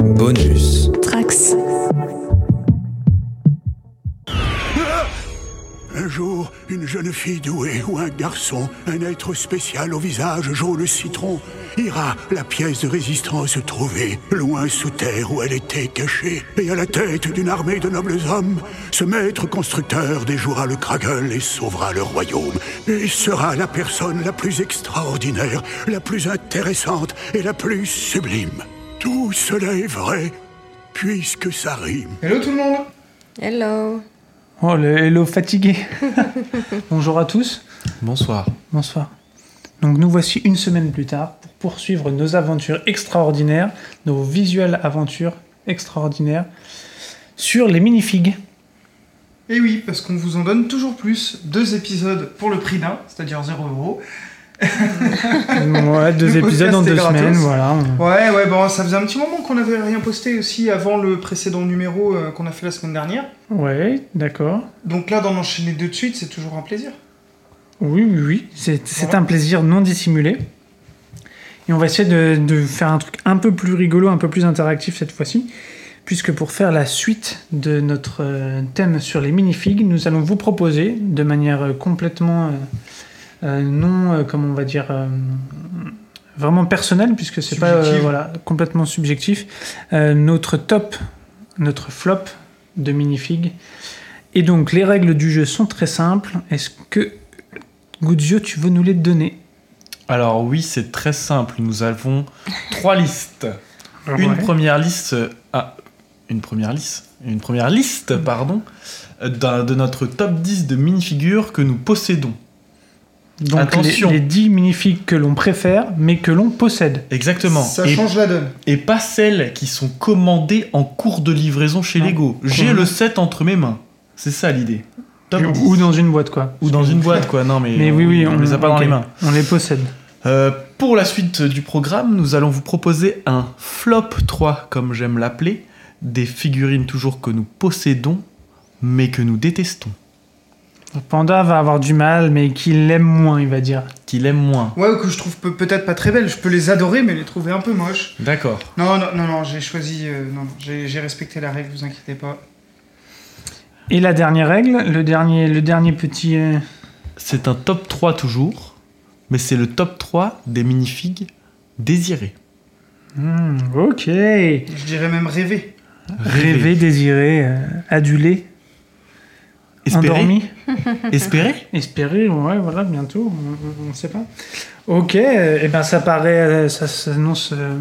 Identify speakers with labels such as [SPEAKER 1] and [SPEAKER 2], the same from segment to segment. [SPEAKER 1] Bonus.
[SPEAKER 2] Trax.
[SPEAKER 3] Un jour, une jeune fille douée ou un garçon, un être spécial au visage jaune citron, ira la pièce de résistance trouver, loin sous terre où elle était cachée, et à la tête d'une armée de nobles hommes, ce maître constructeur déjouera le Kragel et sauvera le royaume, et sera la personne la plus extraordinaire, la plus intéressante et la plus sublime. Tout cela est vrai, puisque ça rime.
[SPEAKER 4] Hello tout le monde
[SPEAKER 2] Hello.
[SPEAKER 4] Oh, le hello fatigué Bonjour à tous,
[SPEAKER 1] Bonsoir.
[SPEAKER 4] bonsoir. Donc nous voici une semaine plus tard pour poursuivre nos aventures extraordinaires, nos visuelles aventures extraordinaires sur les minifigs.
[SPEAKER 5] Et Eh oui, parce qu'on vous en donne toujours plus. Deux épisodes pour le prix d'un, c'est-à-dire 0 euros.
[SPEAKER 4] Ouais, deux
[SPEAKER 5] Le
[SPEAKER 4] épisodes
[SPEAKER 5] podcast
[SPEAKER 4] en deux
[SPEAKER 5] est gratos.
[SPEAKER 4] semaines, voilà. on-
[SPEAKER 5] Ouais, ouais, bon, ça faisait un petit moment qu'on n'avait rien posté aussi avant le précédent numéro euh, qu'on a fait la semaine dernière.
[SPEAKER 4] Ouais, d'accord.
[SPEAKER 5] Donc là, d'en enchaîner deux de suite, c'est toujours un plaisir.
[SPEAKER 4] Oui, oui, oui. C'est c'est
[SPEAKER 5] Voilà.
[SPEAKER 4] un plaisir non dissimulé. Et on va essayer de, de faire un truc un peu plus rigolo, un peu plus interactif cette fois-ci. Puisque pour faire la suite de notre euh, thème sur les minifigs, nous allons vous proposer, de manière euh, complètement euh, euh, non, euh, comment on va dire, euh, vraiment personnelle, puisque c'est pas euh,
[SPEAKER 5] Subjective.
[SPEAKER 4] voilà, complètement subjectif, euh, notre top, notre flop de minifigs. Et donc les règles du jeu sont très simples. Est-ce que Guzio, tu veux nous les donner
[SPEAKER 1] Alors oui, c'est très simple. Nous avons trois listes. Une
[SPEAKER 4] Ouais.
[SPEAKER 1] première liste... euh, Ah, une première liste. Une première liste, pardon, euh, d'un- de notre top 10 de minifigures que nous possédons.
[SPEAKER 4] Donc
[SPEAKER 1] Attention.
[SPEAKER 4] Les, les 10 minifigs que l'on préfère, mais que l'on possède.
[SPEAKER 1] Exactement.
[SPEAKER 5] Ça
[SPEAKER 1] Et,
[SPEAKER 5] change la donne.
[SPEAKER 1] et pas celles qui sont commandées en cours de livraison chez
[SPEAKER 4] Non.
[SPEAKER 1] Lego. J'ai
[SPEAKER 4] Commandées.
[SPEAKER 1] le 7 entre mes mains. C'est ça l'idée. Top 10.
[SPEAKER 4] Ou dans une boîte, quoi.
[SPEAKER 1] Ou dans une boîte, quoi. Non, mais,
[SPEAKER 4] Mais oui, oui,
[SPEAKER 1] on, les a pas dans
[SPEAKER 4] ok,
[SPEAKER 1] les mains.
[SPEAKER 4] On les possède.
[SPEAKER 1] Euh, pour la suite du programme, nous allons vous proposer un flop 3, comme j'aime l'appeler, des figurines toujours que nous possédons, mais que nous détestons,
[SPEAKER 4] Panda va avoir du mal, mais qu'il l'aime moins, il va dire.
[SPEAKER 1] qu'il aime moins.
[SPEAKER 5] Ouais, ou que je trouve peu- peut-être pas très belle. Je peux les adorer, mais les trouver un peu moches.
[SPEAKER 1] D'accord.
[SPEAKER 5] Non, non, non, non, j'ai choisi. euh, non, non, j'ai j'ai respecté la règle, vous inquiétez pas.
[SPEAKER 4] Et la dernière règle, le dernier, le dernier petit. euh,
[SPEAKER 1] C'est un top 3 toujours, mais c'est le top 3 des minifigs désirés.
[SPEAKER 4] hmm, ok.
[SPEAKER 5] Je dirais même rêver.
[SPEAKER 4] Rêver, désiré, euh, adulé,
[SPEAKER 1] Espérer.
[SPEAKER 4] endormi,
[SPEAKER 1] Espérer.
[SPEAKER 4] espéré, ouais, voilà, bientôt, on- on ne sait pas. Ok, et ben ça paraît, euh, ça s'annonce euh,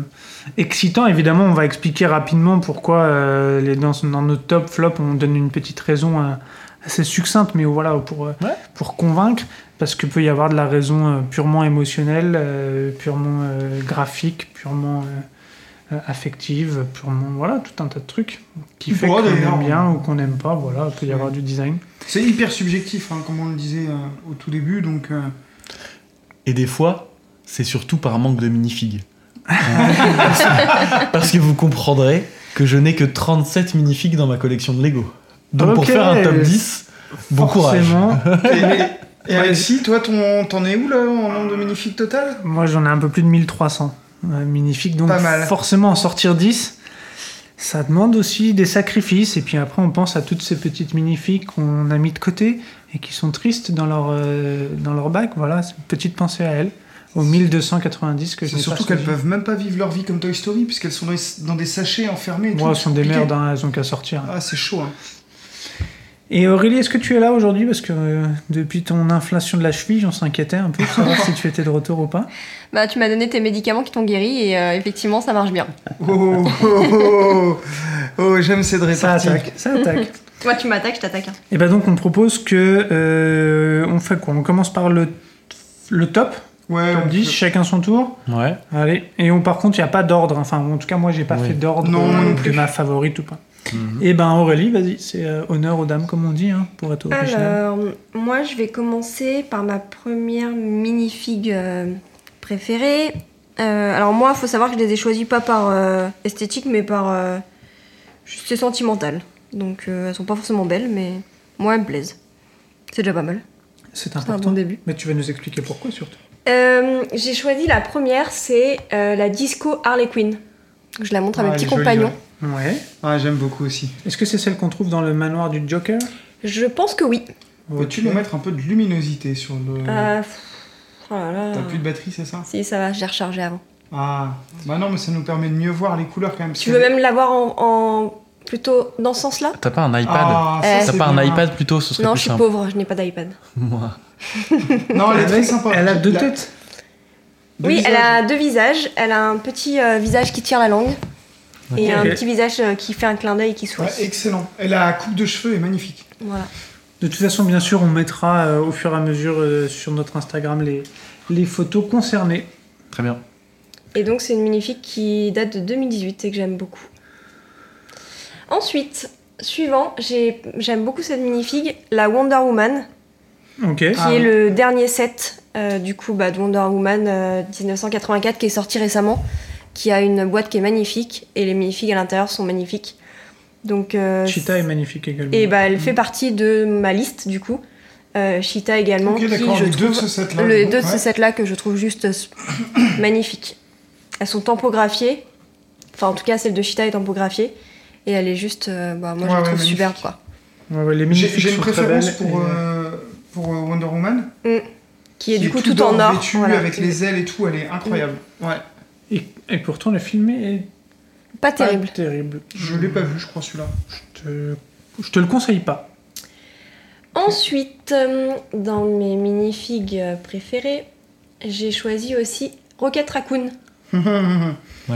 [SPEAKER 4] excitant. Évidemment, on va expliquer rapidement pourquoi euh, les, dans, dans notre top flop, on donne une petite raison euh, assez succincte, mais voilà, pour, euh,
[SPEAKER 1] Ouais.
[SPEAKER 4] pour convaincre, parce que peut y avoir de la raison euh, purement émotionnelle, euh, purement euh, graphique, purement euh, euh, affective, purement voilà, tout un tas de trucs qui fait
[SPEAKER 5] Ouais,
[SPEAKER 4] qu'on
[SPEAKER 5] d'ailleurs,
[SPEAKER 4] aime bien
[SPEAKER 5] on-
[SPEAKER 4] ou qu'on n'aime pas. Voilà, il peut y
[SPEAKER 5] Ouais.
[SPEAKER 4] avoir du design.
[SPEAKER 5] C'est hyper subjectif, hein, comme on le disait euh, au tout début, donc. euh,
[SPEAKER 1] Et des fois, c'est surtout par manque de minifigs. Parce que vous comprendrez que je n'ai que 37 minifigs dans ma collection de Lego. Donc pour
[SPEAKER 4] Ok.
[SPEAKER 1] faire un top 10, bon courage.
[SPEAKER 4] Forcément,
[SPEAKER 5] Et, et Alexis, toi, ton- t'en es où là en nombre de minifigs total
[SPEAKER 4] Moi, j'en ai un peu plus de 1300 euh, minifiques, donc
[SPEAKER 5] Pas mal.
[SPEAKER 4] forcément en sortir 10, ça demande aussi des sacrifices. Et puis après, on pense à toutes ces petites minifiques qu'on a mis de côté et qui sont tristes dans leur, euh, dans leur bac. Voilà, c'est une petite pensée à elles, aux 1290 que je
[SPEAKER 5] C'est
[SPEAKER 4] n'ai
[SPEAKER 5] surtout
[SPEAKER 4] pas
[SPEAKER 5] qu'elles peuvent même pas vivre leur vie comme Toy Story, puisqu'elles sont dans des, dans des sachets enfermés. et
[SPEAKER 4] Moi,
[SPEAKER 5] tout,
[SPEAKER 4] elles sont des
[SPEAKER 5] compliqué.
[SPEAKER 4] merdes, hein, elles ont qu'à sortir.
[SPEAKER 5] Ah, c'est chaud. hein.
[SPEAKER 4] Et Aurélie, est-ce que tu es là aujourd'hui Parce que euh, depuis ton inflation de la cheville, on s'inquiétait un peu de savoir si tu étais de retour ou pas.
[SPEAKER 2] Bah, tu m'as donné tes médicaments qui t'ont guéri et euh, effectivement, ça marche bien.
[SPEAKER 5] Oh, oh, oh, oh, oh, oh, j'aime cette
[SPEAKER 4] Ça
[SPEAKER 5] répartie.
[SPEAKER 4] attaque, ça attaque.
[SPEAKER 2] Toi, tu m'attaques, je t'attaque. hein.
[SPEAKER 4] Et ben donc on propose que euh, on fait quoi On commence par le, le top,
[SPEAKER 5] Ouais,
[SPEAKER 4] top
[SPEAKER 5] on
[SPEAKER 4] 10,
[SPEAKER 5] peut-
[SPEAKER 4] chacun son tour.
[SPEAKER 1] Ouais.
[SPEAKER 4] Allez, et on par contre, il n'y a pas d'ordre. Enfin, en tout cas, moi, j'ai pas
[SPEAKER 1] Oui.
[SPEAKER 4] fait d'ordre
[SPEAKER 5] Non,
[SPEAKER 4] euh,
[SPEAKER 5] moi non
[SPEAKER 4] de
[SPEAKER 5] plus.
[SPEAKER 4] ma favorite ou pas. Et ben Aurélie, vas-y, c'est euh, honneur aux dames comme on dit, hein, pour être original.
[SPEAKER 2] Alors, moi, je vais commencer par ma première minifig euh, préférée. Euh, alors moi, il faut savoir que je les ai choisies pas par euh, esthétique, mais par... euh, c'est sentimental. Donc, euh, elles sont pas forcément belles, mais moi, elles me plaisent. C'est déjà pas mal.
[SPEAKER 4] C'est
[SPEAKER 2] C'est un
[SPEAKER 4] important.
[SPEAKER 2] bon début.
[SPEAKER 4] Mais tu vas nous expliquer pourquoi surtout.
[SPEAKER 2] Euh, J'ai choisi la première, c'est euh, la disco Harley Quinn. Je la montre à
[SPEAKER 5] Ah,
[SPEAKER 2] mes
[SPEAKER 5] elle
[SPEAKER 2] petits
[SPEAKER 5] est jolie, ouais.
[SPEAKER 2] compagnons.
[SPEAKER 4] Ouais.
[SPEAKER 5] Ah, j'aime beaucoup aussi.
[SPEAKER 4] Est-ce que c'est celle qu'on trouve dans le manoir du Joker
[SPEAKER 2] Je pense que oui.
[SPEAKER 5] Peux-tu
[SPEAKER 4] Ok.
[SPEAKER 5] nous mettre un peu de luminosité sur le.
[SPEAKER 2] Euh, pff, oh là là.
[SPEAKER 5] T'as plus de batterie, c'est ça
[SPEAKER 2] Si, ça va, j'ai rechargé avant.
[SPEAKER 5] Ah, bah non, mais ça nous permet de mieux voir les couleurs quand même.
[SPEAKER 2] Tu veux même l'avoir en, en- plutôt dans ce sens-là
[SPEAKER 1] T'as pas un iPad
[SPEAKER 5] Ah, ça,
[SPEAKER 2] Eh.
[SPEAKER 1] T'as
[SPEAKER 5] c'est
[SPEAKER 1] pas un
[SPEAKER 5] bien.
[SPEAKER 1] iPad plutôt Ce serait
[SPEAKER 2] Non,
[SPEAKER 1] plus
[SPEAKER 2] je suis
[SPEAKER 1] simple.
[SPEAKER 2] pauvre, je n'ai pas d'iPad.
[SPEAKER 1] Moi.
[SPEAKER 5] Non, elle est très
[SPEAKER 4] Avec-
[SPEAKER 5] sympa.
[SPEAKER 4] Ah Elle a deux
[SPEAKER 5] La-
[SPEAKER 4] têtes.
[SPEAKER 5] deux
[SPEAKER 2] oui, elle
[SPEAKER 5] visages.
[SPEAKER 2] a deux visages. Elle a un petit euh, visage qui tire la langue et un
[SPEAKER 4] Ok.
[SPEAKER 2] petit visage euh, qui fait un clin d'œil et qui sourit.
[SPEAKER 5] Ouais, excellent. Et la coupe de cheveux est magnifique.
[SPEAKER 2] Voilà.
[SPEAKER 4] De toute façon, bien sûr, on mettra euh, au fur et à mesure euh, sur notre Instagram les, les photos concernées.
[SPEAKER 1] Très bien.
[SPEAKER 2] Et donc, c'est une minifique qui date de 2018 et que j'aime beaucoup. Ensuite, suivant, j'ai- j'aime beaucoup cette minifig, la Wonder Woman,
[SPEAKER 4] Ok.
[SPEAKER 2] qui
[SPEAKER 5] Ah.
[SPEAKER 2] est le dernier set euh, du coup bah, de Wonder Woman euh, 1984 qui est sorti récemment, qui a une boîte qui est magnifique et les minifigs à l'intérieur sont magnifiques. Donc, euh,
[SPEAKER 4] Cheetah est magnifique également.
[SPEAKER 2] et bah, elle fait partie de ma liste du coup. Euh, Cheetah également,
[SPEAKER 5] ok,
[SPEAKER 2] qui
[SPEAKER 5] d'accord,
[SPEAKER 2] je
[SPEAKER 5] les deux de
[SPEAKER 2] trouve
[SPEAKER 5] ce set-là.
[SPEAKER 2] les deux de
[SPEAKER 5] Ouais.
[SPEAKER 2] ces sets-là que je trouve juste euh, magnifiques. Elles sont tampographiées. Enfin, en tout cas, celle de Chita est tampographiée. Et elle est juste. euh, bah, moi, je
[SPEAKER 5] Ouais,
[SPEAKER 2] la
[SPEAKER 5] ouais,
[SPEAKER 2] trouve
[SPEAKER 5] magnifique.
[SPEAKER 2] superbe, quoi.
[SPEAKER 4] Ouais, ouais, les
[SPEAKER 5] J'ai
[SPEAKER 4] magnifiques
[SPEAKER 5] j'ai une
[SPEAKER 4] sont très
[SPEAKER 5] préférence
[SPEAKER 4] belles
[SPEAKER 5] pour,
[SPEAKER 4] et, euh,
[SPEAKER 5] euh, pour euh, Wonder Woman.
[SPEAKER 2] Qui est du coup
[SPEAKER 5] tout
[SPEAKER 2] tout, en
[SPEAKER 5] d'or
[SPEAKER 2] or.
[SPEAKER 5] vêtue,
[SPEAKER 2] voilà. Mm.
[SPEAKER 5] Avec les ailes et tout, elle est incroyable. Ouais.
[SPEAKER 4] Et, et pourtant, le film est
[SPEAKER 2] Pas
[SPEAKER 4] pas
[SPEAKER 2] terrible.
[SPEAKER 4] terrible.
[SPEAKER 5] Je l'ai pas vu, je crois, celui-là.
[SPEAKER 4] Je te, je te le conseille pas.
[SPEAKER 2] Ensuite, euh, dans mes minifigs euh, préférés, j'ai choisi aussi Rocket Raccoon.
[SPEAKER 1] Ouais, il est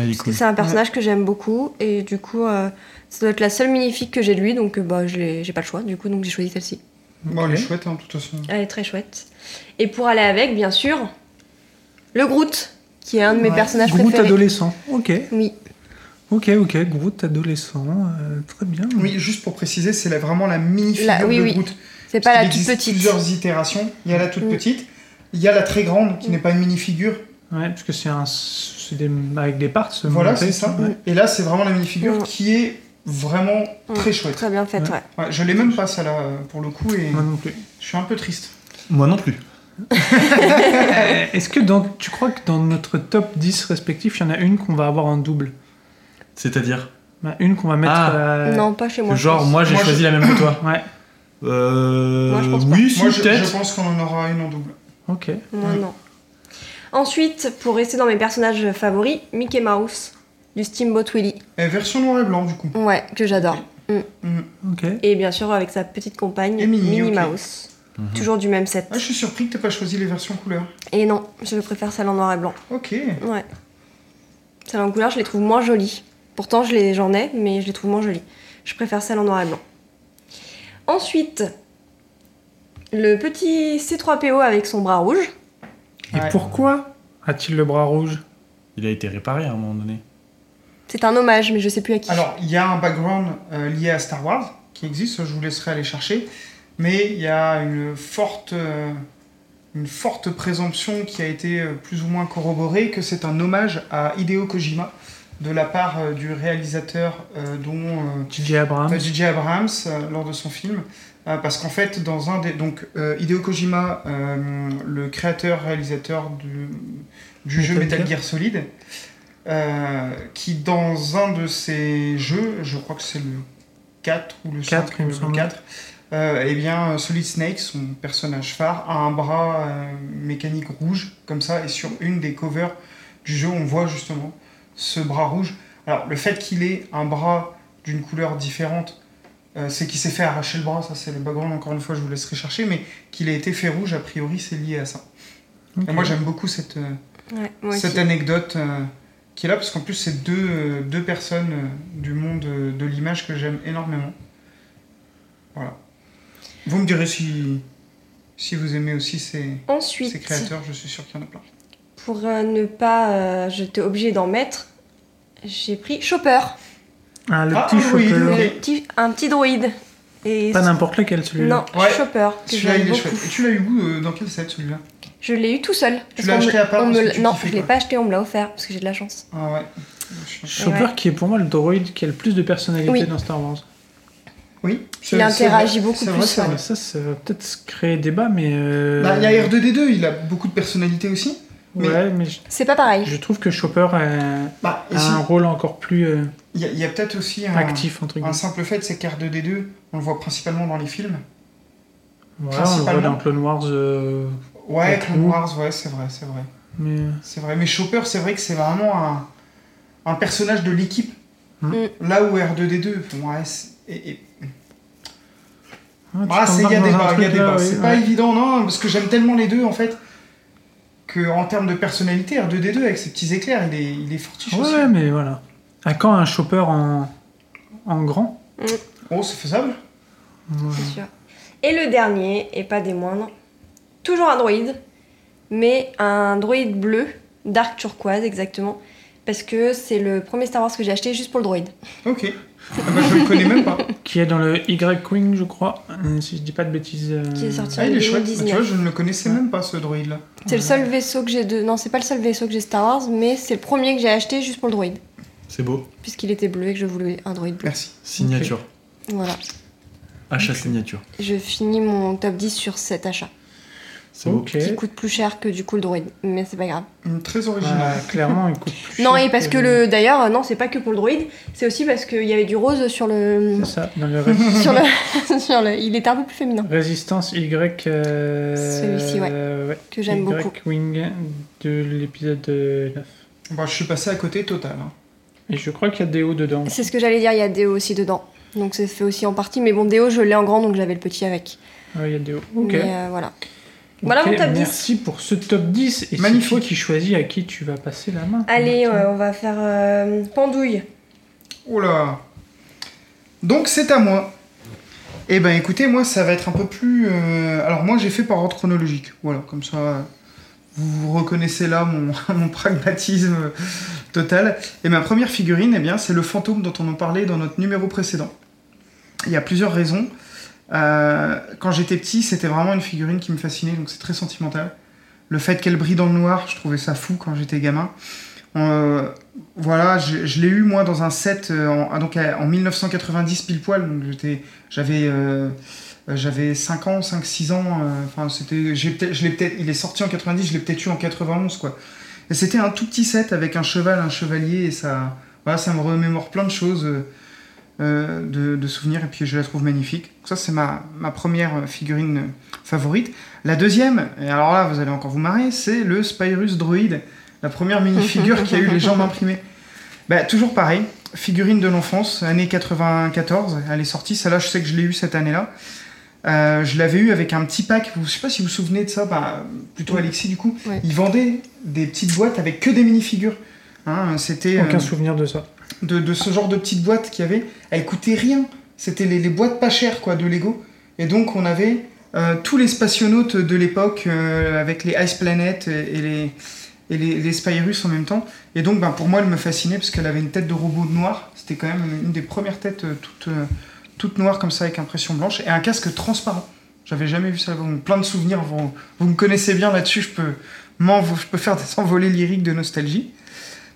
[SPEAKER 2] Parce que
[SPEAKER 1] cool.
[SPEAKER 2] c'est un personnage que j'aime beaucoup. Et du coup, euh, ça doit être la seule minifig que j'ai de lui. Donc, euh, bah, je l'ai- j'ai pas le choix. Du coup, donc j'ai choisi celle-ci.
[SPEAKER 5] Bon, elle est chouette, hein, de toute façon.
[SPEAKER 2] Elle est très chouette. Et pour aller avec, bien sûr, le Groot, qui est un de mes
[SPEAKER 5] Ouais,
[SPEAKER 2] personnages
[SPEAKER 4] Groot
[SPEAKER 2] préférés.
[SPEAKER 4] adolescent. Ok.
[SPEAKER 2] Oui,
[SPEAKER 4] Ok, ok. Groot adolescent. euh, très bien.
[SPEAKER 5] Oui, juste pour préciser, c'est la- vraiment la mini figure
[SPEAKER 2] La- oui,
[SPEAKER 5] de
[SPEAKER 2] oui.
[SPEAKER 5] Groot.
[SPEAKER 2] c'est
[SPEAKER 5] Parce
[SPEAKER 2] pas la
[SPEAKER 5] qu'il
[SPEAKER 2] toute
[SPEAKER 5] existe
[SPEAKER 2] petite.
[SPEAKER 5] plusieurs itérations. Il y a la toute
[SPEAKER 2] Mm.
[SPEAKER 5] petite, il y a la très grande, qui
[SPEAKER 2] Mm.
[SPEAKER 5] n'est pas une mini-figure.
[SPEAKER 4] Ouais, parce que c'est un, c'est des, avec des parts. ce
[SPEAKER 5] Voilà,
[SPEAKER 4] monté,
[SPEAKER 5] c'est ça.
[SPEAKER 4] ouais.
[SPEAKER 5] Et là, c'est vraiment la mini-figure
[SPEAKER 2] Mm.
[SPEAKER 5] qui est vraiment
[SPEAKER 2] Mm.
[SPEAKER 5] très chouette.
[SPEAKER 2] Très bien faite, ouais.
[SPEAKER 4] Ouais.
[SPEAKER 5] Ouais, je l'ai même pas, ça là, euh, pour le coup, et
[SPEAKER 4] Moi non plus.
[SPEAKER 5] je suis un peu triste.
[SPEAKER 1] Moi non plus.
[SPEAKER 4] Euh, Est-ce que dans, tu crois que dans notre top 10 respectif, il y en a une qu'on va avoir en double
[SPEAKER 1] C'est-à-dire
[SPEAKER 4] Bah, Une qu'on va mettre.
[SPEAKER 1] Ah.
[SPEAKER 4] euh,
[SPEAKER 2] Non, pas chez moi. je
[SPEAKER 1] Genre,
[SPEAKER 2] pense.
[SPEAKER 1] moi j'ai
[SPEAKER 5] Moi,
[SPEAKER 1] choisi la même que toi.
[SPEAKER 4] Ouais,
[SPEAKER 1] Euh.
[SPEAKER 2] Moi, je pense pas.
[SPEAKER 1] oui, si,
[SPEAKER 5] Moi, je, je
[SPEAKER 1] peut-être.
[SPEAKER 5] pense qu'on en aura une en double.
[SPEAKER 4] ok.
[SPEAKER 2] Moi, non. Ensuite, pour rester dans mes personnages favoris, Mickey Mouse, du Steamboat Willie.
[SPEAKER 5] Et Eh, version noir et blanc, du coup.
[SPEAKER 2] Ouais, que j'adore.
[SPEAKER 5] Mm.
[SPEAKER 4] Ok.
[SPEAKER 2] Et bien sûr, avec sa petite compagne,
[SPEAKER 5] Et Minnie,
[SPEAKER 2] Minnie
[SPEAKER 5] ok.
[SPEAKER 2] Mouse. Toujours du même set.
[SPEAKER 5] Ah, je suis surpris que t'aies pas choisi les versions couleurs.
[SPEAKER 2] Et non, je préfère celle en noir et blanc.
[SPEAKER 5] Ok.
[SPEAKER 2] Ouais. Celle en couleur, je les trouve moins jolies. Pourtant, je les- j'en ai, mais je les trouve moins jolies. Je préfère celle en noir et blanc. Ensuite, le petit C3PO avec son bras rouge.
[SPEAKER 4] Et
[SPEAKER 5] Ouais.
[SPEAKER 4] pourquoi a-t-il le bras rouge
[SPEAKER 1] Il a été réparé hein, à un moment donné.
[SPEAKER 2] C'est un hommage, mais je sais plus à qui.
[SPEAKER 5] Alors, il y a un background euh, lié à Star Wars qui existe, je vous laisserai aller chercher, mais il y a une forte, euh, une forte présomption qui a été euh, plus ou moins corroborée que c'est un hommage à Hideo Kojima de la part euh, du réalisateur euh, dont
[SPEAKER 4] DJ Abrams.
[SPEAKER 5] euh, DJ Abrams euh, lors de son film. Euh, parce qu'en fait, dans un des. Donc, euh, Hideo Kojima, euh, le créateur, réalisateur du, du jeu
[SPEAKER 4] Metal
[SPEAKER 5] Metal Gear Solid, euh, qui dans un de ses jeux, je crois que c'est le 4 ou le 5,
[SPEAKER 4] Quatre, il me
[SPEAKER 5] le
[SPEAKER 4] semble.
[SPEAKER 5] 4, euh, eh bien, euh, Solid Snake, son personnage phare, a un bras euh, mécanique rouge, comme ça, et sur une des covers du jeu, on voit justement ce bras rouge. Alors, le fait qu'il ait un bras d'une couleur différente, euh, c'est qu'il s'est fait arracher le bras, ça c'est le background, encore une fois, je vous laisserai chercher, mais qu'il ait été fait rouge, a priori, c'est lié à ça.
[SPEAKER 4] Ok.
[SPEAKER 5] Et moi, j'aime beaucoup cette. euh,
[SPEAKER 2] Ouais, moi
[SPEAKER 5] cette
[SPEAKER 2] aussi.
[SPEAKER 5] anecdote euh, qui est là, parce qu'en plus, c'est deux, euh, deux personnes euh, du monde euh, de l'image que j'aime énormément. Voilà. Vous me direz si, si vous aimez aussi ces, ces
[SPEAKER 2] Ensuite,
[SPEAKER 5] créateurs, je suis sûr qu'il y en a plein.
[SPEAKER 2] pour euh, ne pas. euh, J'étais obligée d'en mettre. J'ai pris Chopper,
[SPEAKER 4] Ah, le
[SPEAKER 5] Ah,
[SPEAKER 4] petit
[SPEAKER 5] oui,
[SPEAKER 4] chopper.
[SPEAKER 5] oui.
[SPEAKER 2] le petit- un petit droïde. Et
[SPEAKER 4] Pas n'importe lequel celui-là.
[SPEAKER 2] non,
[SPEAKER 5] Ouais.
[SPEAKER 2] Chopper, que
[SPEAKER 5] Celui-là,
[SPEAKER 2] j'aime
[SPEAKER 5] il est
[SPEAKER 2] beaucoup.
[SPEAKER 5] chouette. Et tu l'as eu où euh, Dans quel set celui-là
[SPEAKER 2] Je l'ai eu tout seul. parce
[SPEAKER 5] l'as
[SPEAKER 2] qu'on me-
[SPEAKER 5] acheté à part
[SPEAKER 2] on me
[SPEAKER 5] parce que
[SPEAKER 2] l'a-
[SPEAKER 5] tu
[SPEAKER 2] Non,
[SPEAKER 5] kiffais,
[SPEAKER 2] je l'ai
[SPEAKER 5] quoi.
[SPEAKER 2] pas acheté, on me l'a offert, parce que j'ai de la chance.
[SPEAKER 5] Ah ouais. Je suis-
[SPEAKER 4] Chopper
[SPEAKER 2] Ouais.
[SPEAKER 4] qui est pour moi le droïde qui a le plus de personnalité
[SPEAKER 2] Oui.
[SPEAKER 4] dans Star Wars.
[SPEAKER 5] Oui. c'est-
[SPEAKER 2] Il
[SPEAKER 5] c'est
[SPEAKER 2] interagit
[SPEAKER 5] vrai,
[SPEAKER 2] beaucoup
[SPEAKER 5] c'est vrai,
[SPEAKER 2] plus,
[SPEAKER 5] c'est vrai.
[SPEAKER 4] Ouais, Ça, ça va peut-être se créer débat, mais. euh,
[SPEAKER 5] Bah, Il y a R2D2, il a beaucoup de personnalité aussi. Mais-
[SPEAKER 4] Ouais, mais je,
[SPEAKER 2] C'est pas pareil.
[SPEAKER 4] je trouve que Chopper euh,
[SPEAKER 5] Bah, et
[SPEAKER 4] a
[SPEAKER 5] si- Ah.
[SPEAKER 4] un rôle encore plus euh,
[SPEAKER 5] Il y, a- il y a peut-être aussi un,
[SPEAKER 4] actif, entre
[SPEAKER 5] un
[SPEAKER 4] guillemets.
[SPEAKER 5] simple fait, c'est qu'R2D2, on le voit principalement dans les films.
[SPEAKER 4] Ouais, on le voit
[SPEAKER 5] principalement.
[SPEAKER 4] dans Clone Wars. euh,
[SPEAKER 5] Ouais,
[SPEAKER 4] Beaucoup.
[SPEAKER 5] Clone Wars, ouais, c'est vrai, c'est vrai.
[SPEAKER 4] mais...
[SPEAKER 5] C'est vrai, mais Chopper, c'est vrai que c'est vraiment un, un personnage de l'équipe.
[SPEAKER 4] Mm.
[SPEAKER 5] Là où R2D2, bon, ouais, c'est- et- et-
[SPEAKER 4] Ah, tu
[SPEAKER 5] Ah, c'est- il y a
[SPEAKER 4] t'embarques
[SPEAKER 5] des
[SPEAKER 4] dans un
[SPEAKER 5] bas, il y a
[SPEAKER 4] truc
[SPEAKER 5] des
[SPEAKER 4] là,
[SPEAKER 5] bas.
[SPEAKER 4] oui,
[SPEAKER 5] C'est
[SPEAKER 4] ouais.
[SPEAKER 5] pas évident, non, parce que j'aime tellement les deux en fait, que en termes de personnalité, R2D2 avec ses petits éclairs, il est, il est fortiche aussi.
[SPEAKER 4] Ouais, mais voilà. À quand un Chopper en, en grand
[SPEAKER 5] Oh, c'est faisable.
[SPEAKER 4] Ouais.
[SPEAKER 2] C'est sûr. Et le dernier, et pas des moindres, toujours un droïde, mais un droïde bleu, dark turquoise exactement, parce que c'est le premier Star Wars que j'ai acheté juste pour le droïde.
[SPEAKER 5] Ok. Ah bah, je le connais même pas.
[SPEAKER 4] Qui est dans le Y-Wing, je crois, euh, si je dis pas de bêtises. euh,
[SPEAKER 2] Qui est sorti.
[SPEAKER 5] Ah, il est chouette. Bah,
[SPEAKER 2] 2019.
[SPEAKER 5] tu vois, je ne le connaissais même pas ce droïde là.
[SPEAKER 2] C'est le seul vaisseau que j'ai de. Non, c'est pas le seul vaisseau que j'ai Star Wars, mais c'est le premier que j'ai acheté juste pour le droïde,
[SPEAKER 1] C'est beau.
[SPEAKER 2] puisqu'il était bleu et que je voulais un droïde bleu.
[SPEAKER 5] Merci.
[SPEAKER 1] Signature.
[SPEAKER 2] Voilà.
[SPEAKER 1] Achat signature.
[SPEAKER 2] Je finis mon top 10 sur cet achat,
[SPEAKER 1] C'est beau.
[SPEAKER 4] Ok.
[SPEAKER 2] qui coûte plus cher que du coup le droïde, mais c'est pas grave.
[SPEAKER 5] Une très originale.
[SPEAKER 4] Bah, clairement, il coûte plus
[SPEAKER 2] Non,
[SPEAKER 4] cher
[SPEAKER 2] et parce que le. D'ailleurs, euh, non, c'est pas que pour le droïde, c'est aussi parce qu'il y avait du rose sur le.
[SPEAKER 4] C'est ça, dans le ré-
[SPEAKER 2] sur le, sur le- il était un peu plus féminin
[SPEAKER 4] Résistance Y. euh,
[SPEAKER 2] Celui-ci, ouais.
[SPEAKER 4] ouais.
[SPEAKER 2] que j'aime beaucoup.
[SPEAKER 4] Y-Wing de l'épisode euh, 9.
[SPEAKER 5] Bah, je suis passé à côté total. hein.
[SPEAKER 4] Et je crois qu'il y a des hauts dedans.
[SPEAKER 2] C'est ce que j'allais dire, il y a Déo aussi dedans. Donc c'est fait aussi en partie, mais bon Déo je l'ai en grand donc j'avais le petit avec.
[SPEAKER 4] Ouais, Ah, il y a des hauts. Ok.
[SPEAKER 2] Mais euh, voilà. Voilà
[SPEAKER 4] Ok,
[SPEAKER 2] mon top 10.
[SPEAKER 4] Merci pour ce top 10. Et
[SPEAKER 5] Magnifique.
[SPEAKER 4] c'est toi qui choisis à qui tu vas passer la main.
[SPEAKER 2] Allez, euh,
[SPEAKER 4] Martin.
[SPEAKER 2] ouais, on va faire euh, Pandouille.
[SPEAKER 5] Oh là Donc c'est à moi. Eh ben écoutez, moi ça va être un peu plus. euh, Alors moi j'ai fait par ordre chronologique. Voilà, comme ça euh, vous reconnaissez là mon, mon pragmatisme euh, total. Et ma première figurine, eh bien c'est le fantôme dont on en parlait dans notre numéro précédent. Il y a plusieurs raisons. Euh, quand j'étais petit, c'était vraiment une figurine qui me fascinait, donc c'est très sentimental. Le fait qu'elle brille dans le noir, je trouvais ça fou quand j'étais gamin. Euh, voilà, je, je l'ai eu moi dans un set euh, en, ah, donc, euh, en 1990 pile poil, donc j'étais, j'avais, euh, euh, j'avais 5 ans, 5, 6 ans, euh, enfin c'était, j'ai peut-être- je l'ai peut-être, il est sorti en 90, je l'ai peut-être eu en 91 quoi. Et c'était un tout petit set avec un cheval, un chevalier et ça, voilà, ça me remémore plein de choses, euh, euh, de, de souvenirs et puis je la trouve magnifique. Donc ça c'est ma, ma première euh, figurine euh, favorite. La deuxième, et alors là vous allez encore vous marrer, c'est le Spyrus droïde, la première minifigure qui a eu les jambes imprimées. Bah, toujours pareil, figurine de l'enfance, année 94, elle est sortie, celle-là je sais que je l'ai eu cette année-là. Euh, je l'avais eu avec un petit pack, vous- je sais pas si vous vous souvenez de ça, bah, plutôt Alexis du coup,
[SPEAKER 2] Ouais.
[SPEAKER 5] il vendait des petites boîtes avec que des minifigures. Hein, c'était
[SPEAKER 4] Aucun
[SPEAKER 5] euh,
[SPEAKER 4] souvenir de ça.
[SPEAKER 5] de, de ce genre de petites boîtes qu'il y avait, elles coûtaient rien. C'était les, les boîtes pas chères quoi, de Lego. Et donc on avait euh, tous les spationautes de l'époque euh, avec les Ice Planet et et les, et les, les Spyrus en même temps. Et donc ben, pour moi elle me fascinait parce qu'elle avait une tête de robot noir. C'était quand même une des premières têtes euh, toutes, euh, toutes noires comme ça avec impression blanche et un casque transparent. J'avais jamais vu ça. avant. Donc, plein de souvenirs. Vous, vous me connaissez bien là-dessus. Je peux, m'en- je peux faire des envolées lyriques de nostalgie.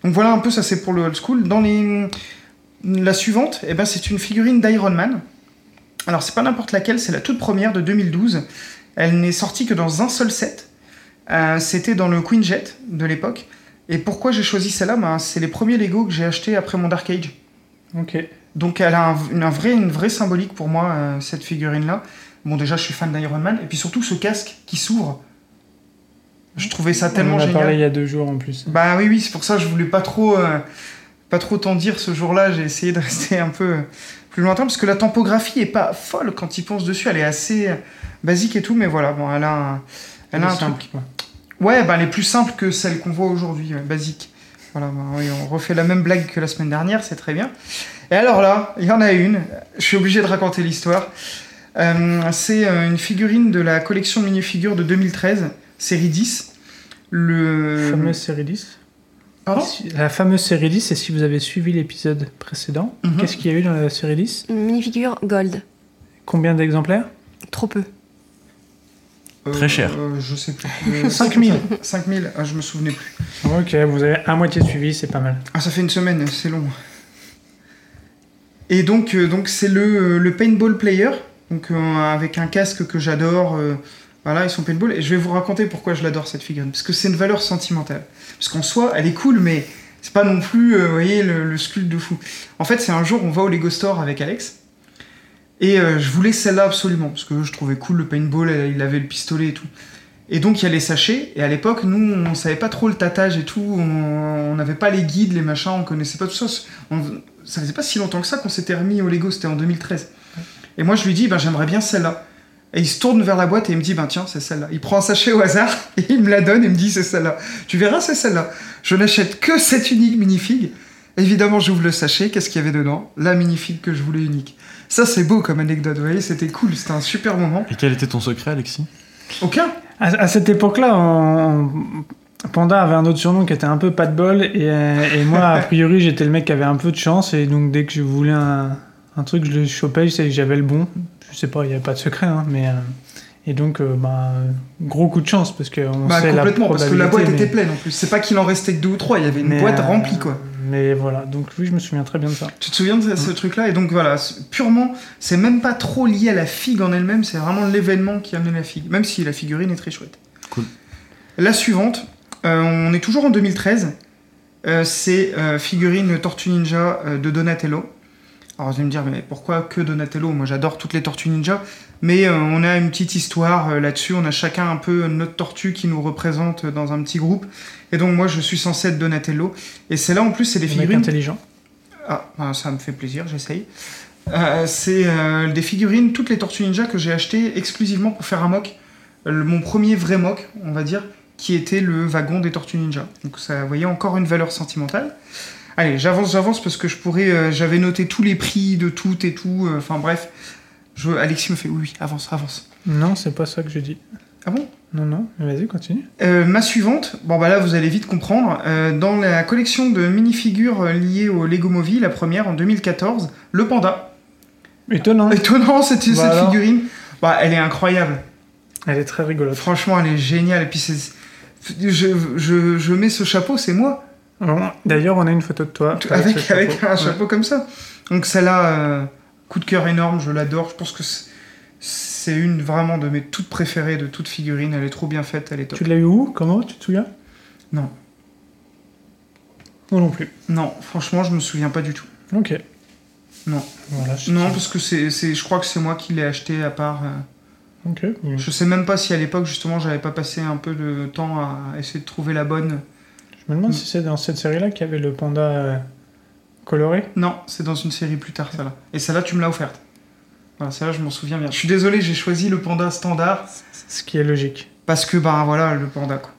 [SPEAKER 5] Donc voilà un peu, ça c'est pour le old school. Dans les... la suivante, eh ben, c'est une figurine d'Iron Man. Alors c'est pas n'importe laquelle, c'est la toute première de 2012. Elle n'est sortie que dans un seul set. Euh, C'était dans le Queen Jet de l'époque. Et pourquoi j'ai choisi celle-là Ben, C'est les premiers Lego que j'ai achetés après mon Dark Age.
[SPEAKER 4] Ok.
[SPEAKER 5] Donc elle a un, une, un vrai, une vraie symbolique pour moi, euh, cette figurine-là. Bon, déjà, je suis fan d'Iron Man. Et puis surtout, ce casque qui s'ouvre. Je trouvais ça
[SPEAKER 4] On
[SPEAKER 5] tellement
[SPEAKER 4] en a
[SPEAKER 5] génial.
[SPEAKER 4] parlé il y a deux jours en plus.
[SPEAKER 5] Bah oui, oui, c'est pour ça que je voulais pas trop, euh, pas trop t'en dire ce jour-là. J'ai essayé de rester un peu euh, plus lointain parce que la topographie est pas folle quand il pense dessus. Elle est assez euh, basique et tout, mais voilà, bon, elle a un, elle a un
[SPEAKER 4] C'est
[SPEAKER 5] truc.
[SPEAKER 4] simple, quoi.
[SPEAKER 5] Ouais, bah, elle est plus simple que celle qu'on voit aujourd'hui, ouais, basique. Voilà, bah, oui, on refait la même blague que la semaine dernière, c'est très bien. Et alors là, il y en a une, je suis obligé de raconter l'histoire. Euh, c'est euh, une figurine de la collection minifigures de 2013, série 10. Le.
[SPEAKER 4] La fameuse série 10.
[SPEAKER 5] Pardon
[SPEAKER 4] Si- La fameuse série 10, et si vous avez suivi l'épisode précédent,
[SPEAKER 5] Mhm.
[SPEAKER 4] qu'est-ce qu'il y a eu dans la série 10
[SPEAKER 2] Une minifigure gold.
[SPEAKER 4] Combien d'exemplaires
[SPEAKER 2] Trop peu.
[SPEAKER 1] Très cher.
[SPEAKER 5] euh, je sais plus.
[SPEAKER 4] 5000.
[SPEAKER 5] 5000, ah, je me souvenais plus.
[SPEAKER 4] Ok, vous avez à moitié suivi, c'est pas mal.
[SPEAKER 5] Ah, ça fait une semaine, c'est long. Et donc, euh, donc c'est le, le paintball player, donc euh, avec un casque que j'adore, euh, Voilà, ils sont paintball. Et je vais vous raconter pourquoi je l'adore cette figurine. Parce que c'est une valeur sentimentale. Parce qu'en soi, elle est cool, mais c'est pas non plus, euh, vous voyez, le, le sculpte de fou. En fait, c'est un jour, on va au Lego Store avec Alex. Et euh, je voulais celle-là absolument. Parce que je trouvais cool le paintball, elle- il avait le pistolet et tout. Et donc, il y a les sachets. Et à l'époque, nous, on savait pas trop le tatage et tout. On on n'avait pas les guides, les machins, on connaissait pas tout ça. On- ça faisait pas si longtemps que ça qu'on s'était remis au Lego, c'était en 2013. Et moi, je lui dis, ben, j'aimerais bien celle-là. Et il se tourne vers la boîte et il me dit, ben tiens, c'est celle-là. Il prend un sachet au hasard et il me la donne et me dit, c'est celle-là. Tu verras, c'est celle-là. Je n'achète que cette unique minifig. Évidemment, j'ouvre le sachet, qu'est-ce qu'il y avait dedans La minifig que je voulais unique. Ça, c'est beau comme anecdote, vous voyez, c'était cool, c'était un super moment.
[SPEAKER 1] Et quel était ton secret, Alexis
[SPEAKER 5] Aucun
[SPEAKER 4] À, à cette époque-là, on- Panda avait un autre surnom qui était un peu pas de bol, et, euh, et moi, a priori, j'étais le mec qui avait un peu de chance, et donc dès que je voulais un, un truc, je le chopais, je savais que j'avais le bon. Je sais pas, il n'y avait pas de secret, hein, mais. euh, et donc, euh, bah, euh, gros coup de chance, parce que on
[SPEAKER 5] Bah,
[SPEAKER 4] sait la
[SPEAKER 5] complètement, parce que la boîte
[SPEAKER 4] probabilité,
[SPEAKER 5] était pleine en plus. C'est pas qu'il en restait que deux ou trois, il y avait une
[SPEAKER 4] mais-
[SPEAKER 5] boîte
[SPEAKER 4] mais, euh,
[SPEAKER 5] remplie, quoi.
[SPEAKER 4] Mais voilà, donc oui, je me souviens très bien de ça.
[SPEAKER 5] Tu te souviens de ce, ce truc-là Et donc voilà, c'est purement, c'est même pas trop lié à la figue en elle-même, c'est vraiment l'événement qui a amené la figue, même si la figurine est très chouette.
[SPEAKER 1] Cool.
[SPEAKER 5] La suivante, euh, on est toujours en 2013, euh, c'est euh, figurine Tortue Ninja euh, de Donatello. Alors vous allez me dire, mais pourquoi que Donatello Moi j'adore toutes les Tortues Ninja, mais euh, on a une petite histoire euh, là-dessus, on a chacun un peu notre tortue qui nous représente euh, dans un petit groupe, et donc moi je suis censé être Donatello, et c'est là en plus, c'est des
[SPEAKER 4] Le mec
[SPEAKER 5] figurines
[SPEAKER 4] intelligent.
[SPEAKER 5] ah, ben, ça me fait plaisir, j'essaye. Euh, c'est euh, des figurines, toutes les Tortues Ninja que j'ai achetées exclusivement pour faire un mock. Le- mon premier vrai mock, on va dire, qui était le wagon des Tortues Ninja. Donc ça, vous voyez, encore une valeur sentimentale. Allez, j'avance, j'avance, parce que je pourrais... euh, J'avais noté tous les prix de tout et tout. euh, Enfin bref, je, Alexis me fait oui, oui, avance, avance.
[SPEAKER 4] Non, c'est pas ça que je dis.
[SPEAKER 5] Ah bon
[SPEAKER 4] Non, non, mais vas-y, continue.
[SPEAKER 5] Euh, ma suivante, bon bah là vous allez vite comprendre, Euh, dans la collection de minifigures euh, liées au Lego Movie, la première en 2014, le panda,
[SPEAKER 4] Étonnant.
[SPEAKER 5] Étonnant cette, cette
[SPEAKER 4] Voilà.
[SPEAKER 5] figurine. Bah, elle est incroyable.
[SPEAKER 4] Elle est très rigolote.
[SPEAKER 5] Franchement, elle est géniale. Et puis c'est- je, je, je mets ce chapeau, c'est moi.
[SPEAKER 4] Bon, D'ailleurs, on a une photo de toi. ce
[SPEAKER 5] Avec,
[SPEAKER 4] chapeau.
[SPEAKER 5] avec un
[SPEAKER 4] Ouais.
[SPEAKER 5] chapeau comme ça. Donc celle-là, euh, coup de cœur énorme, je l'adore. Je pense que c'est- c'est une vraiment de mes toutes préférées de toute figurine. Elle est trop bien faite, elle est top.
[SPEAKER 4] Tu l'as eu où Comment Tu te souviens
[SPEAKER 5] Non.
[SPEAKER 4] Moi non plus.
[SPEAKER 5] Non, franchement, je me souviens pas du tout.
[SPEAKER 4] Ok.
[SPEAKER 5] Non.
[SPEAKER 4] Voilà, je-
[SPEAKER 5] Non, parce que c'est, c'est- je crois que c'est moi qui l'ai acheté à part. euh,
[SPEAKER 4] Ok. Je,
[SPEAKER 5] Je sais même pas si à l'époque, justement, j'avais pas passé un peu de temps à essayer de trouver la bonne.
[SPEAKER 4] je me demande si c'est dans cette série-là qu'il y avait le panda euh, coloré.
[SPEAKER 5] Non, c'est dans une série plus tard, celle-là. Et celle-là, tu me l'as offerte. Voilà, celle-là, je m'en souviens bien. Je suis désolé, j'ai choisi le panda standard
[SPEAKER 4] Ce qui est logique.
[SPEAKER 5] parce que, bah voilà, le panda, quoi.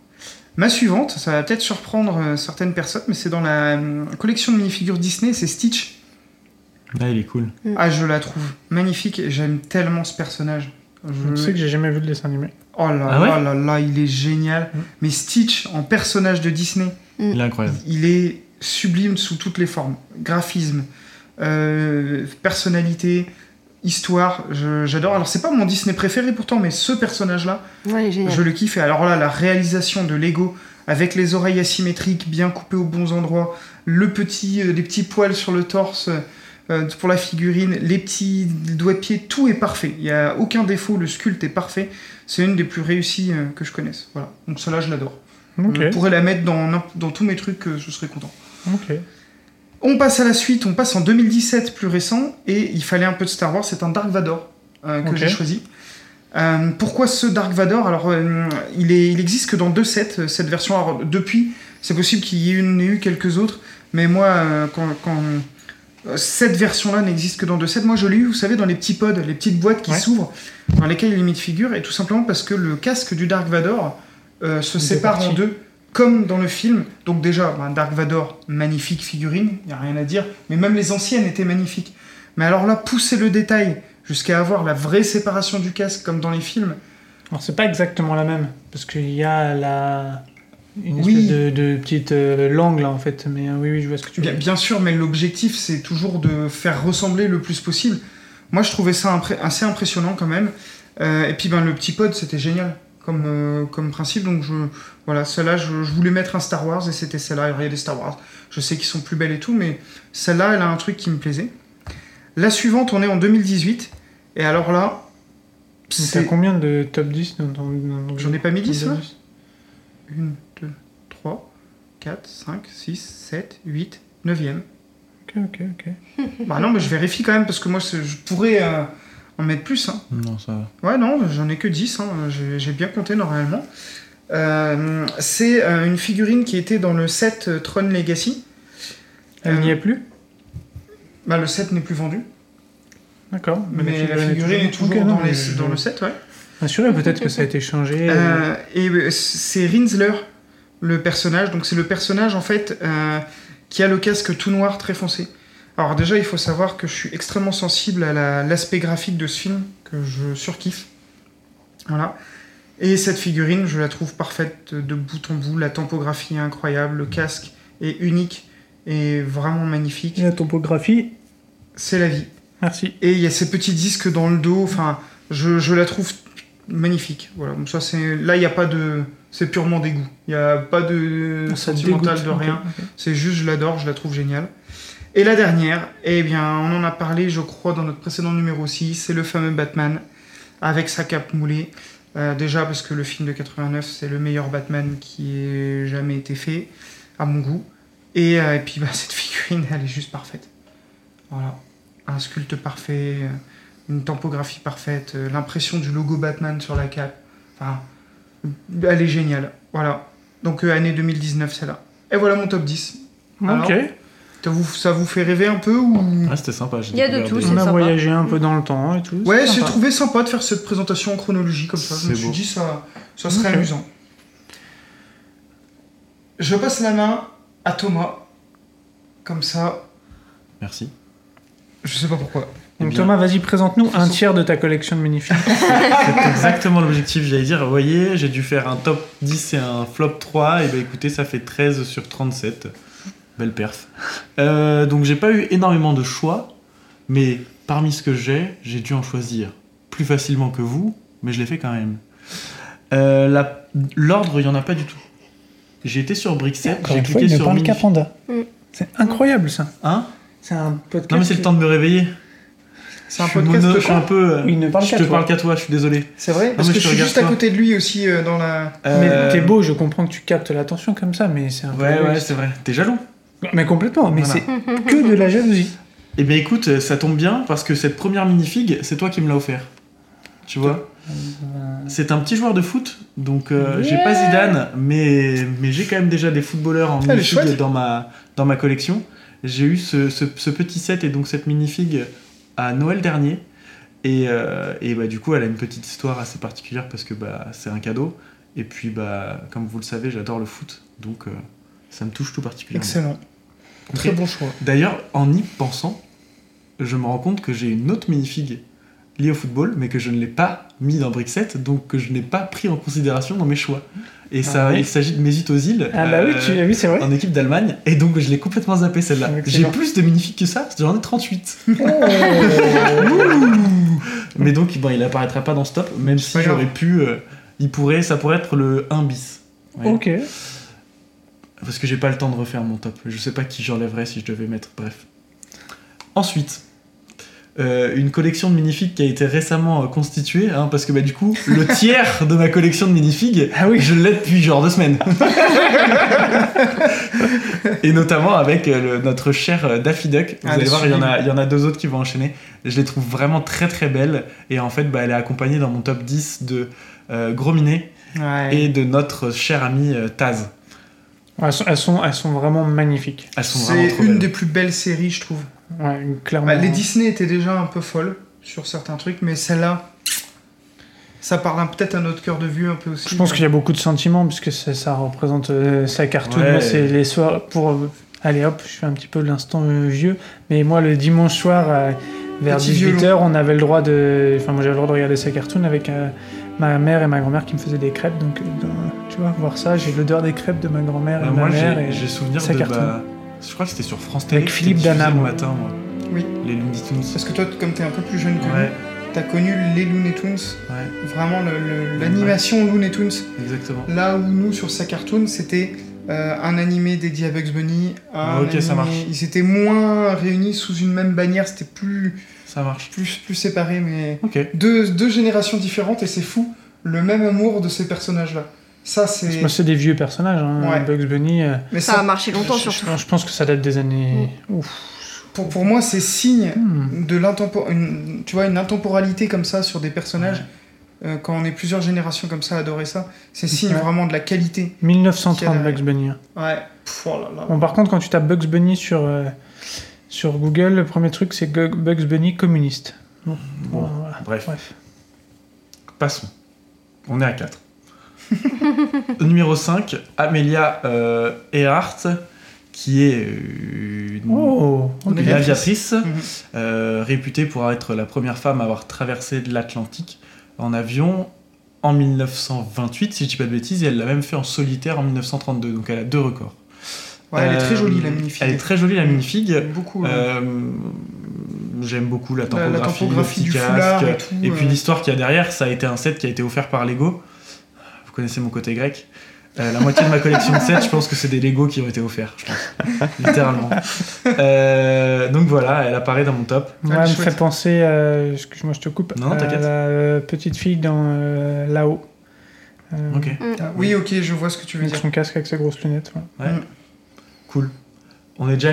[SPEAKER 5] Ma suivante, ça va peut-être surprendre euh, certaines personnes, mais c'est dans la euh, collection de minifigures Disney, c'est Stitch.
[SPEAKER 1] Là, il est cool.
[SPEAKER 5] Ah, je la trouve magnifique, et j'aime tellement ce personnage.
[SPEAKER 4] Tu sais
[SPEAKER 5] Je...
[SPEAKER 4] que j'ai jamais vu le dessin animé.
[SPEAKER 5] Oh là
[SPEAKER 1] Ah ouais
[SPEAKER 5] là là là, il est génial.
[SPEAKER 4] Mm.
[SPEAKER 5] Mais Stitch, en personnage de Disney,
[SPEAKER 1] Il est incroyable.
[SPEAKER 5] Il est sublime sous toutes les formes. Graphisme, euh, personnalité, histoire, je- j'adore. Alors c'est pas mon Disney préféré pourtant, mais ce personnage-là,
[SPEAKER 2] Ouais, elle est géniale.
[SPEAKER 5] je le kiffe. Et alors là, la réalisation de Lego avec les oreilles asymétriques, bien coupées aux bons endroits, le petit, euh, les petits poils sur le torse euh, pour la figurine, les petits doigts de pied, tout est parfait. Il n'y a aucun défaut, le sculpte est parfait. C'est une des plus réussies euh, que je connaisse. Voilà. Donc celle-là, je l'adore.
[SPEAKER 4] Ok.
[SPEAKER 5] Je pourrais la mettre dans, n'imp- dans tous mes trucs, euh, je serais content.
[SPEAKER 4] Ok.
[SPEAKER 5] On passe à la suite, on passe en 2017, plus récent, et il fallait un peu de Star Wars, c'est un Dark Vador euh, que
[SPEAKER 4] Ok.
[SPEAKER 5] j'ai choisi. Euh, pourquoi ce Dark Vador Alors, euh, il, est, il existe que dans deux sets, euh, cette version. Alors, depuis, c'est possible qu'il y ait une- eu quelques autres, mais moi, euh, quand, quand- euh, cette version-là n'existe que dans deux sets, moi je l'ai eu, vous savez, dans les petits pods, les petites boîtes qui
[SPEAKER 4] Ouais.
[SPEAKER 5] s'ouvrent, dans lesquelles il y a une figure, et tout simplement parce que le casque du Dark Vador euh, se
[SPEAKER 4] Deux
[SPEAKER 5] sépare en
[SPEAKER 4] parties.
[SPEAKER 5] deux, comme dans le film. Donc déjà, ben, Dark Vador, magnifique figurine, il n'y a rien à dire, mais même les anciennes étaient magnifiques. Mais alors là, pousser le détail jusqu'à avoir la vraie séparation du casque comme dans les films,
[SPEAKER 4] Alors, c'est pas exactement la même, parce qu'il y a la. Une espèce
[SPEAKER 5] Oui.
[SPEAKER 4] de, de petite euh, langue là en fait, mais euh, oui, oui, je vois ce que tu veux
[SPEAKER 5] Bien,
[SPEAKER 4] dire.
[SPEAKER 5] bien sûr, mais l'objectif, c'est toujours de faire ressembler le plus possible. Moi, je trouvais ça impré- assez impressionnant quand même. Euh, et puis, ben, le petit pod, c'était génial comme, euh, comme principe. Donc, je, voilà, celle-là, je, je voulais mettre un Star Wars et c'était celle-là. Alors, Il y a des Star Wars, je sais qu'ils sont plus belles et tout, mais celle-là, elle a un truc qui me plaisait. La suivante, on est en 2018. Et alors là,
[SPEAKER 4] C'est
[SPEAKER 1] C'est
[SPEAKER 4] combien de top 10 dans ton- dans ton-
[SPEAKER 5] J'en ai pas mis hein
[SPEAKER 4] dans
[SPEAKER 5] 10,
[SPEAKER 4] ton
[SPEAKER 5] là 1, 2, 3, 4, 5, 6, 7, 8, 9e.
[SPEAKER 4] Ok, ok, ok.
[SPEAKER 5] Bah non, mais je vérifie quand même parce que moi c'est- je pourrais euh, en mettre plus. hein.
[SPEAKER 1] Non, ça va.
[SPEAKER 2] Mm.
[SPEAKER 5] Ouais, non, j'en ai que 10, hein, j'ai j'ai bien compté normalement. Euh, c'est euh, une figurine qui était dans le set euh, Tron Legacy.
[SPEAKER 4] Elle
[SPEAKER 5] Euh,
[SPEAKER 4] n'y est plus
[SPEAKER 5] Bah, le set n'est plus vendu,
[SPEAKER 4] D'accord.
[SPEAKER 5] mais la figurine est toujours
[SPEAKER 4] Ok, non,
[SPEAKER 5] dans, les-
[SPEAKER 4] mais je-
[SPEAKER 5] dans le set, ouais.
[SPEAKER 4] Bien sûr, et peut-être que ça a été changé. euh,
[SPEAKER 5] Euh, et euh, c'est Rinsler, le personnage. Donc c'est le personnage en fait euh, qui a le casque tout noir très foncé. Alors déjà, il faut savoir que je suis extrêmement sensible à la- l'aspect graphique de ce film que je surkiffe. Voilà. Et cette figurine, je la trouve parfaite de bout en bout. La tempographie est incroyable, le casque est unique et vraiment magnifique.
[SPEAKER 4] La topographie,
[SPEAKER 5] C'est la vie.
[SPEAKER 4] merci.
[SPEAKER 5] Et il y a ces petits disques dans le dos. Enfin, je, je la trouve magnifique. Voilà. Donc ça, c'est là, il n'y a pas de, c'est purement dégoût. Il n'y a pas de
[SPEAKER 4] Ça
[SPEAKER 5] sentimental
[SPEAKER 4] dégoûte.
[SPEAKER 5] de
[SPEAKER 4] Ok,
[SPEAKER 5] rien.
[SPEAKER 4] ok.
[SPEAKER 5] C'est juste, je l'adore, je la trouve géniale. Et la dernière, eh bien, on en a parlé, je crois, dans notre précédent numéro aussi. C'est le fameux Batman avec sa cape moulée. Euh, déjà parce que le film de 89, c'est le meilleur Batman qui ait jamais été fait, à mon goût. Et, euh, et puis, bah, cette figurine, elle est juste parfaite. Voilà. Un sculpte parfait, euh, une tempographie parfaite, euh, l'impression du logo Batman sur la cape. Enfin, elle est géniale. Voilà. Donc, euh, année 2019, celle-là. Et voilà mon top 10. Alors,
[SPEAKER 4] Ok.
[SPEAKER 5] ça vous, ça vous fait rêver un peu ou...
[SPEAKER 1] Ah, c'était sympa. j'ai
[SPEAKER 2] Il y a de
[SPEAKER 1] découvert
[SPEAKER 2] tout,
[SPEAKER 1] des-
[SPEAKER 2] c'est
[SPEAKER 4] On a
[SPEAKER 2] sympa.
[SPEAKER 4] voyagé un peu dans le temps hein, et tout.
[SPEAKER 5] Ouais,
[SPEAKER 4] c'est
[SPEAKER 5] j'ai
[SPEAKER 4] sympa.
[SPEAKER 5] trouvé sympa de faire cette présentation en chronologie comme ça. Je me
[SPEAKER 1] C'est
[SPEAKER 5] suis
[SPEAKER 1] beau.
[SPEAKER 5] dit, ça, ça serait
[SPEAKER 4] Ok.
[SPEAKER 5] amusant. Je passe la main à Thomas. Comme ça,
[SPEAKER 1] Merci.
[SPEAKER 5] je sais pas pourquoi.
[SPEAKER 1] Eh
[SPEAKER 4] Donc
[SPEAKER 1] bien,
[SPEAKER 4] Thomas, vas-y, présente-nous un tiers de ta collection de minifigs.
[SPEAKER 1] C'est exactement l'objectif, j'allais dire. Vous voyez, j'ai dû faire un top 10 et un flop 3. Et ben écoutez, ça fait 13 sur 37. Belle perf. Euh, donc j'ai pas eu énormément de choix. Mais parmi ce que j'ai, j'ai dû en choisir plus facilement que vous. Mais je l'ai fait quand même. Euh, la- L'ordre, il y en a pas du tout. J'ai été sur Brixet, j'ai cliqué sur Minif-
[SPEAKER 4] Capanda.
[SPEAKER 2] Mm.
[SPEAKER 4] C'est incroyable ça.
[SPEAKER 1] Hein
[SPEAKER 4] C'est un podcast.
[SPEAKER 1] Non, mais c'est le temps de me réveiller.
[SPEAKER 5] C'est un
[SPEAKER 1] Je suis
[SPEAKER 5] podcast
[SPEAKER 1] mono-
[SPEAKER 5] de
[SPEAKER 1] je suis un
[SPEAKER 5] quoi
[SPEAKER 1] peu. euh,
[SPEAKER 4] Il ne parle
[SPEAKER 1] je
[SPEAKER 4] qu'à
[SPEAKER 1] te
[SPEAKER 4] toi.
[SPEAKER 1] parle qu'à toi, je suis désolé.
[SPEAKER 5] C'est vrai Parce
[SPEAKER 1] mais
[SPEAKER 5] que
[SPEAKER 1] je
[SPEAKER 5] je suis
[SPEAKER 1] regarde
[SPEAKER 5] juste à
[SPEAKER 1] toi.
[SPEAKER 5] côté de lui aussi euh, dans la.
[SPEAKER 4] Mais
[SPEAKER 1] Euh,
[SPEAKER 4] t'es beau, je comprends que tu captes l'attention comme ça, mais c'est un peu.
[SPEAKER 1] Ouais, ouais,
[SPEAKER 4] égoïste.
[SPEAKER 1] c'est vrai. T'es jaloux.
[SPEAKER 4] Mais complètement, mais
[SPEAKER 1] Voilà.
[SPEAKER 4] c'est que de la jalousie.
[SPEAKER 1] Eh bien écoute, euh, ça tombe bien parce que cette première minifig, c'est toi qui me l'as offert. Tu vois C'est un petit joueur de foot, donc euh, j'ai pas Zidane, mais, mais j'ai quand même déjà des footballeurs en
[SPEAKER 5] Ah, Elle est
[SPEAKER 1] minifig
[SPEAKER 5] chouette.
[SPEAKER 1] dans ma, dans ma collection. J'ai eu ce, ce- ce petit set et donc cette minifig à Noël dernier. Et, euh, et bah, du coup, elle a une petite histoire assez particulière parce que bah, c'est un cadeau. Et puis, bah, comme vous le savez, j'adore le foot, donc euh, ça me touche tout particulièrement.
[SPEAKER 5] Excellent. Très
[SPEAKER 1] Ok.
[SPEAKER 5] bon choix.
[SPEAKER 1] D'ailleurs, en y pensant, je me rends compte que j'ai une autre minifig liée au football, mais que je ne l'ai pas mis dans Brixet, donc que je n'ai pas pris en considération dans mes choix. Et ça,
[SPEAKER 4] Ah ouais.
[SPEAKER 1] il s'agit de Mesut Ozil,
[SPEAKER 4] Ah bah oui,
[SPEAKER 1] euh,
[SPEAKER 4] tu l'as vu, c'est vrai.
[SPEAKER 1] en équipe d'Allemagne, et donc je l'ai complètement zappé celle-là. J'ai
[SPEAKER 4] Excellent.
[SPEAKER 1] plus de minifigs que ça, j'en ai 38.
[SPEAKER 4] Oh.
[SPEAKER 1] mais donc, bon, il apparaîtra pas dans ce top, même si
[SPEAKER 5] pas grave.
[SPEAKER 1] j'aurais pu... euh, il pourrait, ça pourrait être le 1 bis. Ouais.
[SPEAKER 4] ok.
[SPEAKER 1] Parce que j'ai pas le temps de refaire mon top. Je sais pas qui j'enlèverais si je devais mettre. Bref. Ensuite, euh, une collection de minifigs qui a été récemment euh, constituée, hein, parce que bah, du coup, le tiers de ma collection de minifigs,
[SPEAKER 4] Ah oui.
[SPEAKER 1] je l'ai depuis genre deux semaines. Et notamment avec euh, le- notre cher euh, Daffy Duck. Vous
[SPEAKER 5] Ah,
[SPEAKER 1] allez
[SPEAKER 5] le
[SPEAKER 1] voir, il y, en
[SPEAKER 5] sublime.
[SPEAKER 1] a, il y en a deux autres qui vont enchaîner. Je les trouve vraiment très très belles. Et en fait, bah, elle est accompagnée dans mon top 10 de euh, Gros Minet
[SPEAKER 5] Ouais.
[SPEAKER 1] et de notre cher ami euh, Taz.
[SPEAKER 4] Elles sont, elles, sont, elles sont vraiment magnifiques.
[SPEAKER 1] Elles sont vraiment
[SPEAKER 5] C'est
[SPEAKER 1] trop belles.
[SPEAKER 5] une des plus belles séries, je trouve.
[SPEAKER 4] Ouais, clairement.
[SPEAKER 5] Bah, les Disney étaient déjà un peu folles sur certains trucs, mais celle-là, ça parle un- peut-être à notre cœur de vue un peu aussi.
[SPEAKER 4] Je pense qu'il y a beaucoup de sentiments puisque ça, ça représente euh, sa cartoon.
[SPEAKER 1] Ouais.
[SPEAKER 4] Moi, c'est les soirs pour. euh, allez hop, je fais un petit peu l'instant euh, vieux. Mais moi, le dimanche soir, euh, vers
[SPEAKER 5] Petit
[SPEAKER 4] 18h, on avait le droit de. Enfin, moi, j'avais le droit de regarder sa cartoon avec euh, ma mère et ma grand-mère qui me faisaient des crêpes. Donc, euh, dans- tu vois, voir ça, j'ai l'odeur des crêpes de ma grand-mère
[SPEAKER 1] Bah,
[SPEAKER 4] et Euh, ma
[SPEAKER 1] moi,
[SPEAKER 4] mère.
[SPEAKER 1] j'ai
[SPEAKER 4] Et...
[SPEAKER 1] j'ai souvenir
[SPEAKER 4] ça
[SPEAKER 1] de.
[SPEAKER 4] cartonne.
[SPEAKER 1] bah, je crois que c'était sur France Télé.
[SPEAKER 4] Avec
[SPEAKER 1] que
[SPEAKER 4] Philippe
[SPEAKER 1] c'était diffusé
[SPEAKER 4] Dana,
[SPEAKER 1] le
[SPEAKER 4] moi.
[SPEAKER 1] matin, moi.
[SPEAKER 5] Oui.
[SPEAKER 1] Les Looney Tunes.
[SPEAKER 5] Parce que toi, t- comme t'es un peu plus jeune que
[SPEAKER 1] Ouais,
[SPEAKER 5] nous, t'as connu les Looney Tunes,
[SPEAKER 1] ouais,
[SPEAKER 5] vraiment le- le- l'animation Looney Tunes.
[SPEAKER 1] exactement.
[SPEAKER 5] Là où nous, sur sa cartoon, c'était euh, un animé dédié à Bugs Bunny. un
[SPEAKER 1] Ok, ça
[SPEAKER 5] animé-
[SPEAKER 1] marche.
[SPEAKER 5] Ils étaient moins réunis sous une même bannière, c'était plus,
[SPEAKER 1] Ça marche.
[SPEAKER 5] plus, plus séparé, mais
[SPEAKER 1] Ok.
[SPEAKER 5] deux, deux générations différentes et c'est fou, le même amour de ces personnages-là. Ça, c'est.
[SPEAKER 4] Moi, c'est des vieux personnages, hein,
[SPEAKER 5] Ouais.
[SPEAKER 4] Bugs Bunny. euh,
[SPEAKER 5] Mais
[SPEAKER 2] Ça a
[SPEAKER 5] ça,
[SPEAKER 2] marché longtemps
[SPEAKER 4] je,
[SPEAKER 2] surtout.
[SPEAKER 4] je- je pense que ça date des années.
[SPEAKER 1] Mmh.
[SPEAKER 4] Ouf.
[SPEAKER 5] pour, pour moi, c'est signe
[SPEAKER 4] Hmm.
[SPEAKER 5] de l'intempo- une- tu vois, une intemporalité comme ça sur des personnages. euh, quand on est plusieurs générations comme ça à adorer ça, c'est signe
[SPEAKER 4] Ouais.
[SPEAKER 5] vraiment de la qualité.
[SPEAKER 4] 1930
[SPEAKER 5] Quelle année.
[SPEAKER 4] Bugs Bunny. hein.
[SPEAKER 5] Ouais. Pff, oh là là.
[SPEAKER 4] Bon, par contre, quand tu tapes Bugs Bunny sur, euh, sur Google, le premier truc, c'est Gu- Bugs Bunny communiste. Bon, euh,
[SPEAKER 1] Bon,
[SPEAKER 4] voilà.
[SPEAKER 1] bref. Passons. On est à 4. Numéro 5, Amelia euh, Earhart, qui est euh, une,
[SPEAKER 4] Oh,
[SPEAKER 5] On
[SPEAKER 1] une
[SPEAKER 5] est
[SPEAKER 4] ok.
[SPEAKER 5] bien.
[SPEAKER 1] aviatrice
[SPEAKER 5] Mhm.
[SPEAKER 1] euh, réputée pour être la première femme à avoir traversé de l'Atlantique en avion en 1928, si je dis pas de bêtises, et elle l'a même fait en solitaire en 1932, donc elle a deux records.
[SPEAKER 5] Ouais, elle est très
[SPEAKER 1] Euh,
[SPEAKER 5] jolie la minifig.
[SPEAKER 1] Elle est très jolie la minifig.
[SPEAKER 5] beaucoup. hein.
[SPEAKER 1] Euh, J'aime beaucoup la
[SPEAKER 5] La- la
[SPEAKER 1] topographie,
[SPEAKER 5] topographie
[SPEAKER 1] le
[SPEAKER 5] du
[SPEAKER 1] petit
[SPEAKER 5] foulard et
[SPEAKER 1] casque,
[SPEAKER 5] tout,
[SPEAKER 1] puis
[SPEAKER 5] euh.
[SPEAKER 1] l'histoire qu'il y a derrière, ça a été un set qui a été offert par Lego. Vous connaissez mon côté grec. Euh, la moitié de ma collection de sets, je pense que c'est des Lego qui ont été offerts, je pense. Littéralement. Euh, donc voilà, elle apparaît dans mon top.
[SPEAKER 4] Moi,
[SPEAKER 5] Ah,
[SPEAKER 4] elle me
[SPEAKER 5] chouette.
[SPEAKER 4] fait penser, euh, excuse-moi, je te coupe,
[SPEAKER 1] Non, non,
[SPEAKER 4] à
[SPEAKER 1] t'inquiète.
[SPEAKER 4] la euh, petite fille dans euh, là-haut. Euh,
[SPEAKER 1] Ok,
[SPEAKER 5] Ah, oui, ok, je vois ce que tu veux
[SPEAKER 4] Avec
[SPEAKER 5] dire.
[SPEAKER 4] son casque, avec ses grosses lunettes. voilà.
[SPEAKER 1] cool. On est déjà à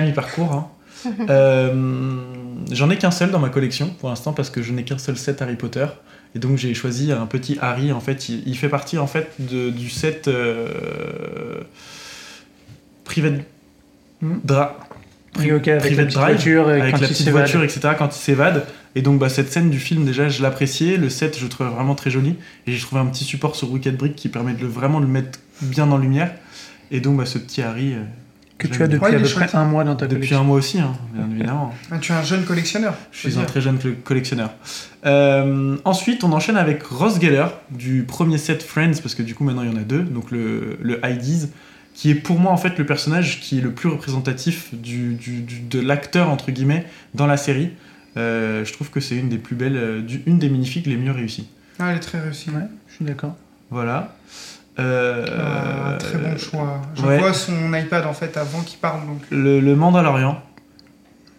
[SPEAKER 1] mi-parcours. hein. Euh, J'en ai qu'un seul dans ma collection pour l'instant parce que je n'ai qu'un seul set Harry Potter. Et donc j'ai choisi un petit Harry. En fait, il, il fait partie en fait de- du set euh, Private
[SPEAKER 4] Hmm.
[SPEAKER 1] Dra-
[SPEAKER 4] Oui, ok, avec
[SPEAKER 1] Private
[SPEAKER 4] la petite
[SPEAKER 1] Drive,
[SPEAKER 4] voiture, et
[SPEAKER 1] avec
[SPEAKER 4] quand
[SPEAKER 1] la
[SPEAKER 4] il
[SPEAKER 1] petite
[SPEAKER 4] s'évade.
[SPEAKER 1] voiture, etc. Quand il s'évade. Et donc bah, cette scène du film déjà, je l'appréciais. Le set, je le trouvais vraiment très joli. Et j'ai trouvé un petit support sur Wicked Brick qui permet de le, vraiment de le mettre bien en lumière. Et donc bah, ce petit Harry, euh,
[SPEAKER 4] que tu
[SPEAKER 1] J'aime
[SPEAKER 4] as depuis
[SPEAKER 5] bien.
[SPEAKER 4] à
[SPEAKER 5] Ouais,
[SPEAKER 4] peu
[SPEAKER 5] il est
[SPEAKER 4] près
[SPEAKER 5] chouette.
[SPEAKER 4] un mois dans ta
[SPEAKER 1] depuis
[SPEAKER 4] collection.
[SPEAKER 1] un mois aussi, hein, bien évidemment.
[SPEAKER 5] Ah, tu es un jeune collectionneur.
[SPEAKER 1] Je
[SPEAKER 5] veux
[SPEAKER 1] suis un
[SPEAKER 5] dire.
[SPEAKER 1] très jeune cl- collectionneur. Euh, ensuite, on enchaîne avec Ross Geller du premier set Friends, parce que du coup maintenant il y en a deux, donc le, le IDs, qui est pour moi en fait le personnage qui est le plus représentatif du, du- du- de l'acteur entre guillemets dans la série. Euh, je trouve que c'est une des plus belles, euh, du- une des magnifiques les mieux réussies.
[SPEAKER 5] Ah, elle est très réussie.
[SPEAKER 4] Ouais, je suis d'accord.
[SPEAKER 1] Voilà. Euh,
[SPEAKER 5] Ah, un très bon choix. Je
[SPEAKER 1] ouais.
[SPEAKER 5] vois son iPad en fait avant qu'il parle donc.
[SPEAKER 1] le, le Mandalorian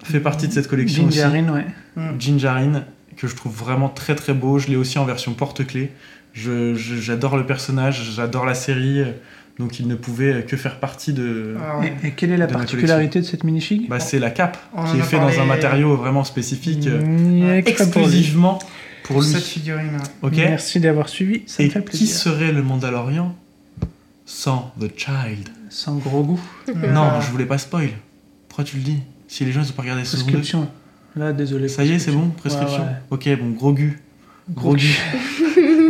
[SPEAKER 1] fait partie de cette collection aussi.
[SPEAKER 4] Gingerine, ouais.
[SPEAKER 5] Hmm.
[SPEAKER 1] Gingerine, que je trouve vraiment très très beau. Je l'ai aussi en version porte-clé. Je- je- J'adore le personnage, j'adore la série. euh, Donc il ne pouvait que faire partie de.
[SPEAKER 5] Ah ouais.
[SPEAKER 4] Et, et quelle est la
[SPEAKER 1] De ma
[SPEAKER 4] particularité de cette minifig
[SPEAKER 1] Bah, c'est la cape,
[SPEAKER 5] On en
[SPEAKER 1] qui est
[SPEAKER 5] a
[SPEAKER 1] faite
[SPEAKER 5] parlé-
[SPEAKER 1] dans un matériau vraiment spécifique, euh,
[SPEAKER 4] Ni
[SPEAKER 5] Ouais.
[SPEAKER 4] extra pour lui.
[SPEAKER 1] exclusivement pour lui.
[SPEAKER 5] Cette figurine. ouais.
[SPEAKER 1] Ok
[SPEAKER 4] Merci d'avoir suivi, ça
[SPEAKER 1] Et
[SPEAKER 4] me fait
[SPEAKER 1] qui
[SPEAKER 4] plaisir.
[SPEAKER 1] serait le Mandalorian sans The Child
[SPEAKER 4] Sans gros goût.
[SPEAKER 1] Non,
[SPEAKER 5] Euh,
[SPEAKER 1] je voulais pas spoil. Pourquoi tu le dis Si les gens ne ont pas regardé la saison 2.
[SPEAKER 4] Prescription. Là, désolé.
[SPEAKER 1] Ça y est, c'est bon Prescription
[SPEAKER 4] Ouais, ouais.
[SPEAKER 1] Ok, bon, gros gu. Gros gu.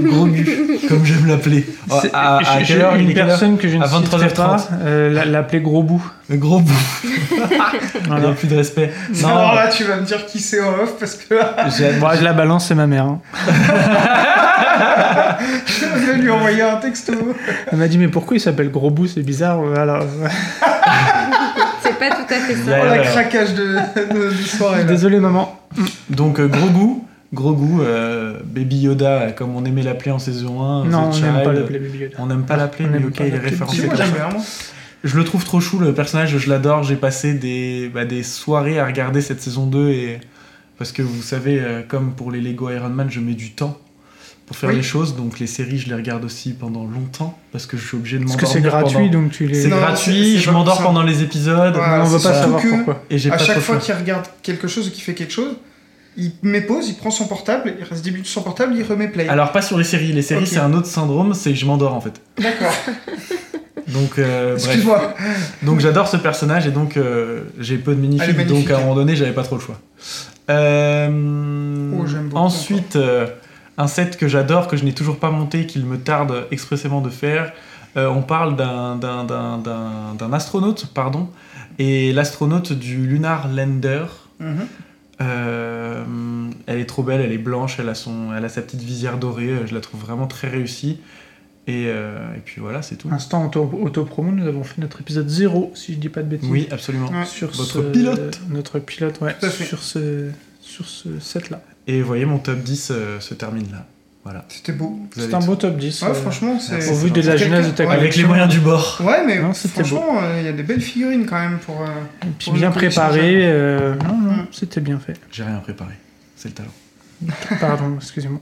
[SPEAKER 1] Gros gu, comme j'aime l'appeler. Oh,
[SPEAKER 4] C'est-
[SPEAKER 1] à, à
[SPEAKER 4] je-
[SPEAKER 1] quelle
[SPEAKER 4] je-
[SPEAKER 1] heure il
[SPEAKER 4] une
[SPEAKER 1] est quelle heure
[SPEAKER 4] personne que je ne
[SPEAKER 1] À
[SPEAKER 4] citerai
[SPEAKER 1] 23h30.
[SPEAKER 4] pas euh, l'a- l'appelait Gros Bout.
[SPEAKER 1] Le Gros bouffe, il n'y a
[SPEAKER 4] Voilà.
[SPEAKER 1] plus de respect.
[SPEAKER 5] Alors
[SPEAKER 1] Non,
[SPEAKER 5] Oh là, tu vas me dire qui c'est en off parce que là,
[SPEAKER 1] j'ai-
[SPEAKER 4] Bon, je la balance, c'est ma mère. hein.
[SPEAKER 5] je vais lui envoyer un texto.
[SPEAKER 4] Elle m'a dit, mais pourquoi il s'appelle Gros Bout C'est bizarre. Voilà.
[SPEAKER 2] C'est pas tout à fait
[SPEAKER 1] Il y a-
[SPEAKER 2] ça.
[SPEAKER 5] Oh, la
[SPEAKER 1] alors.
[SPEAKER 5] craquage de, de, de soirée. là.
[SPEAKER 4] Désolé, maman.
[SPEAKER 1] donc, euh, Gros goût, Gros goût, euh, Baby Yoda, comme on aimait l'appeler en saison 1.
[SPEAKER 4] Non,
[SPEAKER 1] The
[SPEAKER 4] on n'aime
[SPEAKER 1] Child.
[SPEAKER 4] pas l'appeler Baby Yoda.
[SPEAKER 1] On n'aime pas l'appeler,
[SPEAKER 4] On
[SPEAKER 1] mais
[SPEAKER 4] n'aime
[SPEAKER 1] ok,
[SPEAKER 4] pas
[SPEAKER 1] il est
[SPEAKER 4] l'appeler.
[SPEAKER 5] Si,
[SPEAKER 1] référencé
[SPEAKER 5] moi
[SPEAKER 1] comme
[SPEAKER 5] j'aime
[SPEAKER 1] ça.
[SPEAKER 5] vraiment.
[SPEAKER 1] Je le trouve trop chou, le personnage, je l'adore. J'ai passé des, bah, des soirées à regarder cette saison 2. Et... Parce que vous savez, euh, comme pour les Lego Iron Man, je mets du temps pour faire
[SPEAKER 5] Oui.
[SPEAKER 1] les choses. Donc les séries, je les regarde aussi pendant longtemps. Parce que je suis obligé de
[SPEAKER 4] Parce que c'est
[SPEAKER 1] m'endormir
[SPEAKER 4] gratuit,
[SPEAKER 1] pendant-
[SPEAKER 4] donc tu les.
[SPEAKER 1] C'est
[SPEAKER 5] Non, c'est-
[SPEAKER 1] gratuit,
[SPEAKER 5] c'est
[SPEAKER 1] je
[SPEAKER 5] pas
[SPEAKER 1] m'endors
[SPEAKER 5] ça.
[SPEAKER 1] pendant les épisodes.
[SPEAKER 5] Ouais,
[SPEAKER 4] on
[SPEAKER 5] c'est
[SPEAKER 4] veut pas
[SPEAKER 5] surtout
[SPEAKER 4] savoir
[SPEAKER 5] que-
[SPEAKER 4] pourquoi.
[SPEAKER 1] Et j'ai
[SPEAKER 5] À
[SPEAKER 1] pas
[SPEAKER 5] chaque
[SPEAKER 1] trop
[SPEAKER 5] fois
[SPEAKER 1] faim.
[SPEAKER 5] qu'il regarde quelque chose ou qu'il fait quelque chose, il met pause, il prend son portable, il reste 10 minutes sur son portable, il remet play.
[SPEAKER 1] Alors pas sur les séries, les séries
[SPEAKER 5] Ok.
[SPEAKER 1] c'est un autre syndrome, c'est que je m'endors en fait.
[SPEAKER 5] D'accord.
[SPEAKER 1] Donc euh, bref.
[SPEAKER 5] Excuse-moi.
[SPEAKER 1] Donc j'adore ce personnage et donc euh, j'ai peu de
[SPEAKER 5] Elle est
[SPEAKER 1] minifigs,
[SPEAKER 5] magnifique.
[SPEAKER 1] donc à un moment donné j'avais pas trop le choix. Euh,
[SPEAKER 5] Oh, j'aime beaucoup
[SPEAKER 1] ensuite, euh, un set que j'adore, que je n'ai toujours pas monté, qu'il me tarde expressément de faire. euh, on parle d'un- d'un- d'un d'un- d'un astronaute, pardon, et l'astronaute du Lunar Lander.
[SPEAKER 5] Mhm.
[SPEAKER 1] Euh, elle est trop belle, elle est blanche, elle a, son, elle a sa petite visière dorée, euh, je la trouve vraiment très réussie. Et, euh, et puis voilà, c'est tout.
[SPEAKER 4] Instant auto- auto-promo, nous avons fait notre épisode 0, si je dis pas de bêtises.
[SPEAKER 1] Oui, absolument.
[SPEAKER 5] Ouais.
[SPEAKER 4] Sur
[SPEAKER 1] Votre
[SPEAKER 4] ce-
[SPEAKER 1] pilote.
[SPEAKER 4] Notre pilote, ouais.
[SPEAKER 5] Tout à fait.
[SPEAKER 4] Sur ce, sur ce set-là.
[SPEAKER 1] Et vous voyez, mon top 10 euh, se termine là. Voilà.
[SPEAKER 5] C'était beau.
[SPEAKER 1] Vous
[SPEAKER 4] C'est
[SPEAKER 1] avez
[SPEAKER 4] un
[SPEAKER 1] tout.
[SPEAKER 4] beau top 10.
[SPEAKER 5] Ouais,
[SPEAKER 4] euh,
[SPEAKER 5] franchement, c'est.
[SPEAKER 4] Au vu de la
[SPEAKER 5] c'est
[SPEAKER 4] jeunesse de
[SPEAKER 5] quelqu'un-
[SPEAKER 4] ta
[SPEAKER 5] ouais,
[SPEAKER 1] Avec les moyens du bord.
[SPEAKER 5] Ouais, mais
[SPEAKER 4] Non, c'était
[SPEAKER 5] franchement, euh, il y a des belles figurines quand même pour. euh,
[SPEAKER 4] et puis
[SPEAKER 5] pour
[SPEAKER 4] bien
[SPEAKER 5] une collection
[SPEAKER 4] préparé.
[SPEAKER 5] jeune.
[SPEAKER 4] euh, non, non,
[SPEAKER 5] Mm.
[SPEAKER 4] c'était bien fait.
[SPEAKER 1] J'ai rien préparé. C'est le talent.
[SPEAKER 4] Pardon, excusez-moi.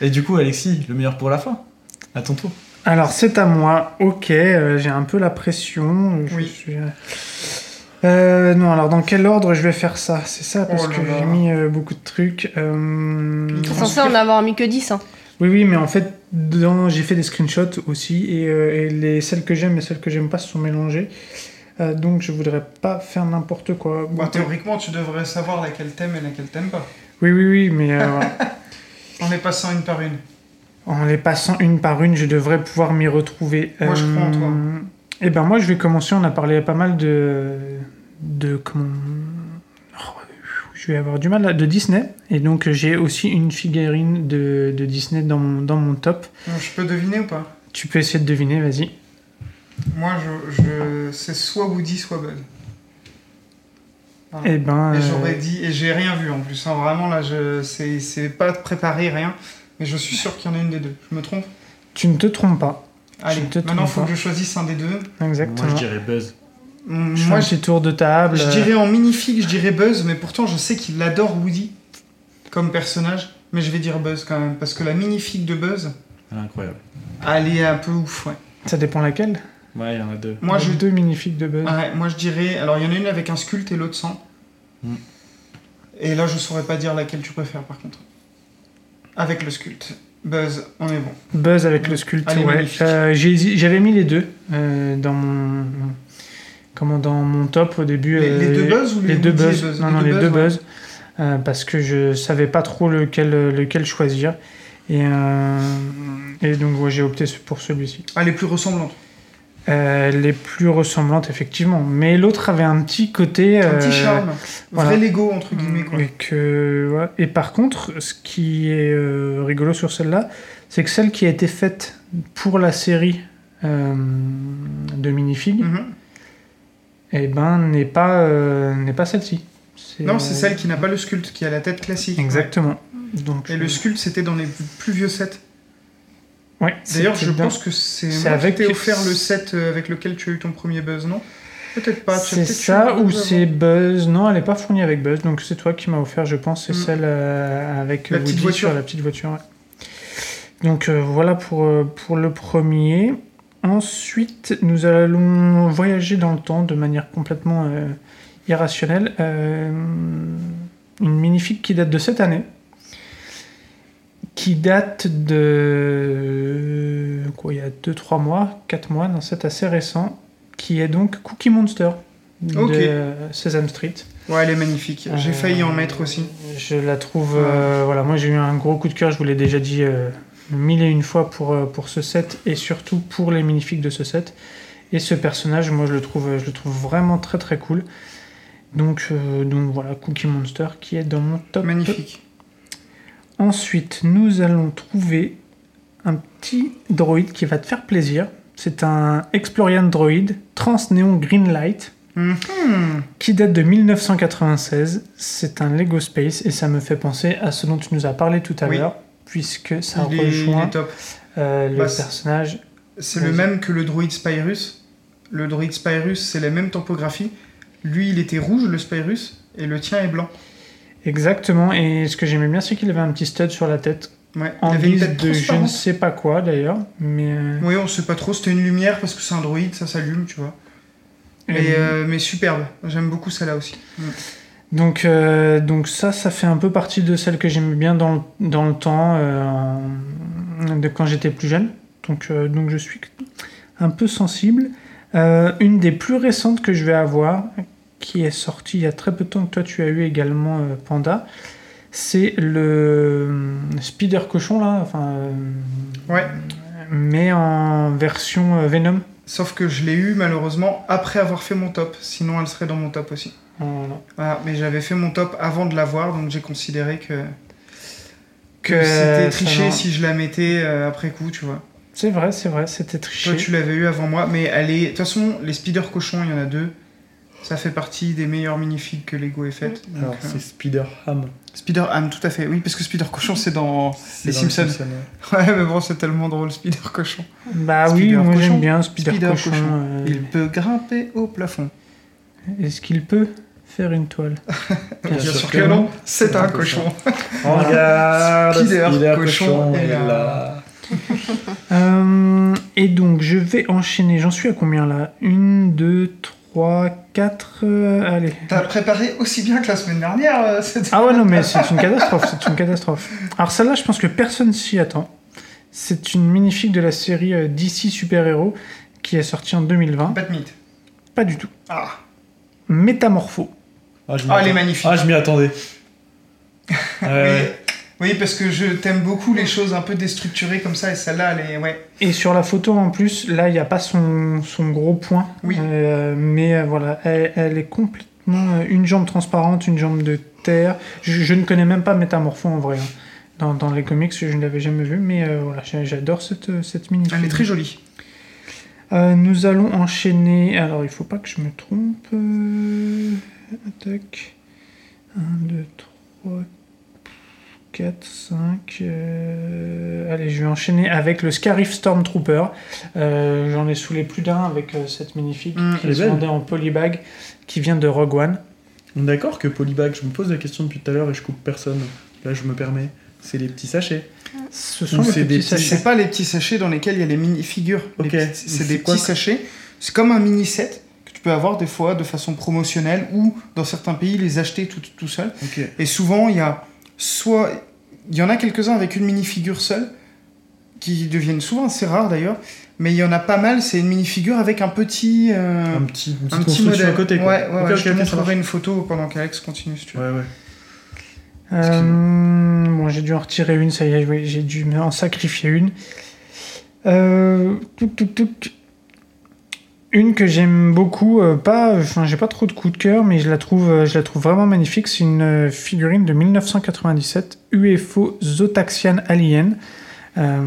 [SPEAKER 1] Et du coup, Alexis, le meilleur pour la fin. À ton tour.
[SPEAKER 4] Alors, c'est à moi. Ok, euh, j'ai un peu la pression. je
[SPEAKER 5] Oui.
[SPEAKER 4] suis- Euh, non, alors dans quel ordre je vais faire ça C'est ça, parce
[SPEAKER 5] Oh là
[SPEAKER 4] que
[SPEAKER 5] là.
[SPEAKER 4] j'ai mis euh, beaucoup de trucs. Euh,
[SPEAKER 5] Il
[SPEAKER 2] T'es
[SPEAKER 5] Comment
[SPEAKER 2] censé
[SPEAKER 5] faire
[SPEAKER 2] en avoir mis que 10. Hein.
[SPEAKER 4] Oui, oui, mais en fait, dans- j'ai fait des screenshots aussi, et, euh, et les, celles que j'aime et celles que j'aime pas se sont mélangées. Euh, donc, je voudrais pas faire n'importe quoi.
[SPEAKER 5] Bah, théoriquement, tu devrais savoir laquelle t'aimes et laquelle t'aimes pas.
[SPEAKER 4] Oui, oui, oui, mais euh, voilà.
[SPEAKER 5] En les passant une par une.
[SPEAKER 4] en les passant une par une, je devrais pouvoir m'y retrouver.
[SPEAKER 5] Moi, je crois en toi.
[SPEAKER 4] Et ben, moi, je vais commencer. On a parlé pas mal de. de. comment. Oh, je vais avoir du mal là, de Disney. Et donc, j'ai aussi une figurine de, de Disney dans mon, dans mon top.
[SPEAKER 5] Bon, je peux deviner ou pas
[SPEAKER 4] Tu peux essayer de deviner, vas-y.
[SPEAKER 5] Moi, je, je... c'est soit Woody, soit Buzz.
[SPEAKER 4] Et ben.
[SPEAKER 5] Et
[SPEAKER 4] euh,
[SPEAKER 5] j'aurais dit, et j'ai rien vu en plus. hein, vraiment, là, je... c'est c'est pas préparé, rien. Mais je suis sûr qu'il y en a une des deux. Je me trompe
[SPEAKER 4] Tu ne te trompes pas.
[SPEAKER 5] Allez,
[SPEAKER 4] te
[SPEAKER 5] maintenant,
[SPEAKER 4] trompes
[SPEAKER 5] faut
[SPEAKER 4] pas.
[SPEAKER 5] que je choisisse un des deux.
[SPEAKER 4] Exactement.
[SPEAKER 1] Moi, je dirais Buzz.
[SPEAKER 5] Mm,
[SPEAKER 4] Je fais
[SPEAKER 5] Moi,
[SPEAKER 4] un
[SPEAKER 5] je,
[SPEAKER 4] petit tour de table.
[SPEAKER 5] je
[SPEAKER 4] euh,
[SPEAKER 5] dirais en minifig, je dirais Buzz, mais pourtant, je sais qu'il adore Woody comme personnage. Mais je vais dire Buzz quand même, parce que la minifig de Buzz,
[SPEAKER 1] Elle est incroyable.
[SPEAKER 5] elle est un peu ouf, ouais.
[SPEAKER 4] Ça dépend laquelle.
[SPEAKER 1] Ouais, il y en a deux.
[SPEAKER 5] Moi,
[SPEAKER 4] Les
[SPEAKER 5] je,
[SPEAKER 4] deux minifiques de Buzz.
[SPEAKER 5] Ouais, moi je dirais. Alors il y en a une avec un sculpte et l'autre sans.
[SPEAKER 1] Mm.
[SPEAKER 5] Et là je saurais pas dire laquelle tu préfères par contre. Avec le sculpte. Buzz, on est bon.
[SPEAKER 4] Buzz avec le sculpte.
[SPEAKER 5] Allez,
[SPEAKER 4] ouais.
[SPEAKER 5] magnifique.
[SPEAKER 4] Euh, j'ai hési- J'avais mis les deux euh, dans mon comment dans mon top au début.
[SPEAKER 5] Les- les
[SPEAKER 4] euh,
[SPEAKER 5] deux Buzz ou les
[SPEAKER 4] les deux
[SPEAKER 5] Woody et
[SPEAKER 4] buzz.
[SPEAKER 5] Buzz
[SPEAKER 4] Non
[SPEAKER 5] Les
[SPEAKER 4] non
[SPEAKER 5] deux
[SPEAKER 4] les deux
[SPEAKER 5] Buzz, ouais.
[SPEAKER 4] buzz euh, parce que je savais pas trop lequel lequel choisir et euh, et donc ouais, j'ai opté pour celui-ci.
[SPEAKER 5] Ah, les plus ressemblantes.
[SPEAKER 4] Euh, les plus ressemblantes effectivement, mais l'autre avait un petit côté.
[SPEAKER 5] Un petit
[SPEAKER 4] euh,
[SPEAKER 5] charme.
[SPEAKER 4] voilà.
[SPEAKER 5] Vrai Lego entre guillemets quoi.
[SPEAKER 4] Et, que, voilà. et par contre, ce qui est euh, rigolo sur celle-là, c'est que celle qui a été faite pour la série euh, de minifig,
[SPEAKER 5] Mhm.
[SPEAKER 4] eh ben, n'est pas, euh, n'est pas celle-ci.
[SPEAKER 5] Non, c'est celle qui n'a pas le sculpte, qui a la tête classique.
[SPEAKER 4] Exactement. Donc,
[SPEAKER 5] Et le sculpte c'était dans les plus vieux sets.
[SPEAKER 4] Ouais,
[SPEAKER 5] D'ailleurs,
[SPEAKER 4] c'était
[SPEAKER 5] je
[SPEAKER 4] dans-
[SPEAKER 5] pense que c'est
[SPEAKER 4] C'est
[SPEAKER 5] moi
[SPEAKER 4] avec-
[SPEAKER 5] qui t'ai offert le set euh, avec lequel tu as eu ton premier buzz, non Peut-être pas. tu as
[SPEAKER 4] C'est
[SPEAKER 5] peut-être eu
[SPEAKER 4] ça
[SPEAKER 5] un
[SPEAKER 4] ou
[SPEAKER 5] peu
[SPEAKER 4] c'est Buzz Non, elle n'est pas fournie avec Buzz, donc c'est toi qui m'as offert, je pense, c'est
[SPEAKER 5] Mm.
[SPEAKER 4] celle euh, avec
[SPEAKER 5] La
[SPEAKER 4] Woody
[SPEAKER 5] petite voiture.
[SPEAKER 4] sur la petite voiture. ouais. Donc euh, voilà pour, euh, pour le premier. Ensuite, nous allons voyager dans le temps de manière complètement euh, irrationnelle. Euh, une magnifique qui date de cette année, qui date de quoi Il y a 2-3 mois, 4 mois, dans cet assez récent, qui est donc Cookie Monster de
[SPEAKER 5] Ok.
[SPEAKER 4] euh, Sesame Street.
[SPEAKER 5] avant. Ouais, elle est magnifique. J'ai
[SPEAKER 4] Euh,
[SPEAKER 5] failli en mettre aussi.
[SPEAKER 4] Je la trouve. euh, voilà, moi j'ai eu un gros coup de cœur, je vous l'ai déjà dit euh, mille et une fois pour, euh, pour ce set et surtout pour les minifiques de ce set. Et ce personnage, moi je le trouve, je le trouve vraiment très très cool. Donc, euh, donc voilà, Cookie Monster qui est dans mon top.
[SPEAKER 5] Magnifique.
[SPEAKER 4] Ensuite, nous allons trouver un petit droïde qui va te faire plaisir. C'est un Explorian droïde Transneon Greenlight
[SPEAKER 5] Mhm.
[SPEAKER 4] qui date de 1996. C'est un Lego Space et ça me fait penser à ce dont tu nous as parlé tout à
[SPEAKER 5] Oui.
[SPEAKER 4] l'heure, puisque ça
[SPEAKER 5] Il est- il
[SPEAKER 4] rejoint
[SPEAKER 5] est top.
[SPEAKER 4] euh, le
[SPEAKER 5] Bah, c'est-
[SPEAKER 4] personnage.
[SPEAKER 5] C'est le
[SPEAKER 4] Vas-y.
[SPEAKER 5] même que le droïde Spyrus. Le droïde Spyrus, c'est la même topographie. Lui, il était rouge, le Spyrus, et le tien est blanc.
[SPEAKER 4] Exactement, et ce que j'aimais bien, c'est qu'il avait un petit stud sur la tête,
[SPEAKER 5] Ouais. Il
[SPEAKER 4] en
[SPEAKER 5] avait une
[SPEAKER 4] guise
[SPEAKER 5] tête
[SPEAKER 4] de je ne
[SPEAKER 5] transparente.
[SPEAKER 4] sais pas quoi d'ailleurs, mais. euh,
[SPEAKER 5] Oui, on sait pas trop, c'était une lumière parce que c'est un droïde, ça s'allume, tu vois. Mais,
[SPEAKER 4] euh,
[SPEAKER 5] euh, mais superbe, j'aime beaucoup celle-là aussi.
[SPEAKER 4] Donc, euh, donc ça, ça fait un peu partie de celle que j'aimais bien dans le, dans le temps, euh, en- de quand j'étais plus jeune. Donc, euh, donc je suis un peu sensible. Euh, une des plus récentes que je vais avoir, qui est sortie il y a très peu de temps que toi tu as eu également euh, Panda, c'est le euh, Spider Cochon là, enfin, euh,
[SPEAKER 5] Ouais,
[SPEAKER 4] mais en version euh, Venom.
[SPEAKER 5] sauf que je l'ai eu malheureusement après avoir fait mon top, sinon elle serait dans mon top aussi.
[SPEAKER 4] Voilà.
[SPEAKER 5] Voilà, mais j'avais fait mon top avant de l'avoir, donc j'ai considéré que, que,
[SPEAKER 4] Que
[SPEAKER 5] c'était
[SPEAKER 4] Euh, ça
[SPEAKER 5] triché
[SPEAKER 4] va.
[SPEAKER 5] si je la mettais euh, après coup, tu vois.
[SPEAKER 4] C'est vrai, c'est vrai, c'était triché.
[SPEAKER 5] Toi, tu l'avais eu avant moi, mais elle est. De toute façon, les speeder cochons, il y en a deux. Ça fait partie des meilleurs minifigs que Lego ait faites. Donc,
[SPEAKER 1] Alors,
[SPEAKER 5] euh,
[SPEAKER 1] c'est Spider Ham.
[SPEAKER 5] Spider Ham, tout à fait. Oui, parce que Spider Cochon, c'est dans.
[SPEAKER 1] C'est
[SPEAKER 5] Les
[SPEAKER 1] dans
[SPEAKER 5] Simpsons. Ouais, mais bon, c'est tellement drôle, Spider Cochon.
[SPEAKER 4] Bah oui,
[SPEAKER 5] Spider
[SPEAKER 4] moi
[SPEAKER 5] cochon.
[SPEAKER 4] j'aime bien Spider,
[SPEAKER 5] Spider
[SPEAKER 4] Cochon.
[SPEAKER 5] cochon.
[SPEAKER 4] euh,
[SPEAKER 5] Il peut grimper au plafond.
[SPEAKER 4] Est-ce qu'il peut faire une toile
[SPEAKER 1] Bien sûr que non.
[SPEAKER 5] c'est un cochon.
[SPEAKER 1] Regarde,
[SPEAKER 5] Spider,
[SPEAKER 1] Spider,
[SPEAKER 5] cochon,
[SPEAKER 1] cochon,
[SPEAKER 5] et
[SPEAKER 1] est
[SPEAKER 5] la-
[SPEAKER 1] là.
[SPEAKER 4] Euh, Et donc je vais enchaîner. J'en suis à combien là Une, deux, trois, quatre. euh, allez.
[SPEAKER 5] T'as préparé aussi bien que la semaine dernière. euh, cette-
[SPEAKER 4] Ah ouais, non, mais c'est une catastrophe, c'est une catastrophe. Alors celle-là, je pense que personne s'y attend. C'est une minifig de la série euh, DC Super Hero qui est sortie en 2020.
[SPEAKER 5] Batmeat.
[SPEAKER 4] Pas du tout.
[SPEAKER 5] Ah,
[SPEAKER 4] Métamorpho.
[SPEAKER 1] Ah, je m'y
[SPEAKER 5] Ah, elle
[SPEAKER 1] attendais.
[SPEAKER 5] est magnifique.
[SPEAKER 1] Ah, je m'y attendais. Ouais, ouais.
[SPEAKER 5] oui, parce que je t'aime beaucoup les choses un peu déstructurées comme ça, et celle-là, elle est. Ouais.
[SPEAKER 4] Et sur la photo en plus, là, il n'y a pas son, son gros point.
[SPEAKER 5] Oui.
[SPEAKER 4] Euh, mais euh, voilà, elle, elle est complètement euh, une jambe transparente, une jambe de terre. Je, je ne connais même pas Métamorpho en vrai. hein. Dans, dans les comics, je ne l'avais jamais vu, mais euh, voilà, j'a- j'adore cette, cette minifig.
[SPEAKER 5] Elle est très jolie.
[SPEAKER 4] Euh, nous allons enchaîner. Alors, il faut pas que je me trompe. Euh, Tac. 1, 2, 3, 4, 5. euh, Allez, je vais enchaîner avec le Scarif Stormtrooper. Euh, J'en ai saoulé plus d'un avec euh, cette magnifique
[SPEAKER 5] Mm,
[SPEAKER 1] elle est
[SPEAKER 4] qui se
[SPEAKER 1] belle.
[SPEAKER 4] vendait en polybag qui vient de Rogue One.
[SPEAKER 1] On est d'accord que Polybag, je me pose la question depuis tout à l'heure et je coupe personne. Là, je me permets. C'est les petits sachets.
[SPEAKER 4] Ce
[SPEAKER 1] Ou
[SPEAKER 4] sont les
[SPEAKER 1] c'est des
[SPEAKER 4] petits
[SPEAKER 1] petits-
[SPEAKER 4] sachets.
[SPEAKER 5] C'est pas les petits sachets dans lesquels il y a les mini-figures. Les
[SPEAKER 1] Ok.
[SPEAKER 5] petits- C'est
[SPEAKER 1] C'est
[SPEAKER 5] des
[SPEAKER 1] quoi
[SPEAKER 5] petits
[SPEAKER 1] que-
[SPEAKER 5] sachets. C'est comme un mini-set que tu peux avoir des fois de façon promotionnelle ou dans certains pays les acheter tout, tout seul.
[SPEAKER 1] Ok.
[SPEAKER 5] Et souvent, il y a soit. Il y en a quelques-uns avec une minifigure seule, qui deviennent souvent assez rares d'ailleurs, mais il y en a pas mal, c'est une minifigure avec un petit. euh,
[SPEAKER 1] Un petit, une petite
[SPEAKER 5] un petit
[SPEAKER 1] construction
[SPEAKER 5] modèle.
[SPEAKER 1] à côté. Quoi.
[SPEAKER 5] Ouais, ouais,
[SPEAKER 1] Ok,
[SPEAKER 5] ouais,
[SPEAKER 1] ok,
[SPEAKER 5] je te
[SPEAKER 1] ok, ça
[SPEAKER 5] montrerai
[SPEAKER 1] marche.
[SPEAKER 5] une photo pendant qu'Alex continue si tu veux.
[SPEAKER 1] Ouais, ouais.
[SPEAKER 4] Euh, bon, j'ai dû en retirer une, ça y est, oui, j'ai dû en sacrifier une. Euh, touc, touc, touc. Une que j'aime beaucoup, euh, pas, enfin, j'ai pas trop de coup de cœur, mais je la trouve, euh, je la trouve vraiment magnifique. C'est une euh, figurine de 1997, UFO Zotaxian Alien, euh,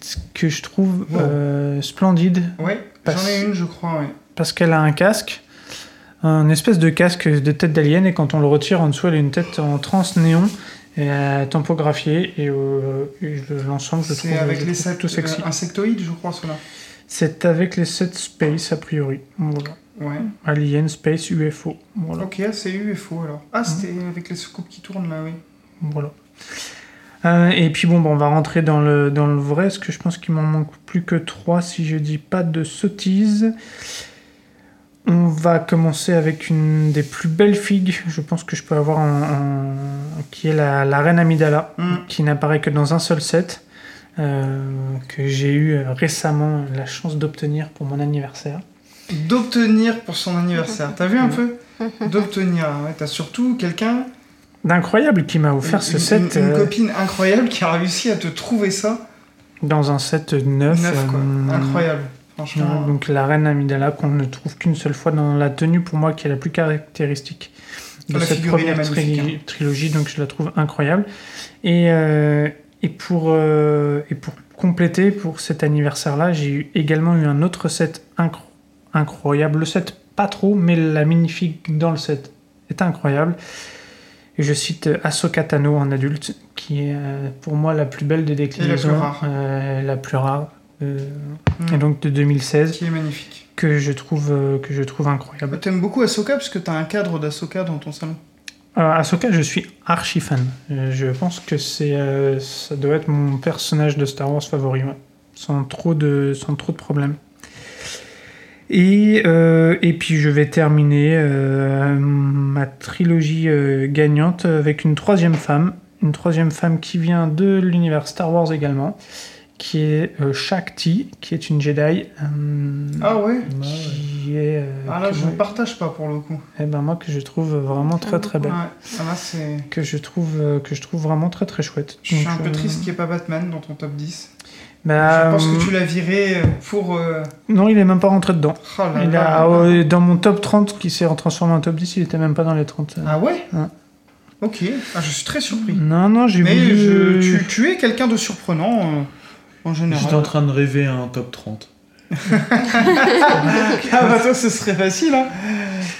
[SPEAKER 4] ce que je trouve
[SPEAKER 5] Wow.
[SPEAKER 4] euh, splendide
[SPEAKER 5] Ouais,
[SPEAKER 4] Parce-
[SPEAKER 5] j'en ai une, je crois. ouais.
[SPEAKER 4] parce qu'elle a un casque, un espèce de casque de tête d'alien, et quand on le retire en dessous, elle a une tête en trans-néon, et, euh, tempographiée, et, euh, et je- l'ensemble, je trouve,
[SPEAKER 5] C'est avec
[SPEAKER 4] je
[SPEAKER 5] les
[SPEAKER 4] trouve
[SPEAKER 5] sept
[SPEAKER 4] plutôt sexy.
[SPEAKER 5] euh, insectoïdes, je crois, cela.
[SPEAKER 4] C'est avec les 7 Space, a priori. Voilà.
[SPEAKER 5] Ouais.
[SPEAKER 4] Alien, Space, UFO. Voilà.
[SPEAKER 5] Ok, c'est UFO alors.
[SPEAKER 1] Mhm.
[SPEAKER 5] Ah, c'était avec les soucoupes qui tournent là, oui.
[SPEAKER 4] Voilà. Euh, et puis bon, bon, on va rentrer dans le, dans le vrai, parce que je pense qu'il m'en manque plus que 3 si je dis pas de sottises. On va commencer avec une des plus belles figues, je pense que je peux avoir, en- en- qui est la, la reine Amidala,
[SPEAKER 5] Mm.
[SPEAKER 4] qui n'apparaît que dans un seul set, euh, que j'ai eu euh, récemment la chance d'obtenir pour mon anniversaire.
[SPEAKER 5] D'obtenir pour son anniversaire. T'as vu un peu D'obtenir. ouais. T'as surtout quelqu'un
[SPEAKER 4] D'incroyable qui m'a offert ce
[SPEAKER 5] une,
[SPEAKER 4] set
[SPEAKER 5] une- une
[SPEAKER 4] euh,
[SPEAKER 5] copine incroyable qui a réussi à te trouver ça.
[SPEAKER 4] dans un set neuf.
[SPEAKER 5] Neuf, quoi.
[SPEAKER 4] euh,
[SPEAKER 5] Incroyable.
[SPEAKER 4] Ouais,
[SPEAKER 5] Franchement.
[SPEAKER 4] donc la reine Amidala qu'on ne trouve qu'une seule fois dans la tenue pour moi qui est la plus caractéristique de
[SPEAKER 5] La
[SPEAKER 4] cette
[SPEAKER 5] figurine est
[SPEAKER 4] première
[SPEAKER 5] magnifique, hein.
[SPEAKER 4] trilogie, trilogie, donc je la trouve incroyable et, euh, et, pour, euh, et pour compléter pour cet anniversaire là j'ai eu- également eu un autre set incro- incroyable le set pas trop mais la magnifique dans le set est incroyable et je cite euh, Ahsoka Tano en adulte qui est euh, pour moi la plus belle des déclinaisons
[SPEAKER 5] rare.
[SPEAKER 4] euh, la plus rare euh,
[SPEAKER 5] Mm.
[SPEAKER 4] et donc de 2016
[SPEAKER 5] Qui est magnifique.
[SPEAKER 4] que je trouve euh, que je trouve
[SPEAKER 5] Bah,
[SPEAKER 4] incroyable.
[SPEAKER 5] T'aimes beaucoup Ahsoka parce que t'as un cadre d'Ahsoka dans ton salon.
[SPEAKER 4] Euh, Ahsoka, je suis archi fan. Euh, Je pense que c'est euh, ça doit être mon personnage de Star Wars favori, ouais. sans trop de sans trop de problèmes. Et, euh, et puis je vais terminer euh, ma trilogie euh, gagnante avec une troisième femme, une troisième femme qui vient de l'univers Star Wars également, qui est euh, Shakti, qui est une Jedi. euh,
[SPEAKER 5] Ah ouais
[SPEAKER 4] qui est, euh,
[SPEAKER 5] Ah là,
[SPEAKER 4] que
[SPEAKER 5] je
[SPEAKER 4] moi-
[SPEAKER 5] ne partage pas pour le coup.
[SPEAKER 4] Eh ben moi que je trouve vraiment très très
[SPEAKER 5] Ouais.
[SPEAKER 4] belle,
[SPEAKER 5] Ah là, c'est.
[SPEAKER 4] que je trouve euh, que je trouve vraiment très très chouette.
[SPEAKER 5] Je suis
[SPEAKER 4] Donc,
[SPEAKER 5] un peu
[SPEAKER 4] euh,
[SPEAKER 5] triste qu'il n'y ait pas Batman dans ton top 10.
[SPEAKER 4] bah,
[SPEAKER 5] je pense que
[SPEAKER 4] euh,
[SPEAKER 5] tu l'as viré pour. euh,
[SPEAKER 4] Non, il est même pas rentré dedans.
[SPEAKER 5] oh là
[SPEAKER 4] Il
[SPEAKER 5] là.
[SPEAKER 4] a euh, dans mon top 30 qui s'est transformé en top 10, il était même pas dans les 30. euh.
[SPEAKER 5] Ah ouais
[SPEAKER 4] Ouais. Mm.
[SPEAKER 5] Ok, Ah, je suis très surpris.
[SPEAKER 4] Non non, j'ai
[SPEAKER 5] Mais je-
[SPEAKER 4] voulu
[SPEAKER 5] tu, tu es quelqu'un de surprenant euh, en
[SPEAKER 1] J'étais en
[SPEAKER 5] général.
[SPEAKER 1] train de rêver à un top 30.
[SPEAKER 5] Ah bah toi, ce serait facile. Hein.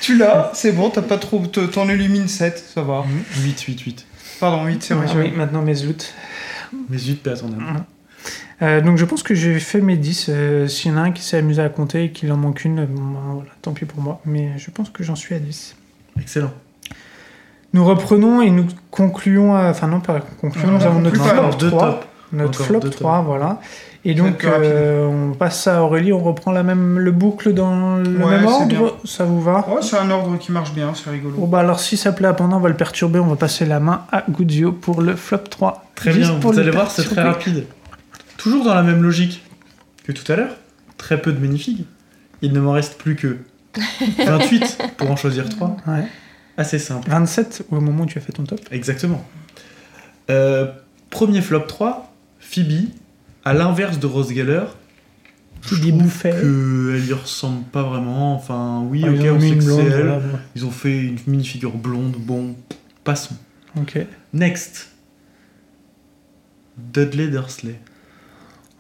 [SPEAKER 5] Tu l'as, c'est bon, t'as pas trop. te- T'en illumines 7, ça va.
[SPEAKER 1] 8, 8, 8.
[SPEAKER 5] Pardon, 8, c'est
[SPEAKER 4] Ah
[SPEAKER 5] vrai.
[SPEAKER 4] oui, maintenant mes loots.
[SPEAKER 1] Mais zut, paix à ton âme.
[SPEAKER 4] Euh, donc je pense que j'ai fait mes 10. euh, S'il y en a un qui s'est amusé à compter et qu'il en manque une, bon, ben, voilà, tant pis pour moi. Mais je pense que j'en suis à 10.
[SPEAKER 1] Excellent.
[SPEAKER 4] Nous reprenons et nous concluons, euh, enfin non pas concluons, nous
[SPEAKER 5] Non,
[SPEAKER 4] avons
[SPEAKER 5] non,
[SPEAKER 4] notre
[SPEAKER 5] plus Ah, pas,
[SPEAKER 4] flop
[SPEAKER 1] alors, deux
[SPEAKER 4] 3.
[SPEAKER 1] tops.
[SPEAKER 4] Notre
[SPEAKER 1] Encore
[SPEAKER 4] flop
[SPEAKER 1] deux
[SPEAKER 4] 3, voilà. Et
[SPEAKER 5] va
[SPEAKER 4] donc
[SPEAKER 5] être rapide.
[SPEAKER 4] euh, on passe à Aurélie, on reprend la même, le boucle dans le
[SPEAKER 5] Ouais,
[SPEAKER 4] même
[SPEAKER 5] c'est
[SPEAKER 4] ordre,
[SPEAKER 5] bien.
[SPEAKER 4] ça vous va
[SPEAKER 5] Ouais, Oh, c'est un ordre qui marche bien, c'est rigolo.
[SPEAKER 4] Bon
[SPEAKER 1] Oh.
[SPEAKER 4] bah alors si ça plaît à Panda, on va le perturber, on va passer la main à Guzio pour le flop 3.
[SPEAKER 1] Très
[SPEAKER 4] Juste
[SPEAKER 1] bien,
[SPEAKER 4] pour
[SPEAKER 1] vous
[SPEAKER 4] le
[SPEAKER 1] allez voir, c'est très
[SPEAKER 4] perturber.
[SPEAKER 1] rapide. Toujours dans la même logique que tout à l'heure. Très peu de minifig. Il ne m'en reste plus que 28 pour en choisir 3.
[SPEAKER 4] Ouais.
[SPEAKER 1] Assez simple.
[SPEAKER 4] 27 au moment où tu as fait ton top.
[SPEAKER 1] Exactement. Euh, premier flop 3, Phoebe, à l'inverse de Rose Geller,
[SPEAKER 4] Qui dit bouffait.
[SPEAKER 1] qu'elle y ressemble pas vraiment. Enfin, oui,
[SPEAKER 4] Ah,
[SPEAKER 1] ok,
[SPEAKER 4] ils ont
[SPEAKER 1] on
[SPEAKER 4] mis
[SPEAKER 1] sait
[SPEAKER 4] une
[SPEAKER 1] que c'est
[SPEAKER 4] blonde,
[SPEAKER 1] elle.
[SPEAKER 4] voilà, bon.
[SPEAKER 1] Ils ont fait une mini-figure blonde, bon, passons.
[SPEAKER 4] Ok.
[SPEAKER 1] Next. Dudley Dursley.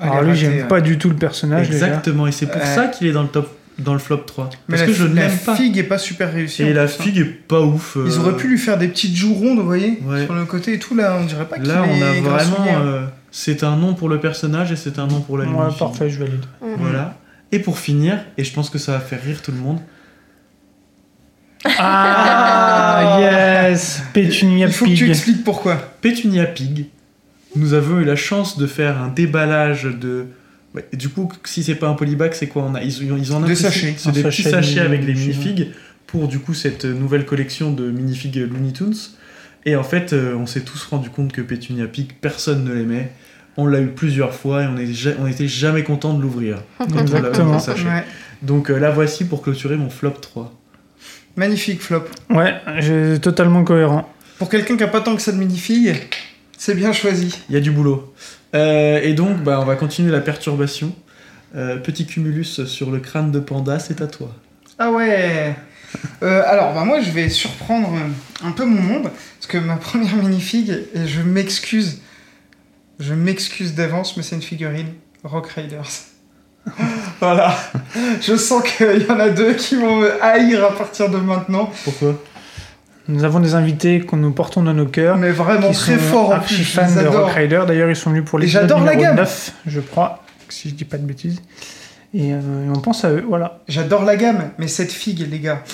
[SPEAKER 5] Elle est
[SPEAKER 4] Alors lui,
[SPEAKER 5] ratée,
[SPEAKER 4] j'aime
[SPEAKER 5] ouais.
[SPEAKER 4] pas du tout le personnage. déjà.
[SPEAKER 1] Exactement, et c'est pour
[SPEAKER 5] Euh.
[SPEAKER 1] ça qu'il est dans le top dans le flop 3.
[SPEAKER 5] Mais
[SPEAKER 1] Parce
[SPEAKER 5] la
[SPEAKER 1] que je
[SPEAKER 5] fi-
[SPEAKER 1] ne
[SPEAKER 5] la
[SPEAKER 1] l'aime pas.
[SPEAKER 5] figue est pas super réussie.
[SPEAKER 1] Et
[SPEAKER 5] en
[SPEAKER 1] la
[SPEAKER 5] plus, hein.
[SPEAKER 1] figue est pas ouf. euh,
[SPEAKER 5] Ils auraient pu lui faire des petites joues rondes, vous voyez
[SPEAKER 1] Ouais.
[SPEAKER 5] Sur le côté et tout, là, on dirait pas qu'il
[SPEAKER 1] Là, on a
[SPEAKER 5] est
[SPEAKER 1] vraiment.
[SPEAKER 5] grassouillet, hein.
[SPEAKER 1] euh, c'est un nom pour le personnage et c'est un nom pour la
[SPEAKER 4] Ouais,
[SPEAKER 1] mini-figure.
[SPEAKER 4] parfait, je valide.
[SPEAKER 2] Mm.
[SPEAKER 1] Voilà. Et pour finir, et je pense que ça va faire rire tout le monde,
[SPEAKER 4] Ah yes, Pétunia
[SPEAKER 5] Il faut que tu
[SPEAKER 4] Pig.
[SPEAKER 5] expliques pourquoi.
[SPEAKER 1] Pétunia Pig, nous avons eu la chance de faire un déballage de. ouais, du coup, si c'est pas un polybac, c'est quoi on a, ils, ils en ont
[SPEAKER 5] Des
[SPEAKER 1] pris-
[SPEAKER 5] sachets.
[SPEAKER 1] C'est
[SPEAKER 4] Un
[SPEAKER 1] des
[SPEAKER 4] sachet
[SPEAKER 1] petits
[SPEAKER 4] de
[SPEAKER 1] sachets avec des
[SPEAKER 4] minifigs.
[SPEAKER 1] minifigs pour du coup cette nouvelle collection de minifigs Looney Tunes. Et en fait, euh, on s'est tous rendu compte que Pétunia Pig, personne ne l'aimait. On l'a eu plusieurs fois et on n'était jamais content de l'ouvrir. quand on l'avait dans le
[SPEAKER 4] Exactement.
[SPEAKER 1] sachet.
[SPEAKER 5] Ouais.
[SPEAKER 1] Donc euh, la voici pour clôturer mon flop 3.
[SPEAKER 5] Magnifique flop.
[SPEAKER 4] Ouais, j'ai- totalement cohérent.
[SPEAKER 5] Pour quelqu'un qui a pas tant que ça de mini-fille, c'est bien choisi.
[SPEAKER 1] Il y a du boulot. Euh, et donc, bah, on va continuer la perturbation. Euh, petit cumulus sur le crâne de panda, c'est à toi.
[SPEAKER 5] Ah ouais Euh, Alors, bah, moi, je vais surprendre euh, un peu mon monde, parce que ma première minifig, et je m'excuse, je m'excuse d'avance, mais c'est une figurine Rock Raiders. voilà. Je sens qu'il y en a deux qui vont me haïr à partir de maintenant,
[SPEAKER 1] Pourquoi
[SPEAKER 4] Nous avons des invités qu'on nous portons dans nos cœurs.
[SPEAKER 5] mais vraiment
[SPEAKER 4] Qui
[SPEAKER 5] très
[SPEAKER 4] sont
[SPEAKER 5] fort en plus,
[SPEAKER 4] archi
[SPEAKER 5] je
[SPEAKER 4] fans
[SPEAKER 5] les
[SPEAKER 4] de
[SPEAKER 5] adore.
[SPEAKER 4] Rock Rider. D'ailleurs, ils sont venus pour
[SPEAKER 5] Et
[SPEAKER 4] l'épisode
[SPEAKER 5] j'adore la
[SPEAKER 4] numéro
[SPEAKER 5] gamme.
[SPEAKER 4] 9, je crois, si je dis pas de bêtises. Et euh, on pense à eux, voilà.
[SPEAKER 5] J'adore la gamme, mais cette figue, les gars,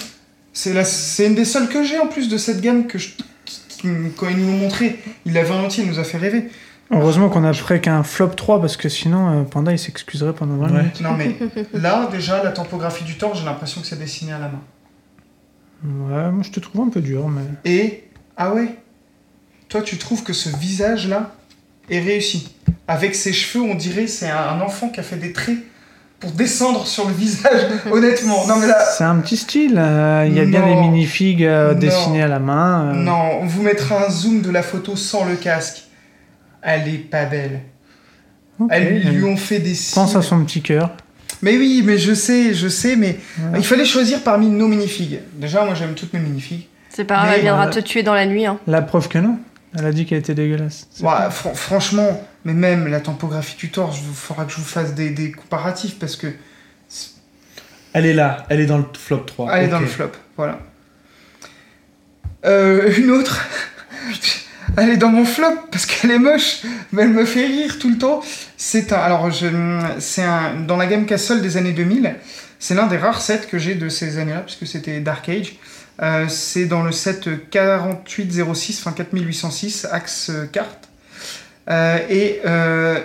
[SPEAKER 5] c'est la... c'est une des seules que j'ai en plus de cette gamme que je... qui- qui- quand ils nous l'ont montré, il l'a volontiers, il nous a fait rêver.
[SPEAKER 4] Heureusement qu'on a pris qu'un flop 3 parce que sinon euh, Panda il s'excuserait pendant 20
[SPEAKER 1] Ouais.
[SPEAKER 4] minutes.
[SPEAKER 5] Non mais là déjà la topographie du temps, j'ai l'impression que c'est dessiné à la main.
[SPEAKER 4] Ouais, moi je te trouve un peu dur, mais.
[SPEAKER 5] Et ah ouais, toi tu trouves que ce visage là est réussi Avec ses cheveux, on dirait c'est un enfant qui a fait des traits pour descendre sur le visage. Honnêtement, non mais là,
[SPEAKER 4] C'est un petit style. euh, Il y a bien des
[SPEAKER 5] Non.
[SPEAKER 4] minifigs euh,
[SPEAKER 5] Non.
[SPEAKER 4] dessinés à la main. euh,
[SPEAKER 5] non, on vous mettra un zoom de la photo sans le casque. Elle est pas belle.
[SPEAKER 4] ok,
[SPEAKER 5] Elles
[SPEAKER 4] euh,
[SPEAKER 5] lui ont fait des signes.
[SPEAKER 4] Pense à son petit cœur.
[SPEAKER 5] Mais oui, mais je sais, je sais, mais
[SPEAKER 4] Ouais.
[SPEAKER 5] il fallait choisir parmi nos minifigs. Déjà, moi j'aime toutes mes minifigs.
[SPEAKER 2] C'est pas grave,
[SPEAKER 5] Mais
[SPEAKER 2] elle viendra
[SPEAKER 5] voilà.
[SPEAKER 2] te tuer dans la nuit. Hein.
[SPEAKER 4] La preuve que non. Elle a dit qu'elle était dégueulasse. C'est
[SPEAKER 5] Ouais, fran- franchement, mais même la topographie du torse, il faudra que je vous fasse des, des comparatifs parce que
[SPEAKER 1] Elle est là, elle est dans le flop 3.
[SPEAKER 5] Ah, elle est dans
[SPEAKER 1] Ok.
[SPEAKER 5] le flop. Voilà. Euh, une autre, elle est dans mon flop parce qu'elle est moche, mais elle me fait rire tout le temps. C'est un, alors je, c'est un, dans la gamme Castle des années 2000. C'est l'un des rares sets que j'ai de ces années-là puisque c'était Dark Age. Euh, c'est dans le set 4806, enfin 4806, axe euh, carte. Euh, et euh,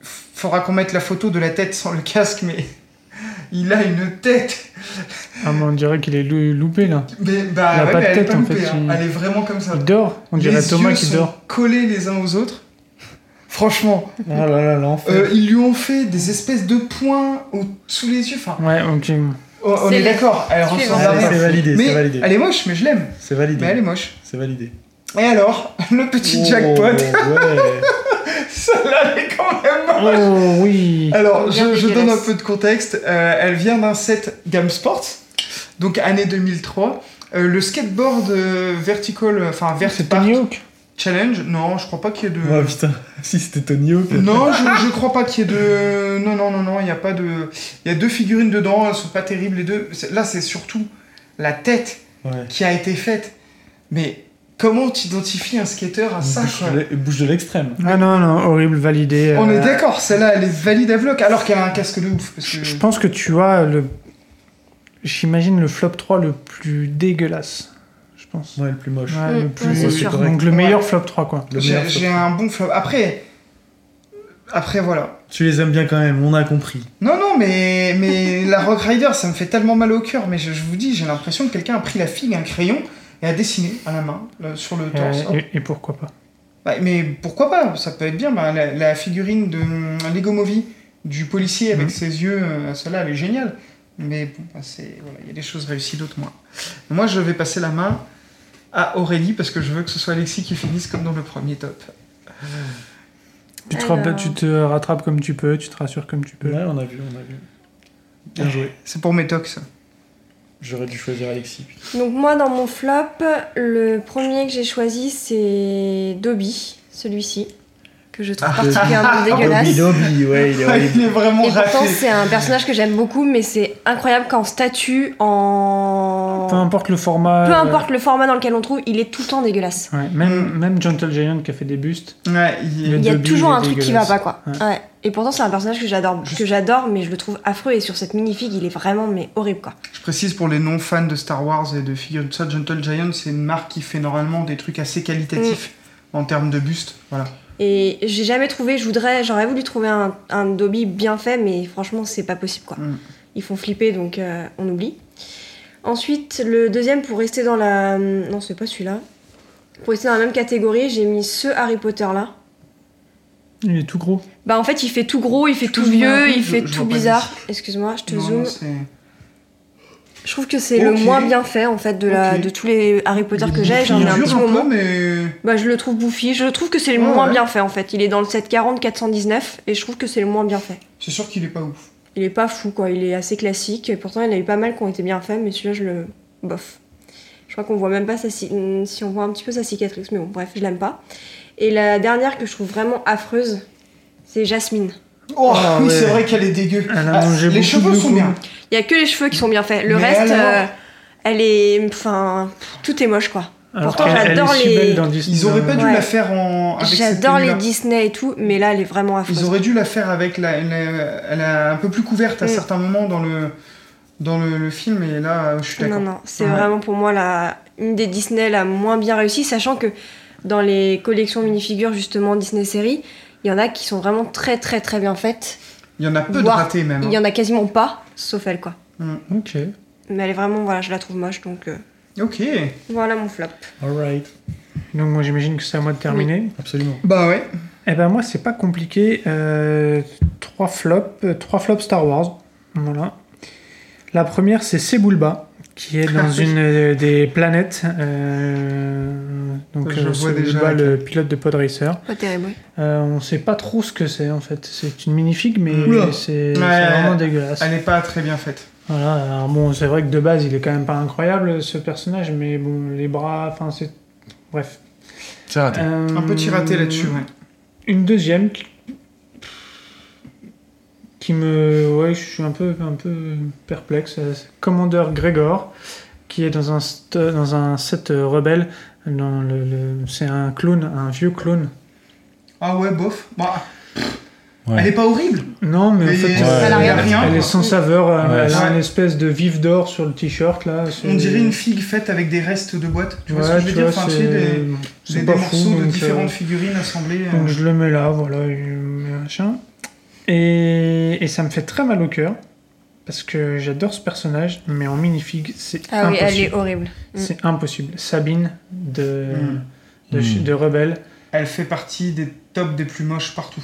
[SPEAKER 5] faudra qu'on mette la photo de la tête sans le casque, mais il a une tête.
[SPEAKER 4] Ah, mais on dirait qu'il est lou- loupé là.
[SPEAKER 5] Mais bah,
[SPEAKER 4] Il a
[SPEAKER 5] ouais,
[SPEAKER 4] pas
[SPEAKER 5] mais
[SPEAKER 4] de
[SPEAKER 5] elle est
[SPEAKER 4] tête,
[SPEAKER 5] pas
[SPEAKER 4] en
[SPEAKER 5] loupée,
[SPEAKER 4] fait,
[SPEAKER 5] hein.
[SPEAKER 4] il-
[SPEAKER 5] Elle est vraiment comme ça.
[SPEAKER 4] Il dort. On dirait
[SPEAKER 5] les
[SPEAKER 4] Thomas
[SPEAKER 5] yeux
[SPEAKER 4] qui
[SPEAKER 5] sont
[SPEAKER 4] dort.
[SPEAKER 5] collés les uns aux autres. Franchement,
[SPEAKER 1] Oh là là, l'enfer.
[SPEAKER 5] euh, ils lui ont fait des espèces de points au- sous les yeux. Enfin,
[SPEAKER 4] Ouais, ok.
[SPEAKER 5] on, on
[SPEAKER 2] C'est
[SPEAKER 5] est,
[SPEAKER 2] les-
[SPEAKER 5] d'accord, elle
[SPEAKER 2] Suivant.
[SPEAKER 5] ressemble à
[SPEAKER 1] Allez,
[SPEAKER 5] rien.
[SPEAKER 1] c'est validé,
[SPEAKER 5] Mais
[SPEAKER 1] c'est validé.
[SPEAKER 5] elle est moche, mais je l'aime.
[SPEAKER 1] C'est
[SPEAKER 5] Mais elle est
[SPEAKER 1] validé.
[SPEAKER 5] moche.
[SPEAKER 1] C'est validé.
[SPEAKER 5] Et alors, le petit
[SPEAKER 1] Oh,
[SPEAKER 5] jackpot,
[SPEAKER 1] ouais.
[SPEAKER 5] celle-là, elle est quand même moche.
[SPEAKER 4] Oh oui.
[SPEAKER 5] Alors, je,
[SPEAKER 2] Bien
[SPEAKER 5] je donne un
[SPEAKER 2] dégueulasse.
[SPEAKER 5] peu de contexte. Euh, elle vient d'un set Gamme Sports, donc année 2003. Euh, le skateboard euh, vertical, enfin
[SPEAKER 4] C'est
[SPEAKER 5] vertical.
[SPEAKER 4] Tony Hawk.
[SPEAKER 5] Challenge Non, je crois pas qu'il y ait de.
[SPEAKER 1] Oh putain, si c'était Tony Hawk.
[SPEAKER 5] non, je, je crois pas qu'il y ait de. Non, non, non, non, il y a pas de. Il y a deux figurines dedans, elles sont pas terribles les deux. C'est- Là, c'est surtout la tête
[SPEAKER 1] Ouais.
[SPEAKER 5] qui a été faite. Mais comment t'identifies un skateur à ça quoi
[SPEAKER 1] bouche, de, bouche de l'extrême.
[SPEAKER 4] Ah non, non, horrible, validé.
[SPEAKER 5] On
[SPEAKER 4] euh,
[SPEAKER 5] est d'accord, celle-là elle est valide à bloc alors qu'elle a un casque de ouf. Parce
[SPEAKER 4] Je
[SPEAKER 5] que...
[SPEAKER 4] je pense que tu as le. J'imagine le flop 3 le plus dégueulasse. Je pense.
[SPEAKER 1] Ouais, le plus moche.
[SPEAKER 4] Ouais,
[SPEAKER 2] Mm,
[SPEAKER 4] le
[SPEAKER 2] ouais,
[SPEAKER 4] plus...
[SPEAKER 2] c'est sûr.
[SPEAKER 4] Donc le meilleur flop 3, quoi.
[SPEAKER 1] Le
[SPEAKER 5] J'ai
[SPEAKER 1] meilleur,
[SPEAKER 5] j'ai
[SPEAKER 1] ça.
[SPEAKER 5] un bon flop. Après, après voilà.
[SPEAKER 1] Tu les aimes bien quand même, on a compris.
[SPEAKER 5] Non, non, mais, mais la Rock Rider, ça me fait tellement mal au cœur. Mais je, je vous dis, j'ai l'impression que quelqu'un a pris la figue, un crayon, et a dessiné à la main, là, sur le torse.
[SPEAKER 4] Euh,
[SPEAKER 5] Hop.
[SPEAKER 4] et, et pourquoi pas
[SPEAKER 5] Bah, mais pourquoi pas Ça peut être bien. bah, la, la figurine de hum, Lego Movie, du policier avec
[SPEAKER 4] Mhm.
[SPEAKER 5] ses yeux, euh, celle-là, elle est géniale. Mais bon, bah, c'est- voilà, il y a des choses réussies, d'autres moins. Moi, je vais passer la main à Aurélie, parce que je veux que ce soit Alexis qui finisse comme dans le premier top.
[SPEAKER 4] tu te,
[SPEAKER 2] Alors.
[SPEAKER 4] rappe- tu te rattrapes comme tu peux, tu te rassures comme tu peux.
[SPEAKER 1] Ouais, on a vu, on a vu. Bien joué.
[SPEAKER 5] C'est pour mes tocs, ça.
[SPEAKER 1] J'aurais dû choisir Alexis.
[SPEAKER 2] Donc moi dans mon flop, le premier que j'ai choisi c'est Dobby, celui-ci, que je trouve
[SPEAKER 1] Ah,
[SPEAKER 2] particulièrement dégueulasse.
[SPEAKER 1] Dobby, Dobby, ouais, il est horrible.
[SPEAKER 5] il est vraiment
[SPEAKER 2] Et pourtant
[SPEAKER 5] raté.
[SPEAKER 2] c'est un personnage que j'aime beaucoup, mais c'est incroyable qu'en statue, en...
[SPEAKER 4] Peu importe le format.
[SPEAKER 2] Peu
[SPEAKER 4] euh,
[SPEAKER 2] importe le format dans lequel on trouve, il est tout le temps dégueulasse.
[SPEAKER 4] ouais,
[SPEAKER 5] Mm.
[SPEAKER 4] même, même Gentle Giant qui a fait des bustes.
[SPEAKER 5] Ouais, il est-
[SPEAKER 2] Il y a
[SPEAKER 4] Dobby,
[SPEAKER 2] toujours
[SPEAKER 4] il est
[SPEAKER 2] un truc qui va
[SPEAKER 4] dégueulasse.
[SPEAKER 2] pas quoi.
[SPEAKER 4] Ouais.
[SPEAKER 2] Ouais. Et pourtant c'est un personnage que j'adore, que j'adore, mais je le trouve affreux et sur cette minifig il est vraiment mais horrible quoi.
[SPEAKER 5] Je précise pour les non-fans de Star Wars et de figures de ça, Gentle Giant, c'est une marque qui fait normalement des trucs assez qualitatifs
[SPEAKER 2] Mm.
[SPEAKER 5] en termes de buste. Voilà.
[SPEAKER 2] Et j'ai jamais trouvé, je voudrais, j'aurais voulu trouver un, un Dobby bien fait, mais franchement, c'est pas possible quoi.
[SPEAKER 5] Mm.
[SPEAKER 2] Ils font flipper donc euh, on oublie. Ensuite, le deuxième pour rester dans la. Non, c'est pas celui-là. Pour rester dans la même catégorie, j'ai mis ce Harry Potter là.
[SPEAKER 4] Il est tout gros.
[SPEAKER 2] Bah en fait, il fait tout gros, il fait tout
[SPEAKER 5] Excuse-moi,
[SPEAKER 2] vieux,
[SPEAKER 5] je-
[SPEAKER 2] il fait
[SPEAKER 5] je
[SPEAKER 2] tout
[SPEAKER 5] vois pas
[SPEAKER 2] bizarre. Excuse-moi, je te
[SPEAKER 5] Non,
[SPEAKER 2] zoome.
[SPEAKER 5] non, c'est-
[SPEAKER 2] Je trouve que c'est le
[SPEAKER 5] Ok.
[SPEAKER 2] moins bien fait en fait de, la...
[SPEAKER 5] Ok.
[SPEAKER 2] de tous les Harry Potter que j'ai. J'en
[SPEAKER 5] Il
[SPEAKER 2] ai un
[SPEAKER 5] dure
[SPEAKER 2] petit
[SPEAKER 5] peu,
[SPEAKER 2] moment.
[SPEAKER 5] mais.
[SPEAKER 2] Bah, je le trouve bouffi. Je trouve que c'est le
[SPEAKER 5] Ouais,
[SPEAKER 2] moins
[SPEAKER 5] ouais.
[SPEAKER 2] bien fait en fait. Il est dans le 740-419 et je trouve que c'est le moins bien fait.
[SPEAKER 5] C'est sûr qu'il est pas ouf.
[SPEAKER 2] Il est pas fou, quoi. Il est assez classique. Et pourtant, il y en a eu pas mal qui ont été bien faits, mais celui-là, je le bof. Je crois qu'on voit même pas sa ci- hmm, si on voit un petit peu sa cicatrice, mais bon, bref, je l'aime pas. Et la dernière que je trouve vraiment affreuse, c'est Jasmine.
[SPEAKER 5] Oh,
[SPEAKER 4] Ah,
[SPEAKER 5] oui,
[SPEAKER 4] ouais.
[SPEAKER 5] c'est vrai qu'elle est dégueu.
[SPEAKER 4] Elle a mangé
[SPEAKER 5] les
[SPEAKER 4] beaucoup
[SPEAKER 5] cheveux
[SPEAKER 4] de
[SPEAKER 5] sont
[SPEAKER 4] coups.
[SPEAKER 5] bien.
[SPEAKER 2] Il y a que les cheveux qui sont bien faits. Le
[SPEAKER 5] Mais
[SPEAKER 2] reste,
[SPEAKER 5] alors
[SPEAKER 2] euh, elle est, enfin, tout est moche, quoi.
[SPEAKER 4] Alors
[SPEAKER 2] Pourtant,
[SPEAKER 4] qu'elle- elle
[SPEAKER 2] j'adore
[SPEAKER 4] est si
[SPEAKER 2] les-
[SPEAKER 4] belle dans Disney.
[SPEAKER 5] Ils auraient pas dû
[SPEAKER 2] Ouais.
[SPEAKER 5] la faire en. avec cette
[SPEAKER 2] J'adore les
[SPEAKER 5] tenue-là.
[SPEAKER 2] Disney et tout, mais là, elle est vraiment affreuse.
[SPEAKER 5] Ils auraient dû la faire avec la, la- elle a un peu plus couverte à
[SPEAKER 2] Mm.
[SPEAKER 5] certains moments dans le dans le, le film et là je suis
[SPEAKER 2] Non,
[SPEAKER 5] d'accord.
[SPEAKER 2] non, c'est
[SPEAKER 5] Ouais.
[SPEAKER 2] vraiment pour moi la, une des Disney la moins bien réussie, sachant que dans les collections minifigures, justement, Disney séries, il y en a qui sont vraiment très très très bien faites.
[SPEAKER 5] Il y en a peu de
[SPEAKER 2] Voire-
[SPEAKER 5] ratés même.
[SPEAKER 2] Il
[SPEAKER 5] hein.
[SPEAKER 2] y en a quasiment pas, sauf elle quoi.
[SPEAKER 4] Ok.
[SPEAKER 2] Mais elle est vraiment, voilà, je la trouve moche donc euh,
[SPEAKER 5] Ok.
[SPEAKER 2] voilà mon flop.
[SPEAKER 1] Alright.
[SPEAKER 4] Donc moi j'imagine que c'est à moi de terminer.
[SPEAKER 1] Absolument.
[SPEAKER 5] Bah ouais.
[SPEAKER 4] Eh ben moi c'est pas compliqué. Euh, trois flops, euh, trois flops Star Wars. Voilà. La première c'est Sebulba qui est dans une euh, des planètes. euh, donc
[SPEAKER 5] Je
[SPEAKER 4] euh,
[SPEAKER 5] vois déjà
[SPEAKER 4] Sebulba,
[SPEAKER 5] laquelle.
[SPEAKER 4] le pilote de Pod Racer.
[SPEAKER 2] Pas terrible.
[SPEAKER 4] Euh, on sait pas trop ce que c'est en fait. C'est une minifig mais
[SPEAKER 5] Oula.
[SPEAKER 4] c'est c'est
[SPEAKER 5] Ouais.
[SPEAKER 4] vraiment dégueulasse.
[SPEAKER 5] Elle n'est pas très bien faite.
[SPEAKER 4] Voilà, alors bon, c'est vrai que de base, il est quand même pas incroyable ce personnage, mais bon, les bras, enfin, c'est. Bref.
[SPEAKER 1] C'est raté.
[SPEAKER 5] Un petit raté là-dessus, ouais.
[SPEAKER 4] Une deuxième qui... qui me. Ouais, je suis un peu, un peu perplexe. euh, c'est Commandeur Gregor, qui est dans un, st- dans un set euh, rebelle. dans le- le- C'est un clone, un vieux clone.
[SPEAKER 5] Ah ouais, bof. Bah,
[SPEAKER 1] Ouais.
[SPEAKER 5] Elle est pas horrible.
[SPEAKER 4] Non, mais en
[SPEAKER 5] Mais
[SPEAKER 4] fait,
[SPEAKER 5] elle
[SPEAKER 2] a
[SPEAKER 4] elle,
[SPEAKER 2] rien.
[SPEAKER 5] rien,
[SPEAKER 4] est
[SPEAKER 5] quoi.
[SPEAKER 4] sans saveur. euh,
[SPEAKER 1] Ouais.
[SPEAKER 4] Elle a
[SPEAKER 5] Ouais.
[SPEAKER 4] une espèce de vif d'or sur le t-shirt là.
[SPEAKER 5] On
[SPEAKER 4] c'est-
[SPEAKER 5] dirait une figue faite avec des restes de boîtes. Tu vois ce que je veux
[SPEAKER 4] tu
[SPEAKER 5] dire
[SPEAKER 4] vois,
[SPEAKER 5] Enfin, tu
[SPEAKER 4] c'est
[SPEAKER 5] sais, des,
[SPEAKER 4] c'est
[SPEAKER 5] des- des
[SPEAKER 4] pas fou,
[SPEAKER 5] morceaux de
[SPEAKER 4] donc,
[SPEAKER 5] différentes
[SPEAKER 4] euh,
[SPEAKER 5] figurines assemblées. euh.
[SPEAKER 4] donc je le mets là, voilà, et machin. Et, et ça me fait très mal au cœur, parce que j'adore ce personnage, mais en minifig, c'est
[SPEAKER 2] Ah oui,
[SPEAKER 4] impossible.
[SPEAKER 2] elle est horrible.
[SPEAKER 4] C'est impossible. Sabine de,
[SPEAKER 5] Hmm.
[SPEAKER 1] Mm.
[SPEAKER 4] de,
[SPEAKER 1] Mm.
[SPEAKER 4] de Rebelle,
[SPEAKER 5] Elle fait partie des tops des plus moches partout.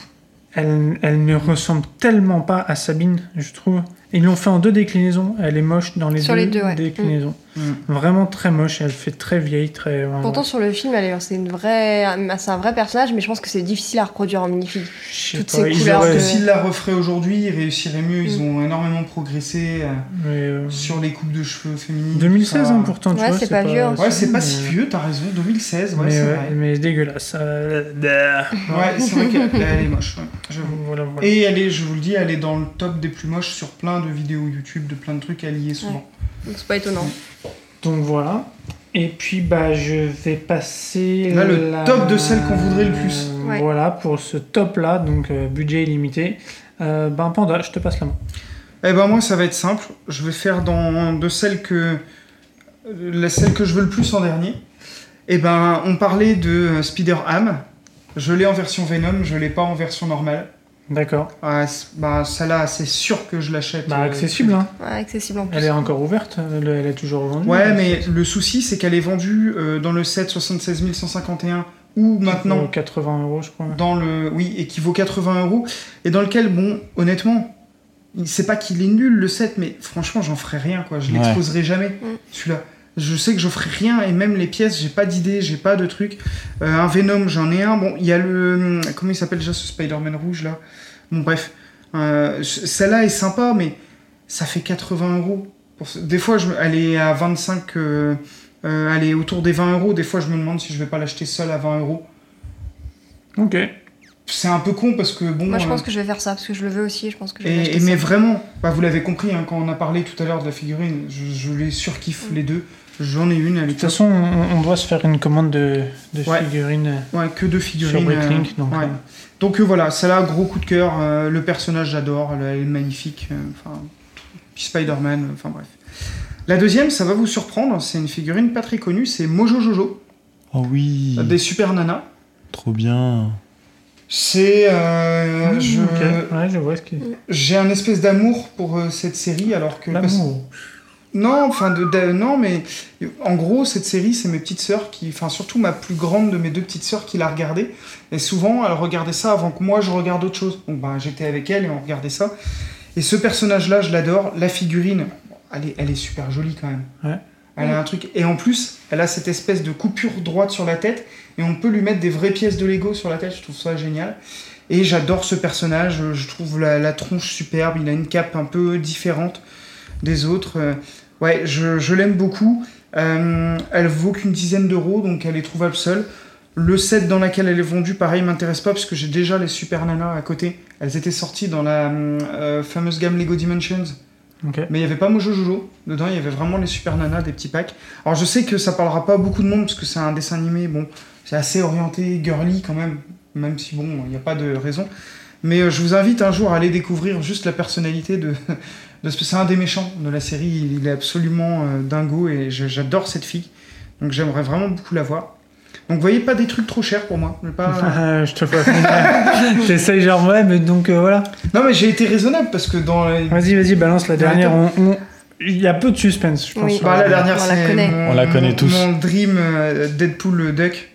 [SPEAKER 4] elle, elle ne ressemble tellement pas à Sabine, je trouve. Ils l'ont fait en deux déclinaisons, elle est moche dans les
[SPEAKER 2] Sur
[SPEAKER 4] deux,
[SPEAKER 2] les deux, ouais.
[SPEAKER 4] déclinaisons.
[SPEAKER 5] Mm.
[SPEAKER 4] Vraiment très moche, elle fait très vieille, très...
[SPEAKER 2] Pourtant sur le film, elle est, c'est une vraie, c'est un vrai personnage, mais je pense que c'est difficile à reproduire en minifig.
[SPEAKER 4] Je sais
[SPEAKER 2] toutes ces
[SPEAKER 4] pas, ils
[SPEAKER 2] couleurs
[SPEAKER 4] auraient-
[SPEAKER 5] Parce que
[SPEAKER 2] de-
[SPEAKER 5] s'ils la referaient aujourd'hui, ils réussiraient mieux. Ils ont énormément progressé euh,
[SPEAKER 4] mais, euh,
[SPEAKER 5] sur les coupes de cheveux féminines.
[SPEAKER 4] 2016
[SPEAKER 5] Ça-
[SPEAKER 4] hein, pourtant, tu
[SPEAKER 2] Ouais,
[SPEAKER 4] vois,
[SPEAKER 2] c'est pas vieux, hein.
[SPEAKER 5] Ouais, c'est pas
[SPEAKER 4] mais-
[SPEAKER 5] si vieux, t'as raison. 2016, ouais,
[SPEAKER 4] mais,
[SPEAKER 5] c'est
[SPEAKER 4] ouais,
[SPEAKER 5] vrai.
[SPEAKER 4] mais dégueulasse. euh, euh,
[SPEAKER 5] Ouais, c'est vrai qu'elle elle est moche, ouais, j'avoue.
[SPEAKER 4] Voilà, voilà.
[SPEAKER 5] Et elle est, je vous le dis, elle est dans le top des plus moches sur plein de vidéos YouTube, de plein de trucs, elle y est souvent.
[SPEAKER 2] Donc c'est pas étonnant.
[SPEAKER 4] Donc voilà. Et puis bah je vais passer
[SPEAKER 5] Là, le top de celle qu'on voudrait le plus.
[SPEAKER 2] Ouais.
[SPEAKER 4] Voilà pour ce top là, donc euh, budget illimité. Euh, ben Panda, je te passe la main.
[SPEAKER 5] Eh ben moi, ça va être simple. Je vais faire dans de celle que la celle que je veux le plus en dernier. Eh ben, on parlait de Spider-Ham. Je l'ai en version Venom, je l'ai pas en version normale.
[SPEAKER 4] D'accord.
[SPEAKER 5] Ah, c- bah, celle-là, c'est sûr que je l'achète.
[SPEAKER 4] Bah
[SPEAKER 5] euh,
[SPEAKER 4] accessible hein.
[SPEAKER 2] Ouais, accessible en plus.
[SPEAKER 4] Elle est encore ouverte, elle elle est toujours vendue.
[SPEAKER 5] Ouais, mais le souci, c'est qu'elle est vendue euh, dans le set 76 151 ou maintenant
[SPEAKER 4] Pour 80 euros je crois.
[SPEAKER 5] dans le oui et qui vaut 80 euros et dans lequel bon honnêtement il- c'est pas qu'il est nul le set mais franchement j'en ferai rien quoi je
[SPEAKER 1] Ouais.
[SPEAKER 5] l'exposerai jamais celui-là je sais que je ferai rien et même les pièces j'ai pas d'idée j'ai pas de truc Euh, un Venom j'en ai un bon il y a le euh, comment il s'appelle déjà ce Spider-Man rouge là bon bref Euh, c- celle-là est sympa mais ça fait 80 euros pour ce- des fois je... me- elle est à 25 euh, euh, elle est autour des 20 euros des fois je me demande si je vais pas l'acheter seule à 20 euros
[SPEAKER 4] Ok.
[SPEAKER 5] c'est un peu con parce que bon.
[SPEAKER 2] Moi, je
[SPEAKER 5] euh,
[SPEAKER 2] pense que je vais faire ça parce que je le veux aussi. Je pense que je vais
[SPEAKER 5] et,
[SPEAKER 2] acheter
[SPEAKER 5] et mais
[SPEAKER 2] ça.
[SPEAKER 5] vraiment, bah, vous l'avez compris hein, quand on a parlé tout à l'heure de la figurine, je, je les
[SPEAKER 2] Mm.
[SPEAKER 5] surkiffe les deux. J'en ai une, elle
[SPEAKER 4] De
[SPEAKER 5] est
[SPEAKER 4] toute façon, on, on doit se faire une commande de, de
[SPEAKER 5] Ouais.
[SPEAKER 4] figurines
[SPEAKER 5] Ouais, que deux
[SPEAKER 4] sur
[SPEAKER 5] figurines. euh,
[SPEAKER 4] Bricklink. donc,
[SPEAKER 5] ouais.
[SPEAKER 4] euh,
[SPEAKER 5] Donc euh, voilà, celle-là, gros coup de cœur. euh, le personnage, j'adore. Elle, elle est magnifique. euh, Enfin, puis Spider-Man. euh, Enfin bref. La deuxième, ça va vous surprendre. C'est une figurine pas très connue. C'est Mojo Jojo
[SPEAKER 1] Oh
[SPEAKER 4] Mm.
[SPEAKER 1] oui,
[SPEAKER 5] des Super Nanas.
[SPEAKER 1] trop bien.
[SPEAKER 5] C'est. euh, je-
[SPEAKER 4] Ah, ok. Ouais, je vois ce qui.
[SPEAKER 5] J'ai un espèce d'amour pour euh, cette série alors que.
[SPEAKER 4] L'amour.
[SPEAKER 5] Non, enfin, de, de- non, mais en gros, cette série, c'est mes petites sœurs qui, enfin, surtout ma plus grande de mes deux petites sœurs qui l'a regardée. Et souvent, elle regardait ça avant que moi je regarde autre chose. Donc, ben, j'étais avec elle et on regardait ça. Et ce personnage-là, je l'adore. La figurine, bon, elle est, elle est super jolie quand même.
[SPEAKER 4] Ouais.
[SPEAKER 5] Elle a un truc. Et en plus, elle a cette espèce de coupure droite sur la tête. Et on peut lui mettre des vraies pièces de Lego sur la tête. Je trouve ça génial. Et j'adore ce personnage. Je trouve la, la tronche superbe. Il a une cape un peu différente des autres. Euh, Ouais, je, je l'aime beaucoup. Euh, elle vaut qu'une dizaine d'euros, donc elle est trouvable seule. Le set dans lequel elle est vendue, pareil, m'intéresse pas parce que j'ai déjà les Super Nanas à côté. Elles étaient sorties dans la hum, euh, fameuse gamme Lego Dimensions,
[SPEAKER 4] Ok.
[SPEAKER 5] mais il y avait pas Mojo Jojo. Dedans, il y avait vraiment les Super Nanas, des petits packs. Alors je sais que ça parlera pas à beaucoup de monde parce que c'est un dessin animé, bon, c'est assez orienté girly quand même, même si bon, il n'y a pas de raison. Mais euh, je vous invite un jour à aller découvrir juste la personnalité de, de ce- c'est un des méchants de la série. Il, il est absolument euh, dingo et je- j'adore cette fille. Donc j'aimerais vraiment beaucoup la voir. Donc voyez pas des trucs trop chers pour moi. mais Pas...
[SPEAKER 4] Ah, je te vois. venir. J'essaye genre ouais, mais donc euh, voilà.
[SPEAKER 5] non mais j'ai été raisonnable parce que dans les-
[SPEAKER 4] Vas-y, vas-y, balance la dernière. On, on- Il y a peu de suspense, je pense.
[SPEAKER 2] Oui.
[SPEAKER 4] sur
[SPEAKER 5] Bah, la dernière,
[SPEAKER 2] On
[SPEAKER 5] c'est
[SPEAKER 2] la connaît.
[SPEAKER 5] mon-
[SPEAKER 1] On la connaît
[SPEAKER 5] mon-
[SPEAKER 1] tous.
[SPEAKER 5] Mon Dream euh, Deadpool Duck,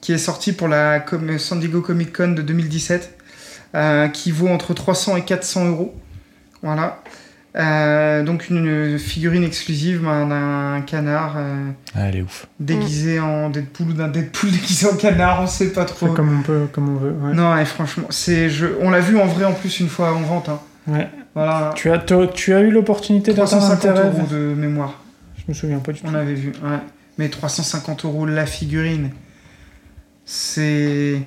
[SPEAKER 5] qui est sorti pour la com- San Diego Comic Con de 2017, euh, qui vaut entre 300 et 400 euros. Voilà. Euh, donc une figurine exclusive ben, d'un canard euh,
[SPEAKER 1] Ah, elle est ouf.
[SPEAKER 5] déguisé
[SPEAKER 2] Mm.
[SPEAKER 5] en Deadpool ou d'un Deadpool déguisé en canard, on sait pas trop.
[SPEAKER 4] Fait comme on peut, comme on veut. ouais.
[SPEAKER 5] Non, et franchement, c'est je... on l'a vu en vrai en plus une fois en vente. hein.
[SPEAKER 4] Ouais.
[SPEAKER 5] Voilà,
[SPEAKER 4] Tu as, t'as- tu as eu l'opportunité d'atteindre un
[SPEAKER 5] 350
[SPEAKER 4] tes rêves
[SPEAKER 5] euros de mémoire,
[SPEAKER 4] Je me souviens pas du tout.
[SPEAKER 5] on avait vu. Ouais. Mais 350 euros la figurine, c'est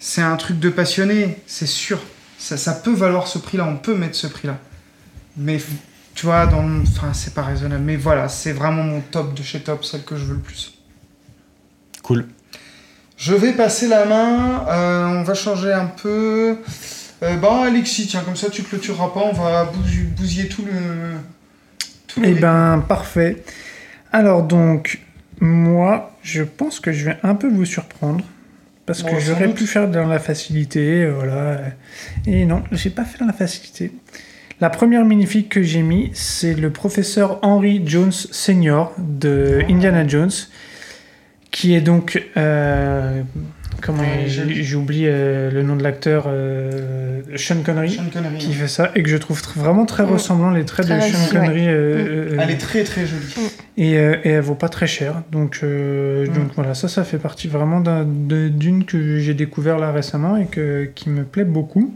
[SPEAKER 5] c'est un truc de passionné, c'est sûr. Ça, ça peut valoir ce prix-là, on peut mettre ce prix-là. Mais tu vois, dans le- enfin, c'est pas raisonnable. Mais voilà, c'est vraiment mon top de chez Top, celle que je veux le plus.
[SPEAKER 1] Cool.
[SPEAKER 5] Je vais passer la main, euh, on va changer un peu. Euh, bah Alexis, tiens, comme ça tu clôtureras pas, on va bousi- bousiller tout le... Tout
[SPEAKER 4] Eh ben, parfait. Alors donc, moi, je pense que je vais un peu vous surprendre. Parce que
[SPEAKER 5] Bon, sans
[SPEAKER 4] j'aurais
[SPEAKER 5] doute.
[SPEAKER 4] pu faire dans la facilité, euh, voilà. Et non, j'ai pas fait dans la facilité. La première minifig que j'ai mis, c'est le professeur Henry Jones Senior de
[SPEAKER 5] Ah.
[SPEAKER 4] Indiana Jones, qui est donc euh, comment
[SPEAKER 5] Ouais,
[SPEAKER 4] j'ai
[SPEAKER 5] joli.
[SPEAKER 4] j'oublie euh, le nom de l'acteur euh, Sean Connery
[SPEAKER 5] Sean Connery.
[SPEAKER 4] qui fait ça et que je trouve tr- vraiment très
[SPEAKER 2] Mm.
[SPEAKER 4] ressemblant les traits
[SPEAKER 2] Très
[SPEAKER 4] de Sean
[SPEAKER 2] réussi, ouais. Mm.
[SPEAKER 4] Connery euh, euh,
[SPEAKER 5] Elle est très très jolie.
[SPEAKER 4] et, euh, et elle vaut pas très cher donc euh,
[SPEAKER 5] Mm.
[SPEAKER 4] donc voilà ça ça fait partie vraiment d'un- de- d'une que j'ai découvert là récemment et que qui me plaît beaucoup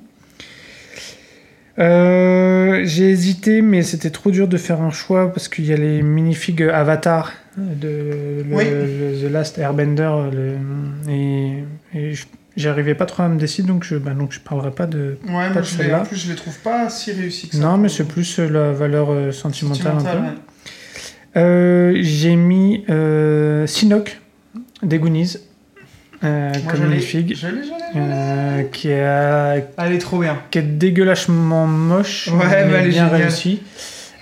[SPEAKER 4] Euh, j'ai hésité mais c'était trop dur de faire un choix parce qu'il y a les minifigs Avatar de le-
[SPEAKER 5] Oui.
[SPEAKER 4] le- The Last Airbender le- et, et je- j'arrivais pas trop à me décider donc je bah, donc je parlerai pas de
[SPEAKER 5] Ouais,
[SPEAKER 4] Pas
[SPEAKER 5] moi, je les,
[SPEAKER 4] celle-là.
[SPEAKER 5] en plus je les trouve pas si réussies que ça.
[SPEAKER 4] non mais c'est plus euh, la valeur euh, sentimentale un peu
[SPEAKER 5] sentimental. ouais.
[SPEAKER 4] Euh, J'ai mis euh, Sinoc des Goonies euh,
[SPEAKER 5] Moi, je
[SPEAKER 4] comme
[SPEAKER 5] l'ai,
[SPEAKER 4] une figue,
[SPEAKER 5] Je l'ai, je l'ai, je l'ai.
[SPEAKER 4] euh, qui, a-
[SPEAKER 5] Elle est trop bien.
[SPEAKER 4] qui est dégueulassement moche,
[SPEAKER 5] Ouais,
[SPEAKER 4] mais
[SPEAKER 5] bah, elle est
[SPEAKER 4] bien
[SPEAKER 5] géniale.
[SPEAKER 4] réussi.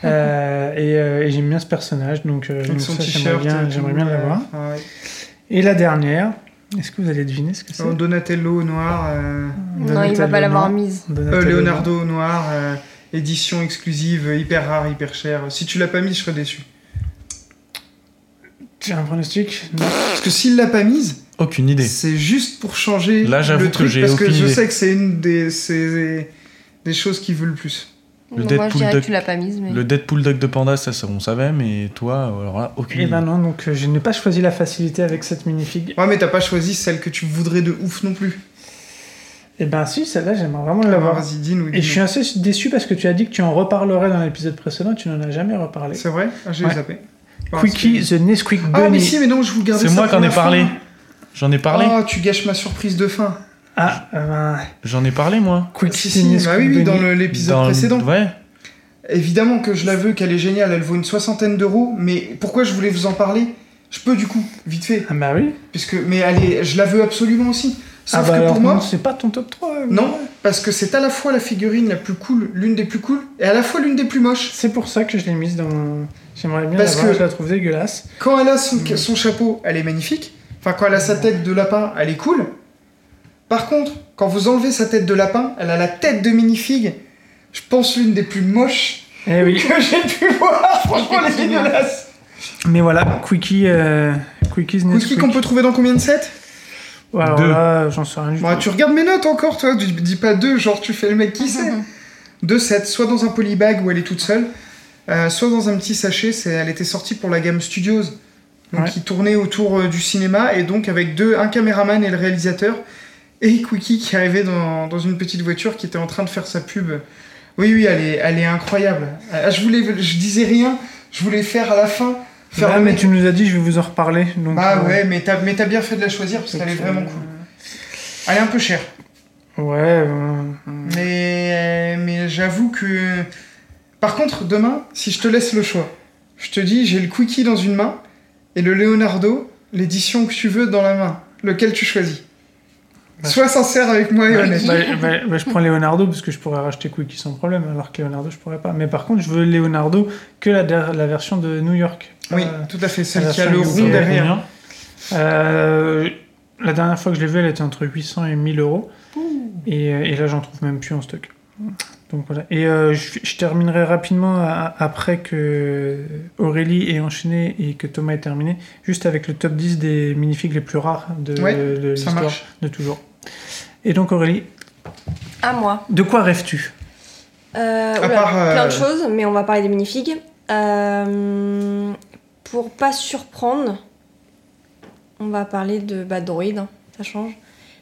[SPEAKER 4] Euh, et euh, et j'aime bien ce personnage, donc, euh,
[SPEAKER 5] Avec
[SPEAKER 4] donc
[SPEAKER 5] son
[SPEAKER 4] ça, j'aimerais
[SPEAKER 5] t-shirt. et
[SPEAKER 4] bien,
[SPEAKER 5] tout,
[SPEAKER 4] j'aimerais bien
[SPEAKER 5] euh,
[SPEAKER 4] l'avoir.
[SPEAKER 5] ouais.
[SPEAKER 4] Et la dernière, est-ce que vous allez deviner ce que c'est
[SPEAKER 5] Oh, Donatello au noir. euh,
[SPEAKER 2] Non, il va
[SPEAKER 4] Donatello
[SPEAKER 2] pas l'avoir
[SPEAKER 4] Noir.
[SPEAKER 2] mise.
[SPEAKER 5] euh,
[SPEAKER 4] Donatello
[SPEAKER 5] Leonardo au noir. euh, édition exclusive, euh, hyper rare, hyper chère. Si tu l'as pas mise, je serais déçu.
[SPEAKER 4] J'ai un pronostic Non.
[SPEAKER 5] Parce que s'il l'a pas mise,
[SPEAKER 1] Aucune idée.
[SPEAKER 5] c'est juste pour changer
[SPEAKER 1] Là, j'avoue
[SPEAKER 5] le
[SPEAKER 1] que
[SPEAKER 5] truc.
[SPEAKER 1] j'ai
[SPEAKER 5] parce que
[SPEAKER 1] aucune
[SPEAKER 5] je
[SPEAKER 1] idée.
[SPEAKER 5] sais que c'est une des, c'est- des choses qu'il veut le plus.
[SPEAKER 1] Le
[SPEAKER 2] Donc, moi, je
[SPEAKER 1] Deadpool
[SPEAKER 2] dirais
[SPEAKER 1] Duck.
[SPEAKER 2] que tu l'as pas mise. Mais...
[SPEAKER 1] Le Deadpool Duck de Panda, ça, ça, on savait, mais toi, euh, alors là, aucune
[SPEAKER 4] Et
[SPEAKER 1] idée.
[SPEAKER 4] ben non, donc euh, je n'ai pas choisi la facilité avec cette minifig.
[SPEAKER 5] Ouais, mais t'as pas choisi celle que tu voudrais de ouf non plus.
[SPEAKER 4] Eh ben si, celle-là, j'aimerais vraiment l'avoir.
[SPEAKER 5] Vas-y, dis-nous.
[SPEAKER 4] Et
[SPEAKER 5] dis-nous.
[SPEAKER 4] je suis assez déçu parce que tu as dit que tu en reparlerais dans l'épisode précédent, tu n'en as jamais reparlé.
[SPEAKER 5] C'est vrai Ah, J'ai
[SPEAKER 4] Ouais.
[SPEAKER 5] zappé.
[SPEAKER 4] Quickie, The Nesquik Bunny.
[SPEAKER 5] Ah, mais si, mais non, je vous gardais
[SPEAKER 1] C'est
[SPEAKER 5] ça
[SPEAKER 1] moi qui
[SPEAKER 5] pour
[SPEAKER 1] en ai
[SPEAKER 5] la fin.
[SPEAKER 1] parlé. J'en ai parlé.
[SPEAKER 5] Oh, tu gâches ma surprise de fin.
[SPEAKER 4] Ah, euh, ben,
[SPEAKER 1] J'en ai parlé, moi.
[SPEAKER 4] Quickie,
[SPEAKER 5] Si,
[SPEAKER 4] The
[SPEAKER 5] si,
[SPEAKER 4] Nesquik
[SPEAKER 5] bah oui, oui,
[SPEAKER 4] Bunny.
[SPEAKER 5] dans le- l'épisode
[SPEAKER 1] Dans-
[SPEAKER 5] précédent.
[SPEAKER 1] Ouais.
[SPEAKER 5] Évidemment que je la veux, qu'elle est géniale, elle vaut une soixantaine d'euros, mais pourquoi je voulais vous en parler Je peux du coup, vite fait,
[SPEAKER 4] Ah bah oui.
[SPEAKER 5] puisque mais elle est, je la veux absolument aussi. Sauf
[SPEAKER 4] ah bah
[SPEAKER 5] que
[SPEAKER 4] alors
[SPEAKER 5] pour moi,
[SPEAKER 4] non, c'est pas ton top 3. euh,
[SPEAKER 5] non, parce que c'est à la fois la figurine la plus cool, l'une des plus cool, et à la fois l'une des plus moches.
[SPEAKER 4] C'est pour ça que je l'ai mise dans mon... J'aimerais bien
[SPEAKER 5] Parce
[SPEAKER 4] l'avoir,
[SPEAKER 5] que-
[SPEAKER 4] je la trouve dégueulasse.
[SPEAKER 5] Quand elle a son, son chapeau, elle est magnifique. Enfin, quand elle a sa tête de lapin, elle est cool. Par contre, quand vous enlevez sa tête de lapin, elle a la tête de minifig. Je pense l'une des plus moches
[SPEAKER 4] Eh oui.
[SPEAKER 5] que j'ai pu voir. Franchement, elle est
[SPEAKER 2] Effectivement.
[SPEAKER 5] dégueulasse.
[SPEAKER 4] mais voilà, Quickie... Euh... Quickie's
[SPEAKER 5] Cookie
[SPEAKER 4] Nesquik.
[SPEAKER 5] qu'on peut trouver dans combien de sets
[SPEAKER 4] Alors
[SPEAKER 1] Deux.
[SPEAKER 4] là, j'en sais rien du tout.
[SPEAKER 5] Bon, tu regardes mes notes encore, toi. Tu dis pas deux, genre tu fais le mec qui sait. Deux sets, soit dans un polybag où elle est toute seule, euh, soit dans un petit sachet. c'est- Elle était sortie pour la gamme Studios, donc
[SPEAKER 4] Ouais.
[SPEAKER 5] qui tournait autour euh, du cinéma et donc avec deux, un caméraman et le réalisateur et Quickie qui arrivait dans, dans une petite voiture qui était en train de faire sa pub. Oui, oui, elle est, elle est incroyable. Ah, je voulais, je disais rien. Je voulais faire à la fin. Faire
[SPEAKER 4] Bah,
[SPEAKER 5] le
[SPEAKER 4] mais
[SPEAKER 5] mec-
[SPEAKER 4] tu nous as dit, je vais vous en reparler. Donc,
[SPEAKER 5] Bah
[SPEAKER 4] euh,
[SPEAKER 5] ouais, mais t'as mais t'as bien fait de la choisir parce
[SPEAKER 4] donc,
[SPEAKER 5] qu'elle est
[SPEAKER 4] euh,
[SPEAKER 5] vraiment cool. Elle est un peu chère.
[SPEAKER 4] Ouais, euh,
[SPEAKER 5] Mm. Mais, mais j'avoue que. Par contre, demain, si je te laisse le choix, je te dis j'ai le Quickie dans une main et le Leonardo, l'édition que tu veux, dans la main. Lequel tu choisis
[SPEAKER 4] Bah,
[SPEAKER 5] Sois sincère avec moi et
[SPEAKER 4] Bah,
[SPEAKER 5] honnête.
[SPEAKER 4] bah, bah, bah, je prends Leonardo parce que je pourrais racheter Quickie sans problème, alors que Leonardo je pourrais pas. Mais par contre, je veux Leonardo que la, der- la version de New York.
[SPEAKER 5] Oui,
[SPEAKER 4] Euh,
[SPEAKER 5] tout à fait,
[SPEAKER 4] à
[SPEAKER 5] celle
[SPEAKER 4] la
[SPEAKER 5] qui a
[SPEAKER 4] fin,
[SPEAKER 5] le
[SPEAKER 4] ils
[SPEAKER 5] rond
[SPEAKER 4] ont
[SPEAKER 5] derrière.
[SPEAKER 4] euh, la dernière fois que je l'ai vue, elle était entre 800 et 1000 euros. Et, euh, et là, j'en trouve même plus en stock. Donc voilà. Et euh, je, je terminerai rapidement a- après que Aurélie ait enchaîné et que Thomas ait terminé, juste avec le top 10 des minifigs les plus rares de,
[SPEAKER 5] Ouais,
[SPEAKER 4] de
[SPEAKER 5] ça
[SPEAKER 4] l'histoire
[SPEAKER 5] marche.
[SPEAKER 4] de toujours. Et donc Aurélie,
[SPEAKER 2] À moi.
[SPEAKER 4] de quoi rêves-tu
[SPEAKER 2] Euh,
[SPEAKER 5] À
[SPEAKER 2] oula,
[SPEAKER 5] part, euh,
[SPEAKER 2] Plein de choses, mais on va parler des minifigs. Euh, pour pas surprendre, on va parler de bah, droïde, hein, ça change.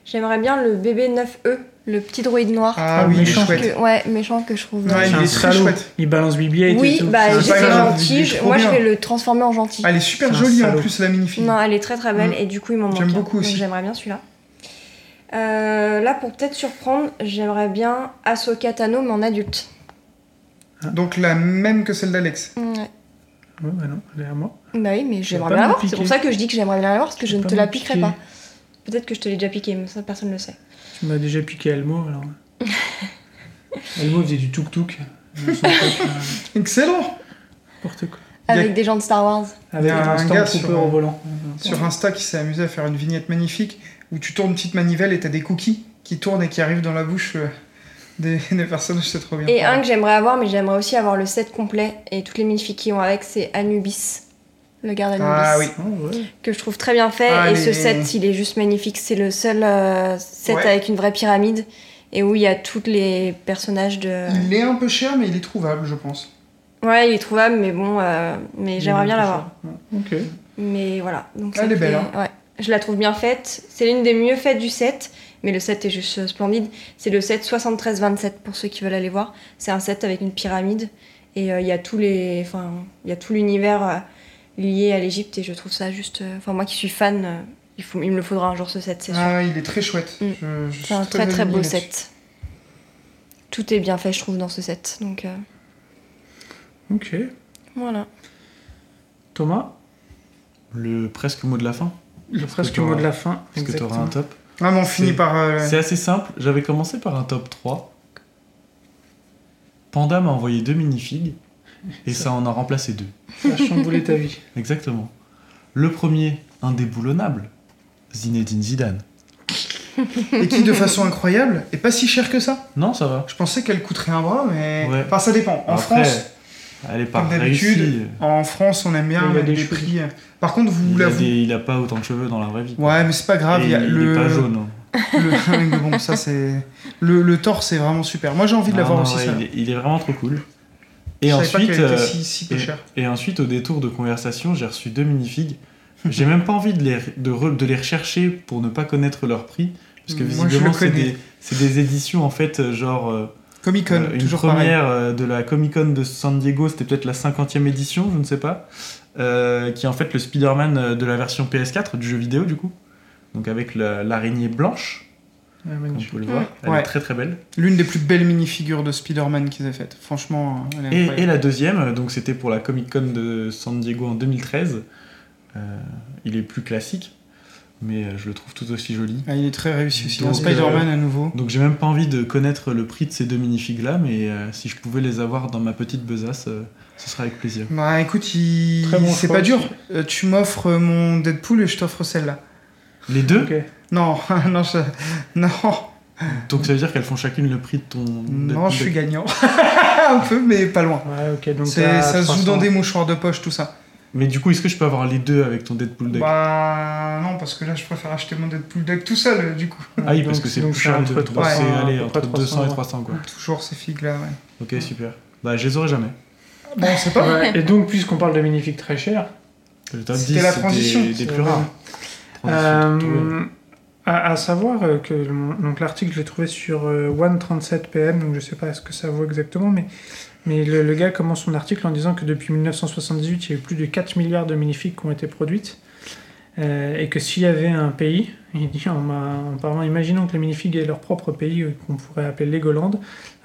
[SPEAKER 2] J'aimerais bien le bébé 9E, le petit droïde noir.
[SPEAKER 5] Ah
[SPEAKER 4] Ah,
[SPEAKER 5] oui, il est
[SPEAKER 4] méchant.
[SPEAKER 5] chouette.
[SPEAKER 2] Que- ouais, méchant que je trouve.
[SPEAKER 5] Ouais,
[SPEAKER 2] euh,
[SPEAKER 5] il
[SPEAKER 4] C'est
[SPEAKER 5] est
[SPEAKER 4] un
[SPEAKER 5] très
[SPEAKER 4] salaud.
[SPEAKER 5] chouette.
[SPEAKER 4] Il balance BB-8 et
[SPEAKER 2] oui,
[SPEAKER 4] tout.
[SPEAKER 5] c'est
[SPEAKER 2] bah
[SPEAKER 5] pas grave,
[SPEAKER 2] j'étais
[SPEAKER 5] il est
[SPEAKER 2] gentille.
[SPEAKER 5] trop
[SPEAKER 2] Moi, je
[SPEAKER 5] bien.
[SPEAKER 2] vais le transformer en gentil.
[SPEAKER 5] Elle est super
[SPEAKER 4] C'est un
[SPEAKER 5] jolie en
[SPEAKER 4] salaud.
[SPEAKER 5] plus, la minifig.
[SPEAKER 2] Non, elle est très très belle
[SPEAKER 5] Mm.
[SPEAKER 2] et du coup, il m'en manque.
[SPEAKER 5] J'aime
[SPEAKER 2] un.
[SPEAKER 5] beaucoup
[SPEAKER 2] Donc,
[SPEAKER 5] aussi.
[SPEAKER 2] J'aimerais bien celui-là. Euh, là, pour peut-être surprendre, j'aimerais bien Ahsoka Tano, mais en adulte.
[SPEAKER 5] Donc la même que celle d'Alex.
[SPEAKER 4] Ouais, bah non, elle est à moi.
[SPEAKER 2] Bah oui, mais
[SPEAKER 4] vas
[SPEAKER 2] j'aimerais
[SPEAKER 4] pas
[SPEAKER 2] bien
[SPEAKER 4] me
[SPEAKER 2] l'avoir. C'est
[SPEAKER 4] piquer.
[SPEAKER 2] pour ça que je dis que j'aimerais bien l'avoir, parce que je
[SPEAKER 4] vas
[SPEAKER 2] ne
[SPEAKER 4] pas
[SPEAKER 2] te
[SPEAKER 4] me
[SPEAKER 2] la piquerai
[SPEAKER 4] piquer.
[SPEAKER 2] pas. Peut-être que je te l'ai déjà piqué, mais ça personne ne le sait.
[SPEAKER 4] Tu m'as déjà piqué Elmo, alors. Elmo faisait du tuk-tuk.
[SPEAKER 5] Excellent
[SPEAKER 4] N'importe quoi.
[SPEAKER 5] Il y a-
[SPEAKER 2] Avec des gens de Star Wars.
[SPEAKER 4] Avec
[SPEAKER 5] un
[SPEAKER 4] un,
[SPEAKER 5] gars
[SPEAKER 4] stormtrooper
[SPEAKER 5] sur-
[SPEAKER 4] au volant.
[SPEAKER 5] Sur Insta qui s'est amusé à faire une vignette magnifique où tu tournes une petite manivelle et t'as des cookies qui tournent et qui arrivent dans la bouche euh, des, des personnages, c'est trop bien.
[SPEAKER 2] Et un que j'aimerais avoir, mais j'aimerais aussi avoir le set complet et toutes les minifigs qui vont avec, c'est Anubis. Le garde Anubis.
[SPEAKER 5] Ah oui.
[SPEAKER 4] Oh, ouais.
[SPEAKER 2] Que je trouve très bien fait.
[SPEAKER 5] Ah,
[SPEAKER 2] et
[SPEAKER 5] les-
[SPEAKER 2] ce set, il est juste magnifique. C'est le seul euh, set
[SPEAKER 5] Ouais.
[SPEAKER 2] avec une vraie pyramide et où il y a tous les personnages de.
[SPEAKER 4] Mm.
[SPEAKER 5] Il est un peu cher, mais il est trouvable, je pense.
[SPEAKER 2] Ouais, il est trouvable, mais bon, euh, mais j'aimerais bien
[SPEAKER 4] Il est
[SPEAKER 2] l'avoir.
[SPEAKER 4] Ok.
[SPEAKER 2] Mais voilà. Donc
[SPEAKER 5] Elle
[SPEAKER 2] ça
[SPEAKER 5] est belle, hein.
[SPEAKER 2] ouais. Je la trouve bien faite. C'est l'une des mieux faites du set. Mais le set est juste euh, splendide. C'est le set 73-27 pour ceux qui veulent aller voir. C'est un set avec une pyramide. Et euh, il y a tous les. Enfin, il y a tout l'univers euh, lié à l'Égypte. Et je trouve ça juste. euh, Enfin, moi qui suis fan, euh, il, faut, il me le faudra un jour ce set, c'est sûr.
[SPEAKER 5] Ah, il est très chouette.
[SPEAKER 2] Mm.
[SPEAKER 5] Je- je
[SPEAKER 2] c'est
[SPEAKER 5] suis
[SPEAKER 2] un très très
[SPEAKER 5] aligné
[SPEAKER 2] beau
[SPEAKER 5] là-dessus.
[SPEAKER 2] set. Tout est bien fait, je trouve, dans ce set. Donc euh,
[SPEAKER 4] Ok.
[SPEAKER 2] voilà.
[SPEAKER 4] Thomas,
[SPEAKER 1] Le presque mot de la fin.
[SPEAKER 4] le presque
[SPEAKER 1] t'auras-
[SPEAKER 4] mot de la fin.
[SPEAKER 1] Parce que t'auras
[SPEAKER 4] exactement.
[SPEAKER 1] un top.
[SPEAKER 5] Ah, mais on finit
[SPEAKER 1] C'est-
[SPEAKER 5] par. euh,
[SPEAKER 1] C'est assez simple. J'avais commencé par un top 3. Panda m'a envoyé deux minifigs. Et ça en a remplacé deux.
[SPEAKER 4] Ça a chamboulé ta vie.
[SPEAKER 1] Exactement. Le premier, indéboulonnable. Zinedine Zidane.
[SPEAKER 5] Et qui, de façon incroyable, est pas si cher que ça.
[SPEAKER 1] Non, ça va.
[SPEAKER 5] Je pensais qu'elle coûterait un bras, mais.
[SPEAKER 1] Ouais.
[SPEAKER 5] Enfin, ça dépend. En
[SPEAKER 1] Après, euh,
[SPEAKER 5] France,
[SPEAKER 1] Elle est pas
[SPEAKER 5] comme d'habitude,
[SPEAKER 1] réussie.
[SPEAKER 5] en France, on aime bien
[SPEAKER 4] Il y a
[SPEAKER 5] mettre
[SPEAKER 4] des
[SPEAKER 5] des
[SPEAKER 4] cheveux.
[SPEAKER 5] prix. Par contre, vous
[SPEAKER 1] Il a,
[SPEAKER 5] l'avouez.
[SPEAKER 1] des- il a pas autant de cheveux dans la vraie vie.
[SPEAKER 5] Ouais, mais c'est pas grave.
[SPEAKER 1] Et
[SPEAKER 5] il y a
[SPEAKER 1] il
[SPEAKER 5] le...
[SPEAKER 1] est pas jaune. hein.
[SPEAKER 5] le- mais bon, ça c'est. Le, le torse est vraiment super. Moi, j'ai envie de
[SPEAKER 1] Ah
[SPEAKER 5] l'avoir
[SPEAKER 1] non,
[SPEAKER 5] aussi,
[SPEAKER 1] ouais,
[SPEAKER 5] ça.
[SPEAKER 1] il, est, il est vraiment trop cool.
[SPEAKER 5] Je
[SPEAKER 1] Et
[SPEAKER 5] savais pas
[SPEAKER 1] ensuite,
[SPEAKER 5] qu'elle était
[SPEAKER 1] euh,
[SPEAKER 5] si, si peu
[SPEAKER 1] et-
[SPEAKER 5] chère.
[SPEAKER 1] et ensuite, au détour de conversation, j'ai reçu deux minifigs. J'ai même pas envie de les, de, re- de les rechercher pour ne pas connaître leur prix. Parce que
[SPEAKER 5] Moi, je
[SPEAKER 1] visiblement,
[SPEAKER 5] le
[SPEAKER 1] c'est
[SPEAKER 5] connais.
[SPEAKER 1] des, c'est des éditions en fait, euh, genre euh,
[SPEAKER 5] Comic Con,
[SPEAKER 1] euh, une
[SPEAKER 5] toujours pareil.
[SPEAKER 1] première euh, de la Comic Con de San Diego, c'était peut-être la 50e édition, je ne sais pas. euh, qui est en fait le Spider-Man euh, de la version PS4 du jeu vidéo, du coup. Donc avec la- l'araignée blanche,
[SPEAKER 4] Ouais,
[SPEAKER 1] comme
[SPEAKER 4] magnifique.
[SPEAKER 1] vous pouvez le voir. Elle
[SPEAKER 5] Ouais.
[SPEAKER 1] est très très belle.
[SPEAKER 5] L'une des plus belles minifigures de Spider-Man qu'ils aient faites. Franchement, elle est
[SPEAKER 1] Et,
[SPEAKER 5] incroyable.
[SPEAKER 1] et la deuxième, euh, donc c'était pour la Comic Con de San Diego en 2013. Euh, il est plus classique, mais euh, je le trouve tout aussi joli.
[SPEAKER 5] Ah, il est très réussi aussi. Un
[SPEAKER 1] Donc, euh,
[SPEAKER 5] Spider-Man à nouveau.
[SPEAKER 1] Donc j'ai même pas envie de connaître le prix de ces deux minifigs là, mais euh, si je pouvais les avoir dans ma petite besace, euh, ce serait avec plaisir.
[SPEAKER 5] Bah écoute, il-
[SPEAKER 4] Très bon
[SPEAKER 5] c'est
[SPEAKER 4] choix
[SPEAKER 5] pas dur.
[SPEAKER 4] aussi.
[SPEAKER 5] Euh, tu m'offres euh, mon Deadpool et je t'offre celle-là.
[SPEAKER 1] Les deux,
[SPEAKER 4] Ok.
[SPEAKER 5] Non, non, je... non,
[SPEAKER 1] donc ça veut dire qu'elles font chacune le prix de ton. de-
[SPEAKER 5] non, je
[SPEAKER 1] de-
[SPEAKER 5] suis gagnant. Un peu, mais pas loin.
[SPEAKER 4] Ouais, ok, donc
[SPEAKER 5] C'est-
[SPEAKER 4] t'as
[SPEAKER 5] Ça se joue
[SPEAKER 4] 300.
[SPEAKER 5] dans des mouchoirs de poche, tout ça.
[SPEAKER 1] Mais du coup, est-ce que je peux avoir les deux avec ton Deadpool deck
[SPEAKER 5] Bah non, parce que là, je préfère acheter mon Deadpool Duck tout seul, euh, du coup.
[SPEAKER 1] Ah oui, parce
[SPEAKER 4] Donc-
[SPEAKER 1] que c'est
[SPEAKER 4] donc
[SPEAKER 1] plus cher les
[SPEAKER 4] entre
[SPEAKER 1] deux.
[SPEAKER 4] 300,
[SPEAKER 1] C'est, allez,
[SPEAKER 4] à peu
[SPEAKER 1] entre
[SPEAKER 4] près
[SPEAKER 1] 200 et
[SPEAKER 4] 300.
[SPEAKER 1] 300 quoi.
[SPEAKER 5] Toujours ces figues-là, ouais.
[SPEAKER 1] Ok, super. Bah je les aurai jamais.
[SPEAKER 5] Bon, c'est pas
[SPEAKER 4] Ouais, Et donc, puisqu'on parle de minifigs très chers,
[SPEAKER 1] Le top
[SPEAKER 5] C'était
[SPEAKER 1] 10,
[SPEAKER 5] la
[SPEAKER 1] c'est
[SPEAKER 5] transition,
[SPEAKER 1] Des, des
[SPEAKER 5] c'est
[SPEAKER 1] plus rares. Transition, tout, euh.
[SPEAKER 4] Euh, à, à savoir euh, que mon- donc l'article je l'ai trouvé sur euh, 137 PM, donc je sais pas ce que ça vaut exactement, mais mais le, le gars commence son article en disant que depuis 1978, il y a eu plus de 4 milliards de minifigs qui ont été produites, euh, et que s'il y avait un pays, il dit en, ma- en parlant, imaginons que les minifigs aient leur propre pays euh, qu'on pourrait appeler Legoland,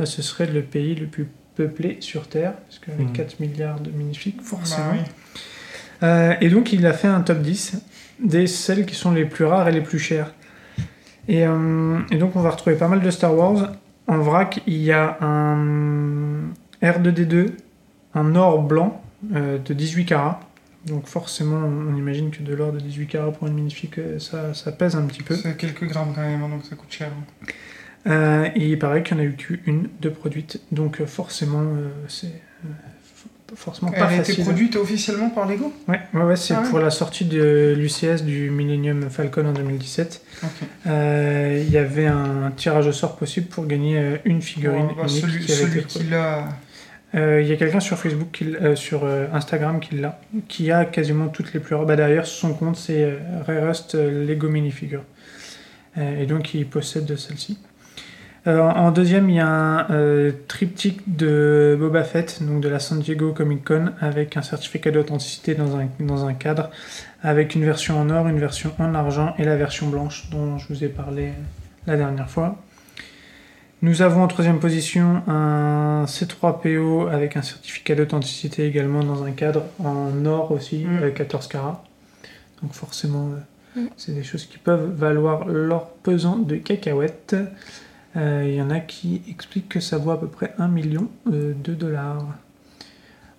[SPEAKER 4] euh, ce serait le pays le plus peuplé sur Terre, parce qu'avec
[SPEAKER 1] Mhm.
[SPEAKER 4] 4 milliards de minifigs, forcément.
[SPEAKER 5] Bah oui.
[SPEAKER 4] Euh, et donc il a fait un top 10 des celles qui sont les plus rares et les plus chères. Et, euh, et donc on va retrouver pas mal de Star Wars. En vrac, il y a un R2D2, un or blanc euh, de 18 carats. Donc forcément, on imagine que de l'or de 18 carats pour une magnifique, euh, ça, ça pèse un petit peu.
[SPEAKER 5] C'est quelques grammes quand même, hein, donc ça coûte cher.
[SPEAKER 4] Euh, et il paraît qu'il n'y en a eu qu'une de produite. Donc euh, forcément, euh, c'est euh, f- forcément
[SPEAKER 5] Elle
[SPEAKER 4] pas
[SPEAKER 5] a été
[SPEAKER 4] facile.
[SPEAKER 5] produite officiellement par Lego
[SPEAKER 4] Ouais, ouais, ouais, c'est
[SPEAKER 5] Ah ouais.
[SPEAKER 4] pour la sortie de l'UCS du Millennium Falcon en 2017.
[SPEAKER 5] Ok.
[SPEAKER 4] Euh, Il y avait un tirage au sort possible pour gagner euh, une figurine
[SPEAKER 5] Bon, bah,
[SPEAKER 4] unique
[SPEAKER 5] celui
[SPEAKER 4] qui avait
[SPEAKER 5] celui
[SPEAKER 4] été
[SPEAKER 5] qui
[SPEAKER 4] produite.
[SPEAKER 5] l'a.
[SPEAKER 4] Euh, Il y a quelqu'un sur Facebook, qui l'- euh, sur euh, Instagram qui l'a, qui a quasiment toutes les plus rares. Bah, D'ailleurs, son compte, c'est euh, Rarest euh, Lego Minifigure. Euh, et donc, il possède celle-ci. Euh, en deuxième, il y a un euh, triptyque de Boba Fett, donc de la San Diego Comic Con, avec un certificat d'authenticité dans un, dans un cadre, avec une version en or, une version en argent et la version blanche dont je vous ai parlé la dernière fois. Nous avons en troisième position un C3PO avec un certificat d'authenticité également dans un cadre en or aussi,
[SPEAKER 5] Mm.
[SPEAKER 4] euh, 14 carats. Donc forcément, euh,
[SPEAKER 2] Mm.
[SPEAKER 4] c'est des choses qui peuvent valoir l'or pesant de cacahuètes. Euh, Il y en a qui expliquent que ça vaut à peu près 1 million euh, de dollars.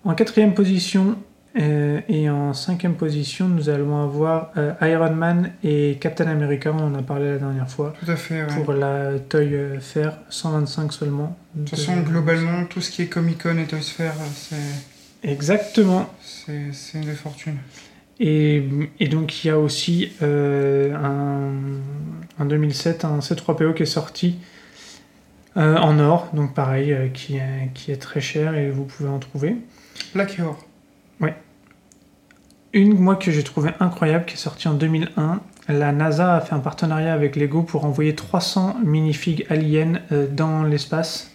[SPEAKER 4] En quatrième position euh, et en cinquième position, nous allons avoir euh, Iron Man et Captain America, on en a parlé la dernière fois,
[SPEAKER 5] Tout à fait, ouais.
[SPEAKER 4] pour la Toy euh, Fair, 125 seulement.
[SPEAKER 5] De toute
[SPEAKER 4] euh,
[SPEAKER 5] façon, globalement, tout ce qui est Comic Con et Toys Fair, c'est-
[SPEAKER 4] Exactement.
[SPEAKER 5] c'est c'est des fortunes.
[SPEAKER 4] Et, et donc il y a aussi euh, un, en 2007 un C3PO qui est sorti euh, en or, donc pareil, euh, qui, est, qui est très cher et vous pouvez en trouver.
[SPEAKER 5] Black et or.
[SPEAKER 4] Une, moi, que j'ai trouvé incroyable, qui est sortie en 2001. La NASA a fait un partenariat avec Lego pour envoyer 300 minifigs aliens euh, dans l'espace.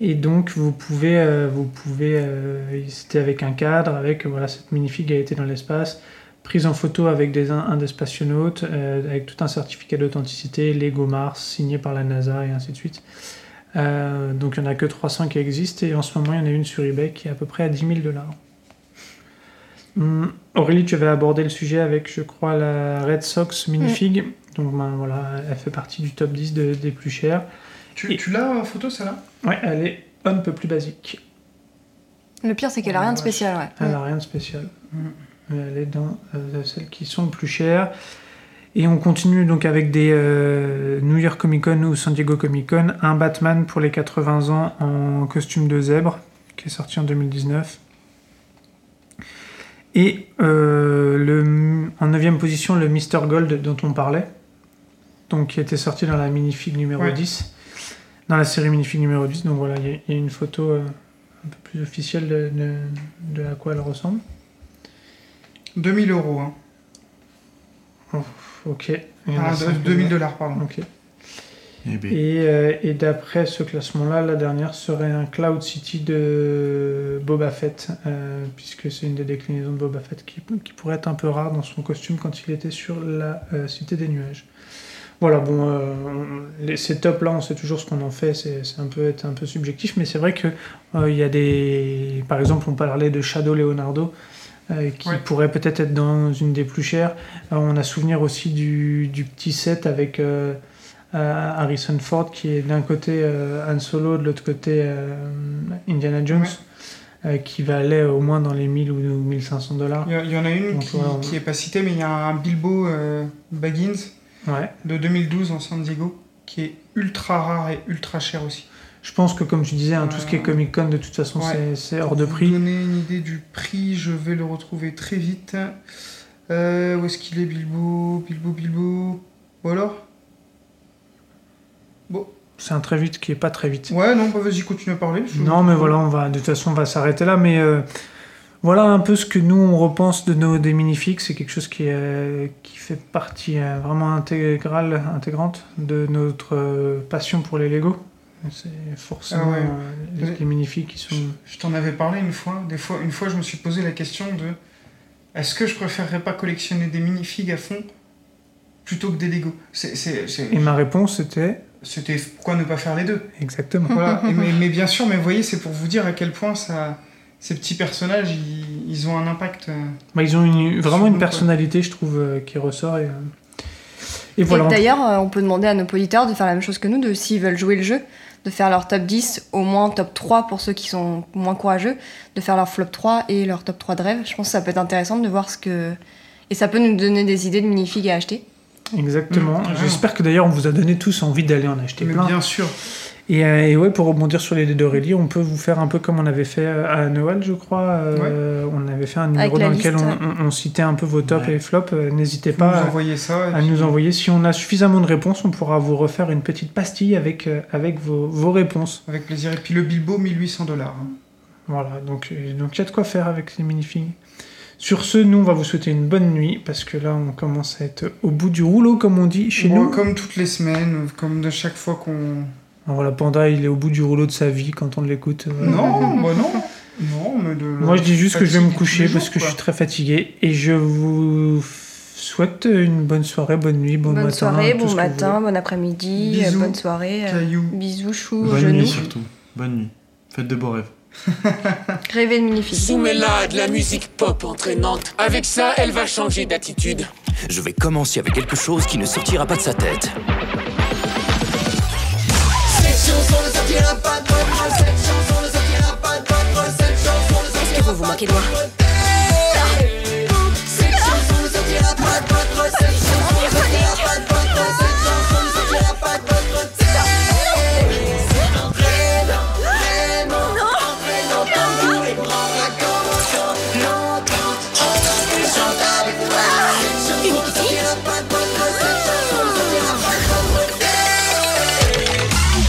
[SPEAKER 4] Et donc, vous pouvez, euh, vous pouvez, euh, c'était avec un cadre, avec, euh, voilà, cette minifig a été dans l'espace, prise en photo avec des, un, un des spationautes, euh, avec tout un certificat d'authenticité, Lego Mars, signé par la NASA, et ainsi de suite. Euh, donc, il n'y en a que 300 qui existent, et en ce moment, il y en a une sur eBay qui est à peu près à 10 000 dollars. Hum, Aurélie, tu avais abordé le sujet avec, je crois, la Red Sox minifig. Donc ben, voilà, elle fait partie du top 10 de- des plus chères.
[SPEAKER 5] Tu, tu l'as en photo, celle-là
[SPEAKER 4] Ouais, elle est un peu plus basique.
[SPEAKER 2] Le pire, c'est qu'elle a rien de spécial, ouais.
[SPEAKER 5] Ah
[SPEAKER 4] Elle n'a rien de spécial. Elle est dans euh, celles qui sont le plus chères. Et on continue donc avec des euh, New York Comic Con ou San Diego Comic Con. Un Batman pour les 80 ans en costume de zèbre, qui est sorti en 2019. Et euh, le, en 9 position, le Mister Gold dont on parlait, donc qui était sorti dans la minifig numéro
[SPEAKER 5] Ouais.
[SPEAKER 4] 10, dans la série minifig numéro 10. Donc voilà, il y a- il y, a une photo euh, un peu plus officielle de, de- de à quoi elle ressemble.
[SPEAKER 5] 2000 euros. Hein.
[SPEAKER 4] Ok. Il y en a
[SPEAKER 5] Ah,
[SPEAKER 4] cinq,
[SPEAKER 5] de- 2000 dollars, pardon.
[SPEAKER 4] Ok.
[SPEAKER 1] Eh ben,
[SPEAKER 4] Et, euh, et d'après ce classement-là, la dernière serait un Cloud City de Boba Fett, euh, puisque c'est une des déclinaisons de Boba Fett qui, qui pourrait être un peu rare dans son costume quand il était sur la euh, Cité des Nuages. Voilà, bon, euh, on- les- ces tops-là, on sait toujours ce qu'on en fait, c'est c'est un peu être un peu subjectif, mais c'est vrai que euh, il y a des, par exemple, on parlait de Shadow Leonardo. euh, qui
[SPEAKER 5] Ouais.
[SPEAKER 4] pourrait peut-être être dans une des plus chères. Euh, on a souvenir aussi du, du petit set avec euh, euh, Harrison Ford qui est d'un côté euh, Han Solo, de l'autre côté euh, Indiana Jones, euh, qui valait au moins dans les 1000 ou 1500 dollars.
[SPEAKER 5] Il y, a- il y en a une
[SPEAKER 4] Donc,
[SPEAKER 5] qui,
[SPEAKER 4] ouais, on-
[SPEAKER 5] qui est pas citée, mais il y a un Bilbo euh, Baggins
[SPEAKER 4] Ouais.
[SPEAKER 5] de 2012 en San Diego qui est ultra rare et ultra cher aussi.
[SPEAKER 4] Je pense que comme tu disais, hein, tout ce qui est Comic Con de toute façon
[SPEAKER 5] Ouais.
[SPEAKER 4] c'est- c'est
[SPEAKER 5] Pour
[SPEAKER 4] hors de
[SPEAKER 5] vous
[SPEAKER 4] prix.
[SPEAKER 5] donner une idée du prix, je vais le retrouver très vite. Euh, où est-ce qu'il est, Bilbo Bilbo, Bilbo Ou alors
[SPEAKER 4] C'est un très vite qui est pas très vite.
[SPEAKER 5] Ouais, non, bah vas-y, continue à parler. je-
[SPEAKER 4] Non, mais voilà, on va, de toute façon, on va s'arrêter là. Mais euh, voilà un peu ce que nous, on repense de nos des minifigs. C'est quelque chose qui, euh, qui fait partie euh, vraiment intégrale, intégrante de notre euh, passion pour les Lego. C'est forcément
[SPEAKER 5] Ah ouais.
[SPEAKER 4] euh, les, les minifigs qui sont.
[SPEAKER 5] Je, je t'en avais parlé une fois. Des fois, une fois, je me suis posé la question de est-ce que je préférerais pas collectionner des minifigs à fond plutôt que des Lego C'est- c'est- c'est-
[SPEAKER 4] Et ma réponse était
[SPEAKER 5] C'était pourquoi ne pas faire les deux
[SPEAKER 4] exactement.
[SPEAKER 5] Voilà. Et mais, mais bien sûr, mais vous voyez, c'est pour vous dire à quel point ça, ces petits personnages, ils, ils ont un impact. euh,
[SPEAKER 4] Bah, ils ont une- vraiment
[SPEAKER 5] Sûrement,
[SPEAKER 4] une
[SPEAKER 5] ouais.
[SPEAKER 4] personnalité, je trouve, euh, qui ressort. Et, euh, et voilà.
[SPEAKER 2] Et
[SPEAKER 4] on-
[SPEAKER 2] d'ailleurs, euh, on peut demander à nos auditeurs de faire la même chose que nous, de s'ils veulent jouer le jeu, de faire leur top 10, au moins top 3 pour ceux qui sont moins courageux, de faire leur flop 3 et leur top 3 de rêve. Je pense que ça peut être intéressant de voir ce que. Et ça peut nous donner des idées de minifigs à acheter.
[SPEAKER 4] Exactement.
[SPEAKER 5] Mmh, carrément.
[SPEAKER 4] J'espère que d'ailleurs, on vous a donné tous envie d'aller en acheter
[SPEAKER 5] mais
[SPEAKER 4] plein.
[SPEAKER 5] bien sûr.
[SPEAKER 4] Et, euh, et ouais, pour rebondir sur les dés d'Aurélie, on peut vous faire un peu comme on avait fait euh, à Noël, je crois. euh, On avait fait un numéro
[SPEAKER 2] la
[SPEAKER 4] dans lequel
[SPEAKER 2] liste,
[SPEAKER 4] on,
[SPEAKER 2] ouais.
[SPEAKER 4] on- on citait un peu vos tops
[SPEAKER 1] Ouais.
[SPEAKER 4] et flops. Euh, N'hésitez
[SPEAKER 5] Vous nous
[SPEAKER 4] pas
[SPEAKER 5] envoyez ça. et
[SPEAKER 4] à
[SPEAKER 5] puis-
[SPEAKER 4] nous envoyer. Si on a suffisamment de réponses, on pourra vous refaire une petite pastille avec, euh, avec vos, vos réponses.
[SPEAKER 5] Avec plaisir. Et puis le Bilbo, 1800 dollars. hein.
[SPEAKER 4] Voilà, donc il donc, il y a de quoi faire avec les minifigs. Sur ce, nous, on va vous souhaiter une bonne nuit, parce que là, on commence à être au bout du rouleau, comme on dit chez nous.
[SPEAKER 5] Comme toutes les semaines, comme de chaque fois qu'on.
[SPEAKER 4] Voilà, Panda, il est au bout du rouleau de sa vie quand on l'écoute. euh, Voilà.
[SPEAKER 5] Non, bah non. Non, mais de.
[SPEAKER 4] Moi, je dis juste que je vais me coucher parce que je suis
[SPEAKER 5] suis
[SPEAKER 4] très fatigué et je vous f- souhaite une bonne soirée, bonne nuit, bon
[SPEAKER 2] bonne
[SPEAKER 4] matin.
[SPEAKER 2] soirée,
[SPEAKER 4] tout
[SPEAKER 2] bon
[SPEAKER 4] ce que vous
[SPEAKER 2] matin, bon après-midi,
[SPEAKER 5] Bisous.
[SPEAKER 2] euh, bonne soirée. euh,
[SPEAKER 5] Caillou.
[SPEAKER 2] bisous, chou,
[SPEAKER 1] bonne nuit
[SPEAKER 2] genoux.
[SPEAKER 1] surtout. Bonne nuit. Faites de beaux rêves.
[SPEAKER 2] Rêvez de minifigs.
[SPEAKER 6] Soumets-la à de la musique pop entraînante. Avec ça, elle va changer d'attitude.
[SPEAKER 7] Je vais commencer avec quelque chose qui ne sortira pas de sa tête.
[SPEAKER 8] Est-ce que vous vous moquez de moi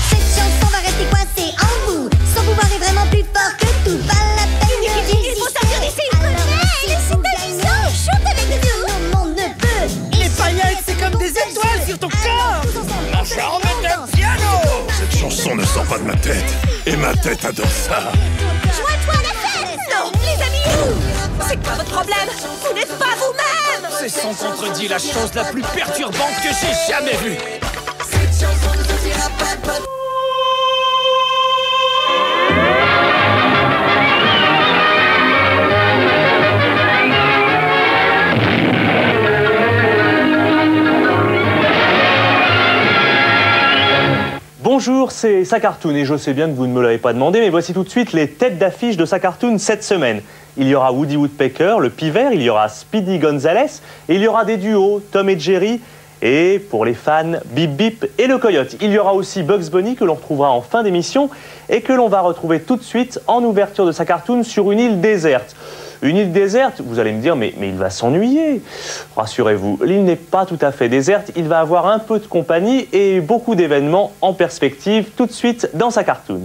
[SPEAKER 9] Cette chanson va rester coincée en vous. Son pouvoir est vraiment plus fort que tout. Pas la peine de Il faut sortir d'ici. C'est amusant. Chante avec nous. Tout le monde ne peut. Les paillettes, c'est comme des étoiles sur ton corps. Ma charme est un piano.
[SPEAKER 10] Cette chanson ne sort pas de ma tête. Et ma tête adore ça.
[SPEAKER 9] Joins-toi à la fête. Non, les amis. C'est quoi votre problème Vous n'êtes pas vous-même.
[SPEAKER 7] C'est sans contredit la chose la plus perturbante que j'ai jamais vue.
[SPEAKER 1] Bonjour, c'est Sacartoon et je sais bien que vous ne me l'avez pas demandé, mais voici tout de suite les têtes d'affiche de Sacartoon cette semaine. Il y aura Woody Woodpecker, le pivert, il y aura Speedy Gonzales, et il y aura des duos, Tom et Jerry, et pour les fans, Bip Bip et le Coyote. Il y aura aussi Bugs Bunny que l'on retrouvera en fin d'émission et que l'on va retrouver tout de suite en ouverture de sa cartoon sur une île déserte. Une île déserte, vous allez me dire, mais, mais il va s'ennuyer. Rassurez-vous, l'île n'est pas tout à fait déserte, il va avoir un peu de compagnie et beaucoup d'événements en perspective tout de suite dans sa cartoon.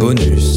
[SPEAKER 11] Bonus.